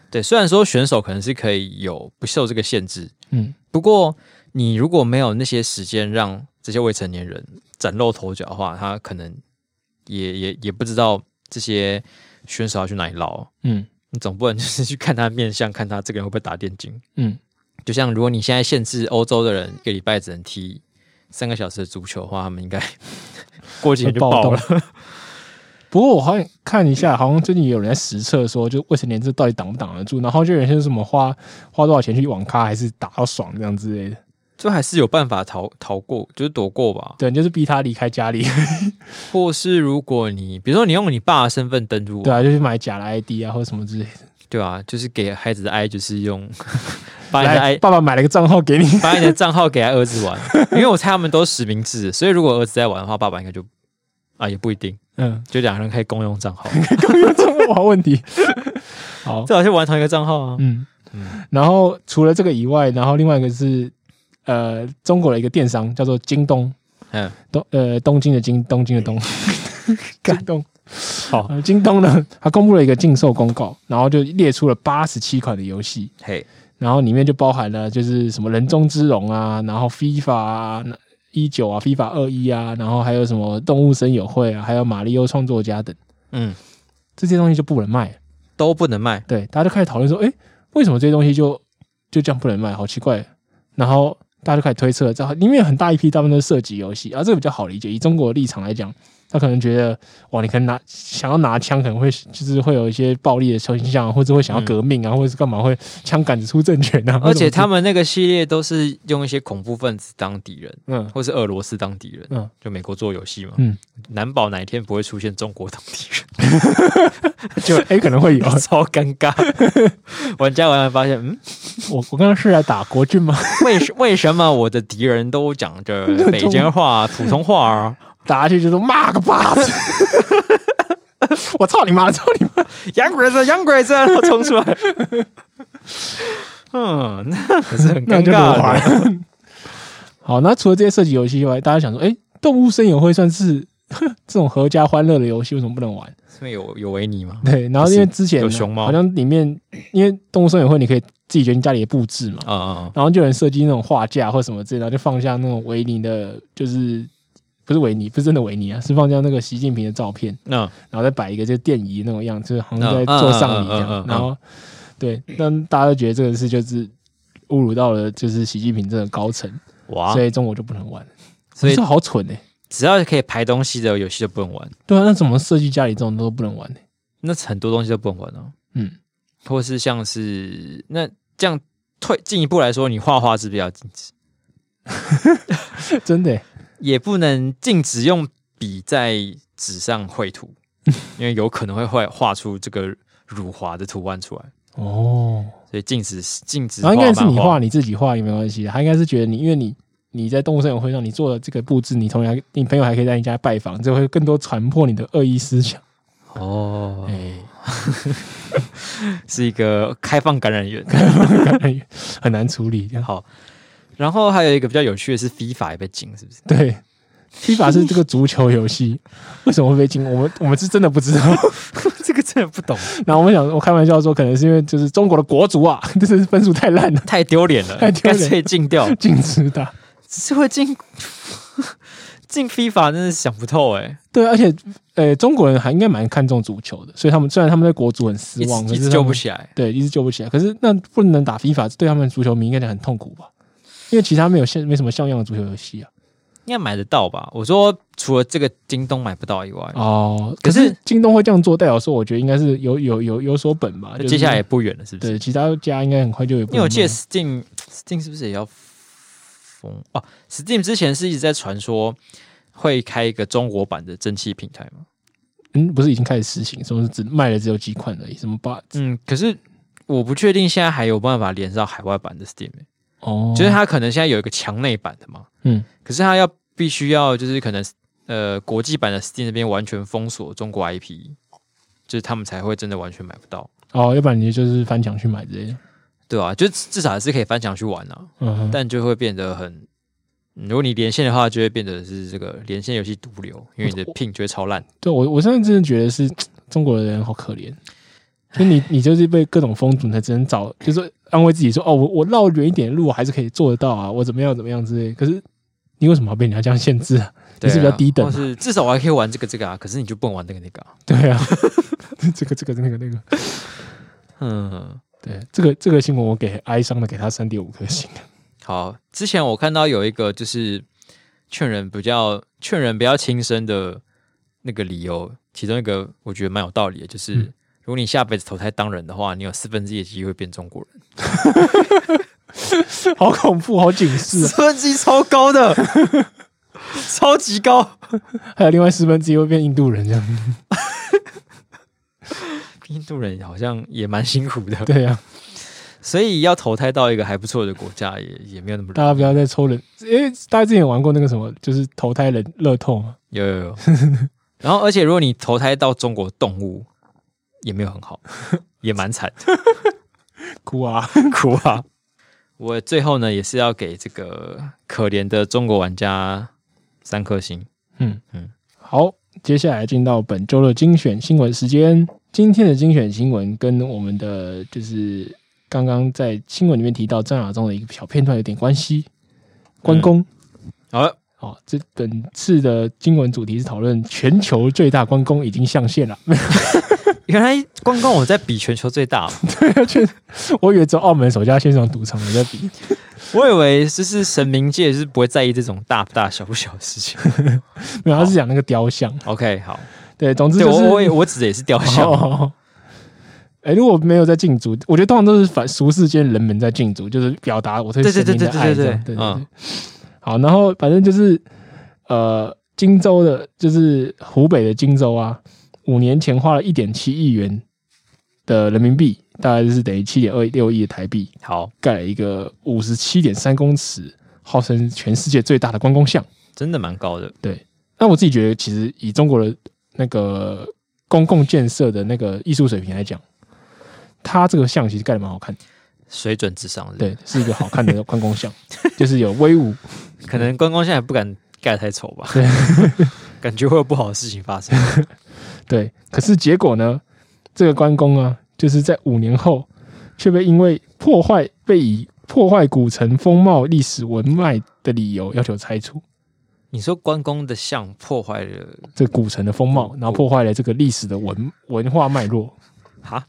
[SPEAKER 1] 对，虽然说选手可能是可以有不受这个限制，
[SPEAKER 2] 嗯，
[SPEAKER 1] 不过，你如果没有那些时间让这些未成年人崭露头角的话，他可能也也也不知道这些选手要去哪里捞。
[SPEAKER 2] 嗯
[SPEAKER 1] 你总不能就是去看他面相，看他这个人会不会打电竞。
[SPEAKER 2] 嗯，
[SPEAKER 1] 就像如果你现在限制欧洲的人一个礼拜只能踢三个小时的足球的话，他们应该 *laughs* 过几天就爆
[SPEAKER 2] 动
[SPEAKER 1] 了。。
[SPEAKER 2] 不过我好像看一下，好像最近也有人在实测说，就未成年这到底挡不挡得住？然后就有人说什么花花多少钱去网咖，还是打到爽这样之类的。
[SPEAKER 1] 就还是有办法逃逃过，就是躲过吧。
[SPEAKER 2] 对，就是逼他离开家里。 *laughs*
[SPEAKER 1] 或是如果你比如说你用你爸的身份登录，
[SPEAKER 2] 对啊，就去买假的 ID 啊，或者什么之类的。
[SPEAKER 1] 对啊，就是给孩子的爱就是用 *laughs* 把你的爱
[SPEAKER 2] 来，爸爸买了个账号给你。
[SPEAKER 1] *laughs* 把你的账号给他儿子玩，因为我猜他们都实名制，所以如果儿子在玩的话，爸爸应该就啊也不一定，
[SPEAKER 2] *laughs* 嗯，
[SPEAKER 1] 就两个人可以共用账 *laughs* 号，
[SPEAKER 2] 这么好问题。 *laughs* 好，
[SPEAKER 1] 最好是玩同一个账号啊。
[SPEAKER 2] 嗯，然后除了这个以外，然后另外一个是呃，中国的一个电商叫做京东，
[SPEAKER 1] *laughs* 嗯，
[SPEAKER 2] 东呃东京的京，东京的 *laughs* 东，感动。
[SPEAKER 1] 好
[SPEAKER 2] 呃，京东呢，它公布了一个禁售公告，然后就列出了八十七款的游戏，
[SPEAKER 1] 嘿，
[SPEAKER 2] 然后里面就包含了就是什么人中之龙啊，然后 FIFA 啊。一九啊，FIFA 二一啊，然后还有什么动物森友会啊，还有马里奥创作家等
[SPEAKER 1] 嗯，
[SPEAKER 2] 这些东西就不能卖，
[SPEAKER 1] 都不能卖，
[SPEAKER 2] 对，大家就开始讨论说，诶，为什么这些东西就就这样不能卖？好奇怪。然后大家就开始推测，这里面很大一批大部分都是射击游戏，啊，这个比较好理解。以中国的立场来讲，他可能觉得，哇，你可能拿想要拿枪，可能会就是会有一些暴力的倾向，或者会想要革命啊，或者是干嘛会枪杆子出政权 *laughs* 啊。
[SPEAKER 1] 而且
[SPEAKER 2] 或者什
[SPEAKER 1] 他
[SPEAKER 2] 么
[SPEAKER 1] 们那个系列都是用一些恐怖分子当敌人，
[SPEAKER 2] 嗯。
[SPEAKER 1] 或是俄罗斯当敌人，
[SPEAKER 2] 嗯
[SPEAKER 1] 就美国做游戏嘛，
[SPEAKER 2] 嗯，
[SPEAKER 1] 难保哪一天不会出现中国当敌 *laughs* 人，
[SPEAKER 2] 就诶可能会有
[SPEAKER 1] 超尴 *laughs* 尬。玩家玩完发现，嗯，
[SPEAKER 2] 我我刚刚是来打国军吗？ *laughs*
[SPEAKER 1] 为什为什么我的敌人都讲 *laughs* 着北京话、普通话啊？
[SPEAKER 2] 打下去就说骂个巴子， *laughs* 我操你妈，操你妈！
[SPEAKER 1] 洋鬼子，洋鬼子，然后啊 *laughs* 冲出来。嗯，那可是很
[SPEAKER 2] 那
[SPEAKER 1] 尴
[SPEAKER 2] 就轮
[SPEAKER 1] 尬的。
[SPEAKER 2] 滑了。 *laughs* 好，那除了这些射击游戏以外，大家想说，哎、动物森友会算是 *laughs* 这种合家欢乐的游戏，为什么不能玩？
[SPEAKER 1] 因为有有维尼嘛，
[SPEAKER 2] 对，然后因为之前
[SPEAKER 1] 有熊猫
[SPEAKER 2] 好像里面，因为动物森友会你可以自己决定家里的布置嘛，
[SPEAKER 1] 啊啊
[SPEAKER 2] 然后就有人设计那种画架或什么之类的，然后就放下那种维尼的，就是不是维尼，不是真的维尼啊，是放下那个习近平的照片，
[SPEAKER 1] 那
[SPEAKER 2] 然后再摆一个就是电椅那种样子，就是好像在
[SPEAKER 1] 嗯嗯
[SPEAKER 2] 做丧礼一
[SPEAKER 1] 嗯嗯嗯
[SPEAKER 2] 样
[SPEAKER 1] 嗯。
[SPEAKER 2] 然后对，那大家都觉得这个事就是侮辱到了就是习近平这个高层，
[SPEAKER 1] 哇
[SPEAKER 2] 所，以中国就不能玩。
[SPEAKER 1] 所以
[SPEAKER 2] 这好蠢哎、
[SPEAKER 1] 只要可以排东西的游戏就不能玩，
[SPEAKER 2] 对啊，那怎么设计家里这种都不能玩呢、欸
[SPEAKER 1] 那很多东西都不能玩哦。
[SPEAKER 2] 嗯，
[SPEAKER 1] 或是像是那这样退进一步来说，你画画是不是要禁止？
[SPEAKER 2] 真的、欸，
[SPEAKER 1] 也不能禁止用笔在纸上绘
[SPEAKER 2] *laughs*
[SPEAKER 1] 图，因为有可能会画画出这个辱华的图案出来，
[SPEAKER 2] 哦，
[SPEAKER 1] 所以禁止禁止
[SPEAKER 2] 然
[SPEAKER 1] 画
[SPEAKER 2] 后
[SPEAKER 1] 漫画。
[SPEAKER 2] 哦应该是你画你自己画也没关系的，他应该是觉得你因为你你在动物森友会上你做了这个布置，你同样你朋友还可以在你家拜访，这会更多传播你的恶意思想。
[SPEAKER 1] 哦
[SPEAKER 2] 哎、，
[SPEAKER 1] *laughs* 是一个开放感染源。
[SPEAKER 2] 很难处理这 *laughs* 样。
[SPEAKER 1] 好， *laughs* 然后还有一个比较有趣的是，FIFA 也被禁，是不是？
[SPEAKER 2] 对，FIFA 是这个足球游戏，为什么会被禁？我们我们是真的不知道。
[SPEAKER 1] *laughs*
[SPEAKER 2] *laughs*
[SPEAKER 1] 这个真的不懂，
[SPEAKER 2] 然后我们想，我开玩笑说，可能是因为就是中国的国足啊， *laughs* 就是分数太烂了，
[SPEAKER 1] *laughs* 太丢脸了，
[SPEAKER 2] 太丢脸
[SPEAKER 1] 干脆禁掉。 *laughs*
[SPEAKER 2] *laughs* 禁止打。
[SPEAKER 1] 只是会进进 FIFA 真的是想不透哎、
[SPEAKER 2] 对，而且呃，中国人还应该蛮看重足球的，所以他们虽然他们对国足很失
[SPEAKER 1] 一
[SPEAKER 2] 望，
[SPEAKER 1] 直
[SPEAKER 2] 可
[SPEAKER 1] 一
[SPEAKER 2] 是
[SPEAKER 1] 直
[SPEAKER 2] 他
[SPEAKER 1] 救
[SPEAKER 2] 们
[SPEAKER 1] 不起来。
[SPEAKER 2] 对，一直救不起来。可是那不能打 FIFA，对他们足球迷应该讲很痛苦吧？因为其他没有像没什么像样的足球游戏啊。
[SPEAKER 1] 应该买得到吧？我说除了这个京东买不到以外，
[SPEAKER 2] 哦，
[SPEAKER 1] 嗯可
[SPEAKER 2] 可
[SPEAKER 1] 是
[SPEAKER 2] 是京东会这样做，代表说我觉得应该是有有有有所本吧。
[SPEAKER 1] 那
[SPEAKER 2] 就是
[SPEAKER 1] 接下来也不远了，是不是？
[SPEAKER 2] 对其他家应该很快就有。
[SPEAKER 1] 因为我记得 Steam Steam 是不是也要封哦、s t e a m 之前是一直在传说会开一个中国版的蒸汽平台嘛？
[SPEAKER 2] 嗯，不是已经开始实行，说是只卖了只有几款而已，什么八
[SPEAKER 1] 嗯，可是我不确定现在还有办法连上海外版的 Steam，、欸
[SPEAKER 2] 哦，
[SPEAKER 1] 就是它可能现在有一个墙内版的嘛，
[SPEAKER 2] 嗯，
[SPEAKER 1] 可是它要必须要就是可能呃国际版的 Steam 那边完全封锁中国 IP，就是他们才会真的完全买不到，
[SPEAKER 2] 哦，要不然你就是翻墙去买之类的。
[SPEAKER 1] 对啊，就至少还是可以翻墙去玩啊，
[SPEAKER 2] 嗯哼，
[SPEAKER 1] 但就会变得很，嗯如果你连线的话，就会变得是这个连线游戏毒瘤，因为你的
[SPEAKER 2] 哦
[SPEAKER 1] ping 就会超烂。
[SPEAKER 2] 对我我现在真的觉得是中国人好可怜，就你你就是被各种封阻，你才只能找，就是说安慰自己说哦，我我绕远一点的路我还是可以做得到啊，我怎么样怎么样之类的。可是你为什么要被人家这样限制啊？ *laughs*
[SPEAKER 1] 对啊
[SPEAKER 2] 你是比较低等
[SPEAKER 1] 或
[SPEAKER 2] 啊
[SPEAKER 1] 是至少我还可以玩这个这个啊，可是你就不能玩那个那个啊。
[SPEAKER 2] 对啊，这个这个那个那个，
[SPEAKER 1] 嗯，
[SPEAKER 2] 对这个这个新闻我给哀伤的给他三点五颗星。 *laughs*
[SPEAKER 1] 好，之前我看到有一个就是劝人不要劝人不要轻生的那个理由，其中一个我觉得蛮有道理的，就是。
[SPEAKER 2] 嗯
[SPEAKER 1] 如果你下辈子投胎当人的话，你有四分之一的机会变中国 *laughs* 人，
[SPEAKER 2] 好恐怖，好警示、啊！
[SPEAKER 1] 分之一超高 *laughs* 的，超级高，
[SPEAKER 2] 啊还有另外四分之一会变印度人这样， *laughs*
[SPEAKER 1] 印度人好像也蛮辛苦的。
[SPEAKER 2] 对啊，
[SPEAKER 1] 所以要投胎到一个还不错的国家也也没有那么
[SPEAKER 2] 大
[SPEAKER 1] 容
[SPEAKER 2] 家不要再抽人，因为大家之前有玩过那个什么，就是投胎人乐透嘛，
[SPEAKER 1] 易有有有。然后，而且如果你投胎到中国动物，也没有很 *laughs* 好，也蛮惨的
[SPEAKER 2] 哭啊！
[SPEAKER 1] 苦啊。我最后呢，也是要给这个可怜的中国玩家三颗星。
[SPEAKER 2] 嗯
[SPEAKER 1] 嗯
[SPEAKER 2] 嗯，好，接下来进到本周的精选新闻时间。今天的精选新闻跟我们的就是刚刚在新闻里面提到张亚中的一个小片段有点关系。关公、嗯
[SPEAKER 1] 好了，
[SPEAKER 2] 哦，这本次的新闻主题是讨论全球最大关公已经上线了。 *laughs*
[SPEAKER 1] 原来关公我在比全球最大哦
[SPEAKER 2] *laughs*
[SPEAKER 1] 嘛，
[SPEAKER 2] 我以为只有澳门首家线上赌场有在比，
[SPEAKER 1] 我以为就是神明界是不会在意这种大不大小不小的事
[SPEAKER 2] *laughs*
[SPEAKER 1] 情。
[SPEAKER 2] 没有，他是讲那个雕像。
[SPEAKER 1] OK，好，
[SPEAKER 2] 对，总之
[SPEAKER 1] 对
[SPEAKER 2] 就
[SPEAKER 1] 我
[SPEAKER 2] 是
[SPEAKER 1] 我也我指的也是雕像。
[SPEAKER 2] 哦 *laughs* 哎、如果没有在禁足，我觉得通常都是反俗世间人们在禁足，就是表达我对
[SPEAKER 1] 对对
[SPEAKER 2] 神明
[SPEAKER 1] 对
[SPEAKER 2] 的
[SPEAKER 1] 对对
[SPEAKER 2] 爱
[SPEAKER 1] 对
[SPEAKER 2] 这样。
[SPEAKER 1] 对
[SPEAKER 2] 对对
[SPEAKER 1] 嗯
[SPEAKER 2] 对。好，然后反正就是呃，荆州的，就是湖北的荆州啊，五年前花了一点七亿元的人民币，大概就是等于七点二六亿的台币，
[SPEAKER 1] 好，
[SPEAKER 2] 盖了一个五十七点三公尺，号称全世界最大的关公像。
[SPEAKER 1] 真的蛮高的。
[SPEAKER 2] 那我自己觉得，其实以中国的那个公共建设的那个艺术水平来讲，它这个像其实盖的蛮好看的，
[SPEAKER 1] 水准之上是不是
[SPEAKER 2] 对，是一个好看的关公像，就是有威武。
[SPEAKER 1] 可能关公现在不敢盖得太丑吧， *laughs* 感觉会有不好的事情发生。
[SPEAKER 2] 对，可是结果呢，这个关公啊，就是在五年后却被因为破坏被以破坏古城风貌、历史文脉的理由要求拆除
[SPEAKER 1] 你说关公的像破坏了
[SPEAKER 2] 这古城的风貌，然后破坏了这个历史的文文化脉络。 *laughs*
[SPEAKER 1] 哈？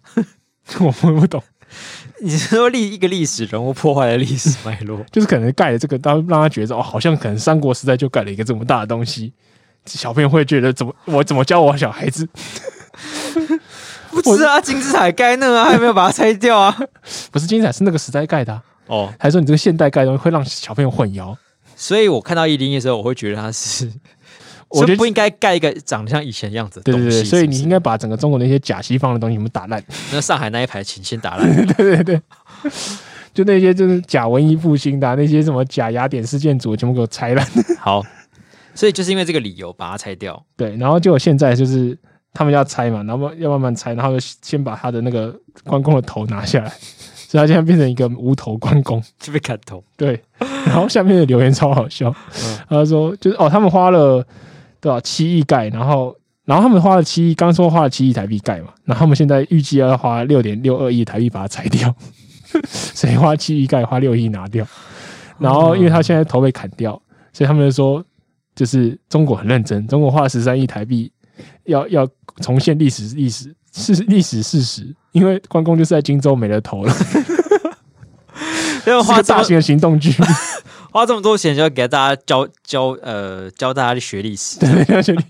[SPEAKER 2] 我我不懂，
[SPEAKER 1] 你是说历一个历史人物破坏了历史脉络？
[SPEAKER 2] 就是可能盖了这个，当让他觉得哦，好像可能三国时代就盖了一个这么大的东西，小朋友会觉得怎么我怎么教我小孩子？
[SPEAKER 1] 不是啊，金字塔盖那啊，还没有把它拆掉啊。
[SPEAKER 2] 不是金字塔是那个时代盖的、啊，
[SPEAKER 1] 哦，
[SPEAKER 2] 还是说你这个现代盖的东西会让小朋友混淆？
[SPEAKER 1] 所以我看到一零一的时候，我会觉得它是，
[SPEAKER 2] 我
[SPEAKER 1] 就
[SPEAKER 2] 觉得
[SPEAKER 1] 不应该盖一个长得像以前样子的
[SPEAKER 2] 对
[SPEAKER 1] 东
[SPEAKER 2] 对
[SPEAKER 1] 西。
[SPEAKER 2] 对，所以你
[SPEAKER 1] 是
[SPEAKER 2] 应
[SPEAKER 1] 不
[SPEAKER 2] 该把整个中国那些假西方的东西全部打烂。 *laughs*
[SPEAKER 1] 是那上海那一排，请先打烂。
[SPEAKER 2] 就那些就是假文艺复兴的啊、那些什么假雅典事件组，全部给我拆烂。 *laughs*
[SPEAKER 1] 好，所以就是因为这个理由把它拆
[SPEAKER 2] *laughs*
[SPEAKER 1] 掉。
[SPEAKER 2] 对，然后就现在就是他们要拆嘛，然后要慢慢拆，然后就先把他的那个关公的头拿下来，所以他现在变成一个无头关公。
[SPEAKER 1] 就被砍头。
[SPEAKER 2] *laughs* 对，然后下面的留言超好笑，他说就是哦，他们花了多少七亿盖，然后然后他们花了七亿，刚说花了七亿台币盖嘛，然后他们现在预计要花六点六二亿台币把它拆掉， *laughs* 所以花七亿盖，花六亿拿掉，然后因为他现在头被砍掉，所以他们就说就是中国很认真，中国花了十三亿台币要要重现历史历史是历史事实，因为关公就是在荆州没了头了，
[SPEAKER 1] 因为
[SPEAKER 2] 是
[SPEAKER 1] 花
[SPEAKER 2] 个
[SPEAKER 1] 这
[SPEAKER 2] 大
[SPEAKER 1] 么
[SPEAKER 2] 型的行动剧。
[SPEAKER 1] 花这么多钱，就要给大家教教呃教大家去学历史。
[SPEAKER 2] *laughs* 对，而且你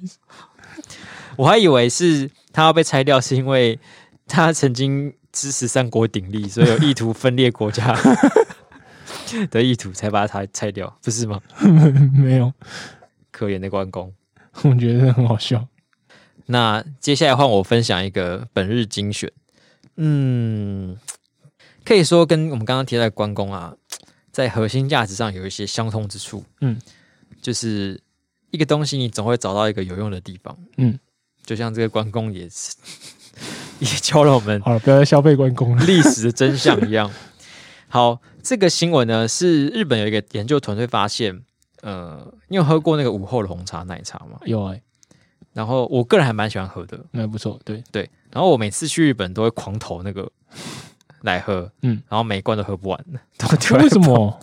[SPEAKER 1] 我还以为是他要被拆掉，是因为他曾经支持三国鼎立，所以有意图分裂国家的意图，才把它拆拆掉，不是吗？
[SPEAKER 2] 没有， *laughs*
[SPEAKER 1] 可怜的关公。
[SPEAKER 2] 我觉得很好笑。
[SPEAKER 1] 那接下来换我分享一个本日精选，嗯，可以说跟我们刚刚提到的关公啊，在核心价值上有一些相通之处。
[SPEAKER 2] 嗯，
[SPEAKER 1] 就是一个东西，你总会找到一个有用的地方。
[SPEAKER 2] 嗯，
[SPEAKER 1] 就像这个关公也是， *laughs* 也教了我们
[SPEAKER 2] 好了，不要再消费关公了。
[SPEAKER 1] 历史的真相一样。好，这个新闻呢是日本有一个研究团队发现，呃，你有喝过那个午后的红茶奶茶吗？
[SPEAKER 2] *laughs* 有哎、
[SPEAKER 1] 然后我个人还蛮喜欢喝的，
[SPEAKER 2] 那不错，对，
[SPEAKER 1] 对，然后我每次去日本都会狂投那个来喝，
[SPEAKER 2] 嗯
[SPEAKER 1] 嗯，然后每一罐都喝不完， *laughs* 都丢在
[SPEAKER 2] *laughs* 为什么？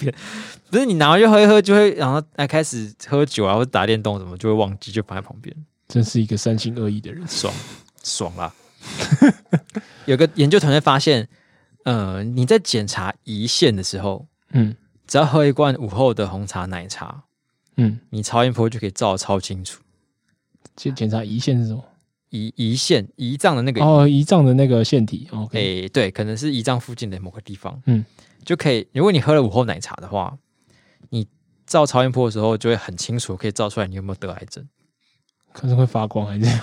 [SPEAKER 1] 不是你拿回去喝一喝就会，然后哎开始喝酒啊或者打电动什么就会忘记，就放在旁边，
[SPEAKER 2] *laughs* 真是一个三心二意的人。
[SPEAKER 1] 爽爽啦。 *laughs* 有个研究团队发现，呃，你在检查胰腺的时候，
[SPEAKER 2] 嗯
[SPEAKER 1] 只要喝一罐午后的红茶奶茶，
[SPEAKER 2] 嗯，
[SPEAKER 1] 你超音波就可以照得超清楚。
[SPEAKER 2] 检检查胰腺是什么？
[SPEAKER 1] 胰胰腺胰脏的那个
[SPEAKER 2] 哦，胰脏的那个腺体。OK，、
[SPEAKER 1] 诶、对，可能是胰脏附近的某个地方，
[SPEAKER 2] 嗯
[SPEAKER 1] 嗯，就可以。如果你喝了午后奶茶的话，你照超音波的时候就会很清楚，可以照出来你有没有得癌症。
[SPEAKER 2] 可是会发光还是这 *laughs* 样？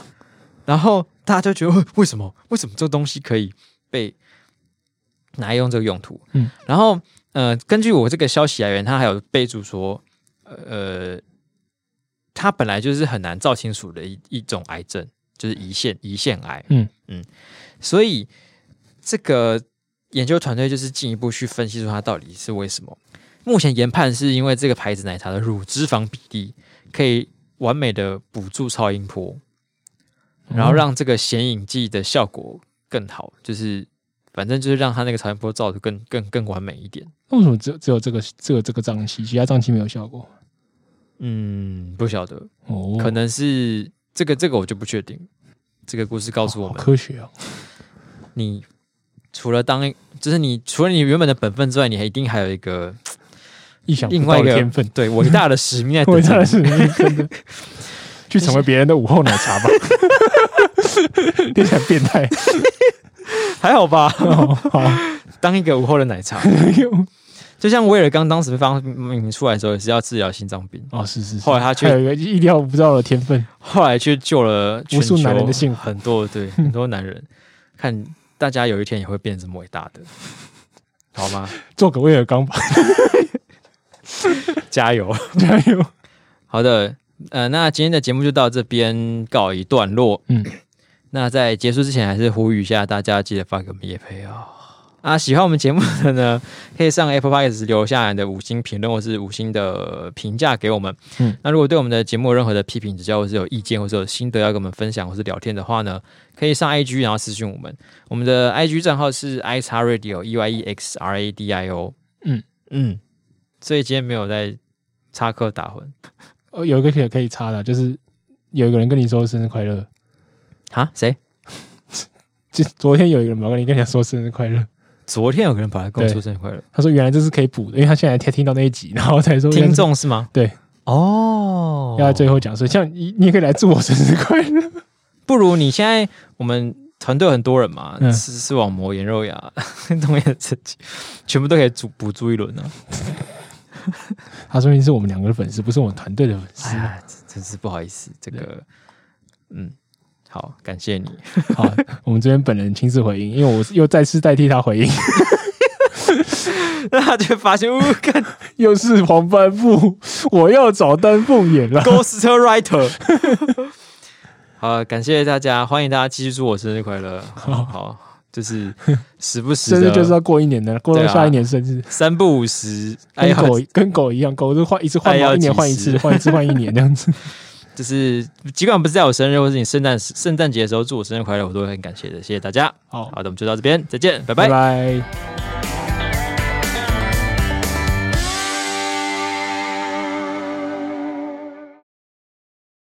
[SPEAKER 1] 然后大家就觉得 *laughs* 呃为什么？为什么这东西可以被拿来用这个用途？
[SPEAKER 2] 嗯
[SPEAKER 1] 嗯，然后呃，根据我这个消息来源，它还有备注说，呃，它本来就是很难照清楚的一一种癌症，就是胰腺胰腺癌。
[SPEAKER 2] 嗯
[SPEAKER 1] 嗯嗯，所以这个研究团队就是进一步去分析出它到底是为什么。目前研判是因为这个牌子奶茶的乳脂肪比例可以完美的补助超音波，然后
[SPEAKER 2] 嗯
[SPEAKER 1] 让这个显影剂的效果更好，就是反正就是让它那个超音波照的更更更完美一点。
[SPEAKER 2] 那为什么只有只有这个只有这个脏器，其他脏器没有效果？
[SPEAKER 1] 嗯，不晓得，
[SPEAKER 2] 哦，
[SPEAKER 1] 可能是这个这个我就不确定。这个故事告诉我
[SPEAKER 2] 好
[SPEAKER 1] 们，
[SPEAKER 2] 科学哦。
[SPEAKER 1] 你除了当就是你除了你原本的本分之外，你还一定还有一个
[SPEAKER 2] 意想
[SPEAKER 1] 另
[SPEAKER 2] 不
[SPEAKER 1] 外
[SPEAKER 2] 到
[SPEAKER 1] 一
[SPEAKER 2] 的
[SPEAKER 1] 个
[SPEAKER 2] 天 *laughs* 分，
[SPEAKER 1] 对伟大的使命
[SPEAKER 2] *laughs*
[SPEAKER 1] 在
[SPEAKER 2] 伟
[SPEAKER 1] 等
[SPEAKER 2] 大
[SPEAKER 1] 着
[SPEAKER 2] 的
[SPEAKER 1] 你。
[SPEAKER 2] 是你真的 *laughs* 去成为别人的午后奶茶 *laughs* 吧。听起来变态。
[SPEAKER 1] 还好吧？
[SPEAKER 2] 哦，好，
[SPEAKER 1] *laughs* 当一个午后的奶茶，就像威尔刚当时被发明出来的时候，也是要治疗心脏病。
[SPEAKER 2] *laughs* 哦，是是是。
[SPEAKER 1] 后来他去
[SPEAKER 2] 还有一个意料不到的天分。
[SPEAKER 1] 后来去救了全球
[SPEAKER 2] 无数男人的幸福
[SPEAKER 1] 很多对很多男人，看大家有一天也会变成这么伟大的，好吗？
[SPEAKER 2] 做个威尔刚吧，
[SPEAKER 1] 加油！
[SPEAKER 2] 加油！
[SPEAKER 1] 好的，呃，那今天的节目就到这边告一段落。
[SPEAKER 2] 嗯
[SPEAKER 1] 嗯，那在结束之前，还是呼吁一下大家，记得发给我们叶飞啊、啊，喜欢我们节目的呢， *laughs* 可以上 Apple Podcast 留下你的五星评论或是五星的评价给我们。
[SPEAKER 2] 嗯
[SPEAKER 1] 那如果对我们的节目有任何的批评指教，或是有意见，或是有心得要跟我们分享，或是聊天的话呢，可以上 IG 然后私讯我们。我们的 IG 账号是 i x radio e y e x r a d i o。
[SPEAKER 2] 嗯
[SPEAKER 1] 嗯，所以今天没有在插科打诨
[SPEAKER 2] 呃，有一个可以可以插的，就是有一个人跟你说生日快乐，
[SPEAKER 1] 啊？谁？
[SPEAKER 2] 就昨天有一个人吧，跟你跟你说生日快乐，
[SPEAKER 1] 昨天有个人跑来跟我说
[SPEAKER 2] 对
[SPEAKER 1] 生日快乐，
[SPEAKER 2] 他说原来这是可以补的，因为他现在才听到那一集，然后才说原来
[SPEAKER 1] 听
[SPEAKER 2] 是
[SPEAKER 1] 众是吗？
[SPEAKER 2] 对，
[SPEAKER 1] 哦，
[SPEAKER 2] 要在最后讲说，像你你也可以来祝我生日快乐， *laughs*
[SPEAKER 1] 不如你现在我们团队很多人嘛，
[SPEAKER 2] 嗯
[SPEAKER 1] 视视网膜、眼肉牙、 *laughs* 东眼刺激，全部都可以补补助一轮呢、啊。
[SPEAKER 2] 他说明是我们两个的粉丝，不是我们团队的粉丝
[SPEAKER 1] *laughs* 哎。呀，真真是不好意思，这个，嗯，好，感谢你。 *laughs*
[SPEAKER 2] 好，我们这边本人亲自回应，因为我又再次代替他回应， *laughs*
[SPEAKER 1] 那他就发现，呜，看
[SPEAKER 2] 又是黄斑部，我又找丹凤眼了。
[SPEAKER 1] Ghost Writer。好，感谢大家，欢迎大家继续祝我生日快乐。好，好就是时不时
[SPEAKER 2] 生日
[SPEAKER 1] 的，
[SPEAKER 2] 就是要过一年的，过到
[SPEAKER 1] 对啊
[SPEAKER 2] 下一年生日，
[SPEAKER 1] 三不五时，哎
[SPEAKER 2] 跟
[SPEAKER 1] 呀，
[SPEAKER 2] 狗、跟狗一样，狗是换一次换
[SPEAKER 1] 哎要
[SPEAKER 2] 毛，一年
[SPEAKER 1] 及
[SPEAKER 2] 换一
[SPEAKER 1] 时
[SPEAKER 2] 次，换一次换一年这
[SPEAKER 1] *laughs*
[SPEAKER 2] 样子。
[SPEAKER 1] 就是尽管不是在我生日或是你圣诞圣诞节的时候祝我生日快乐，我都会很感谢的，谢谢大家。
[SPEAKER 2] 好，
[SPEAKER 1] 好的，我们就到这边，再见，拜拜
[SPEAKER 2] 拜。拜。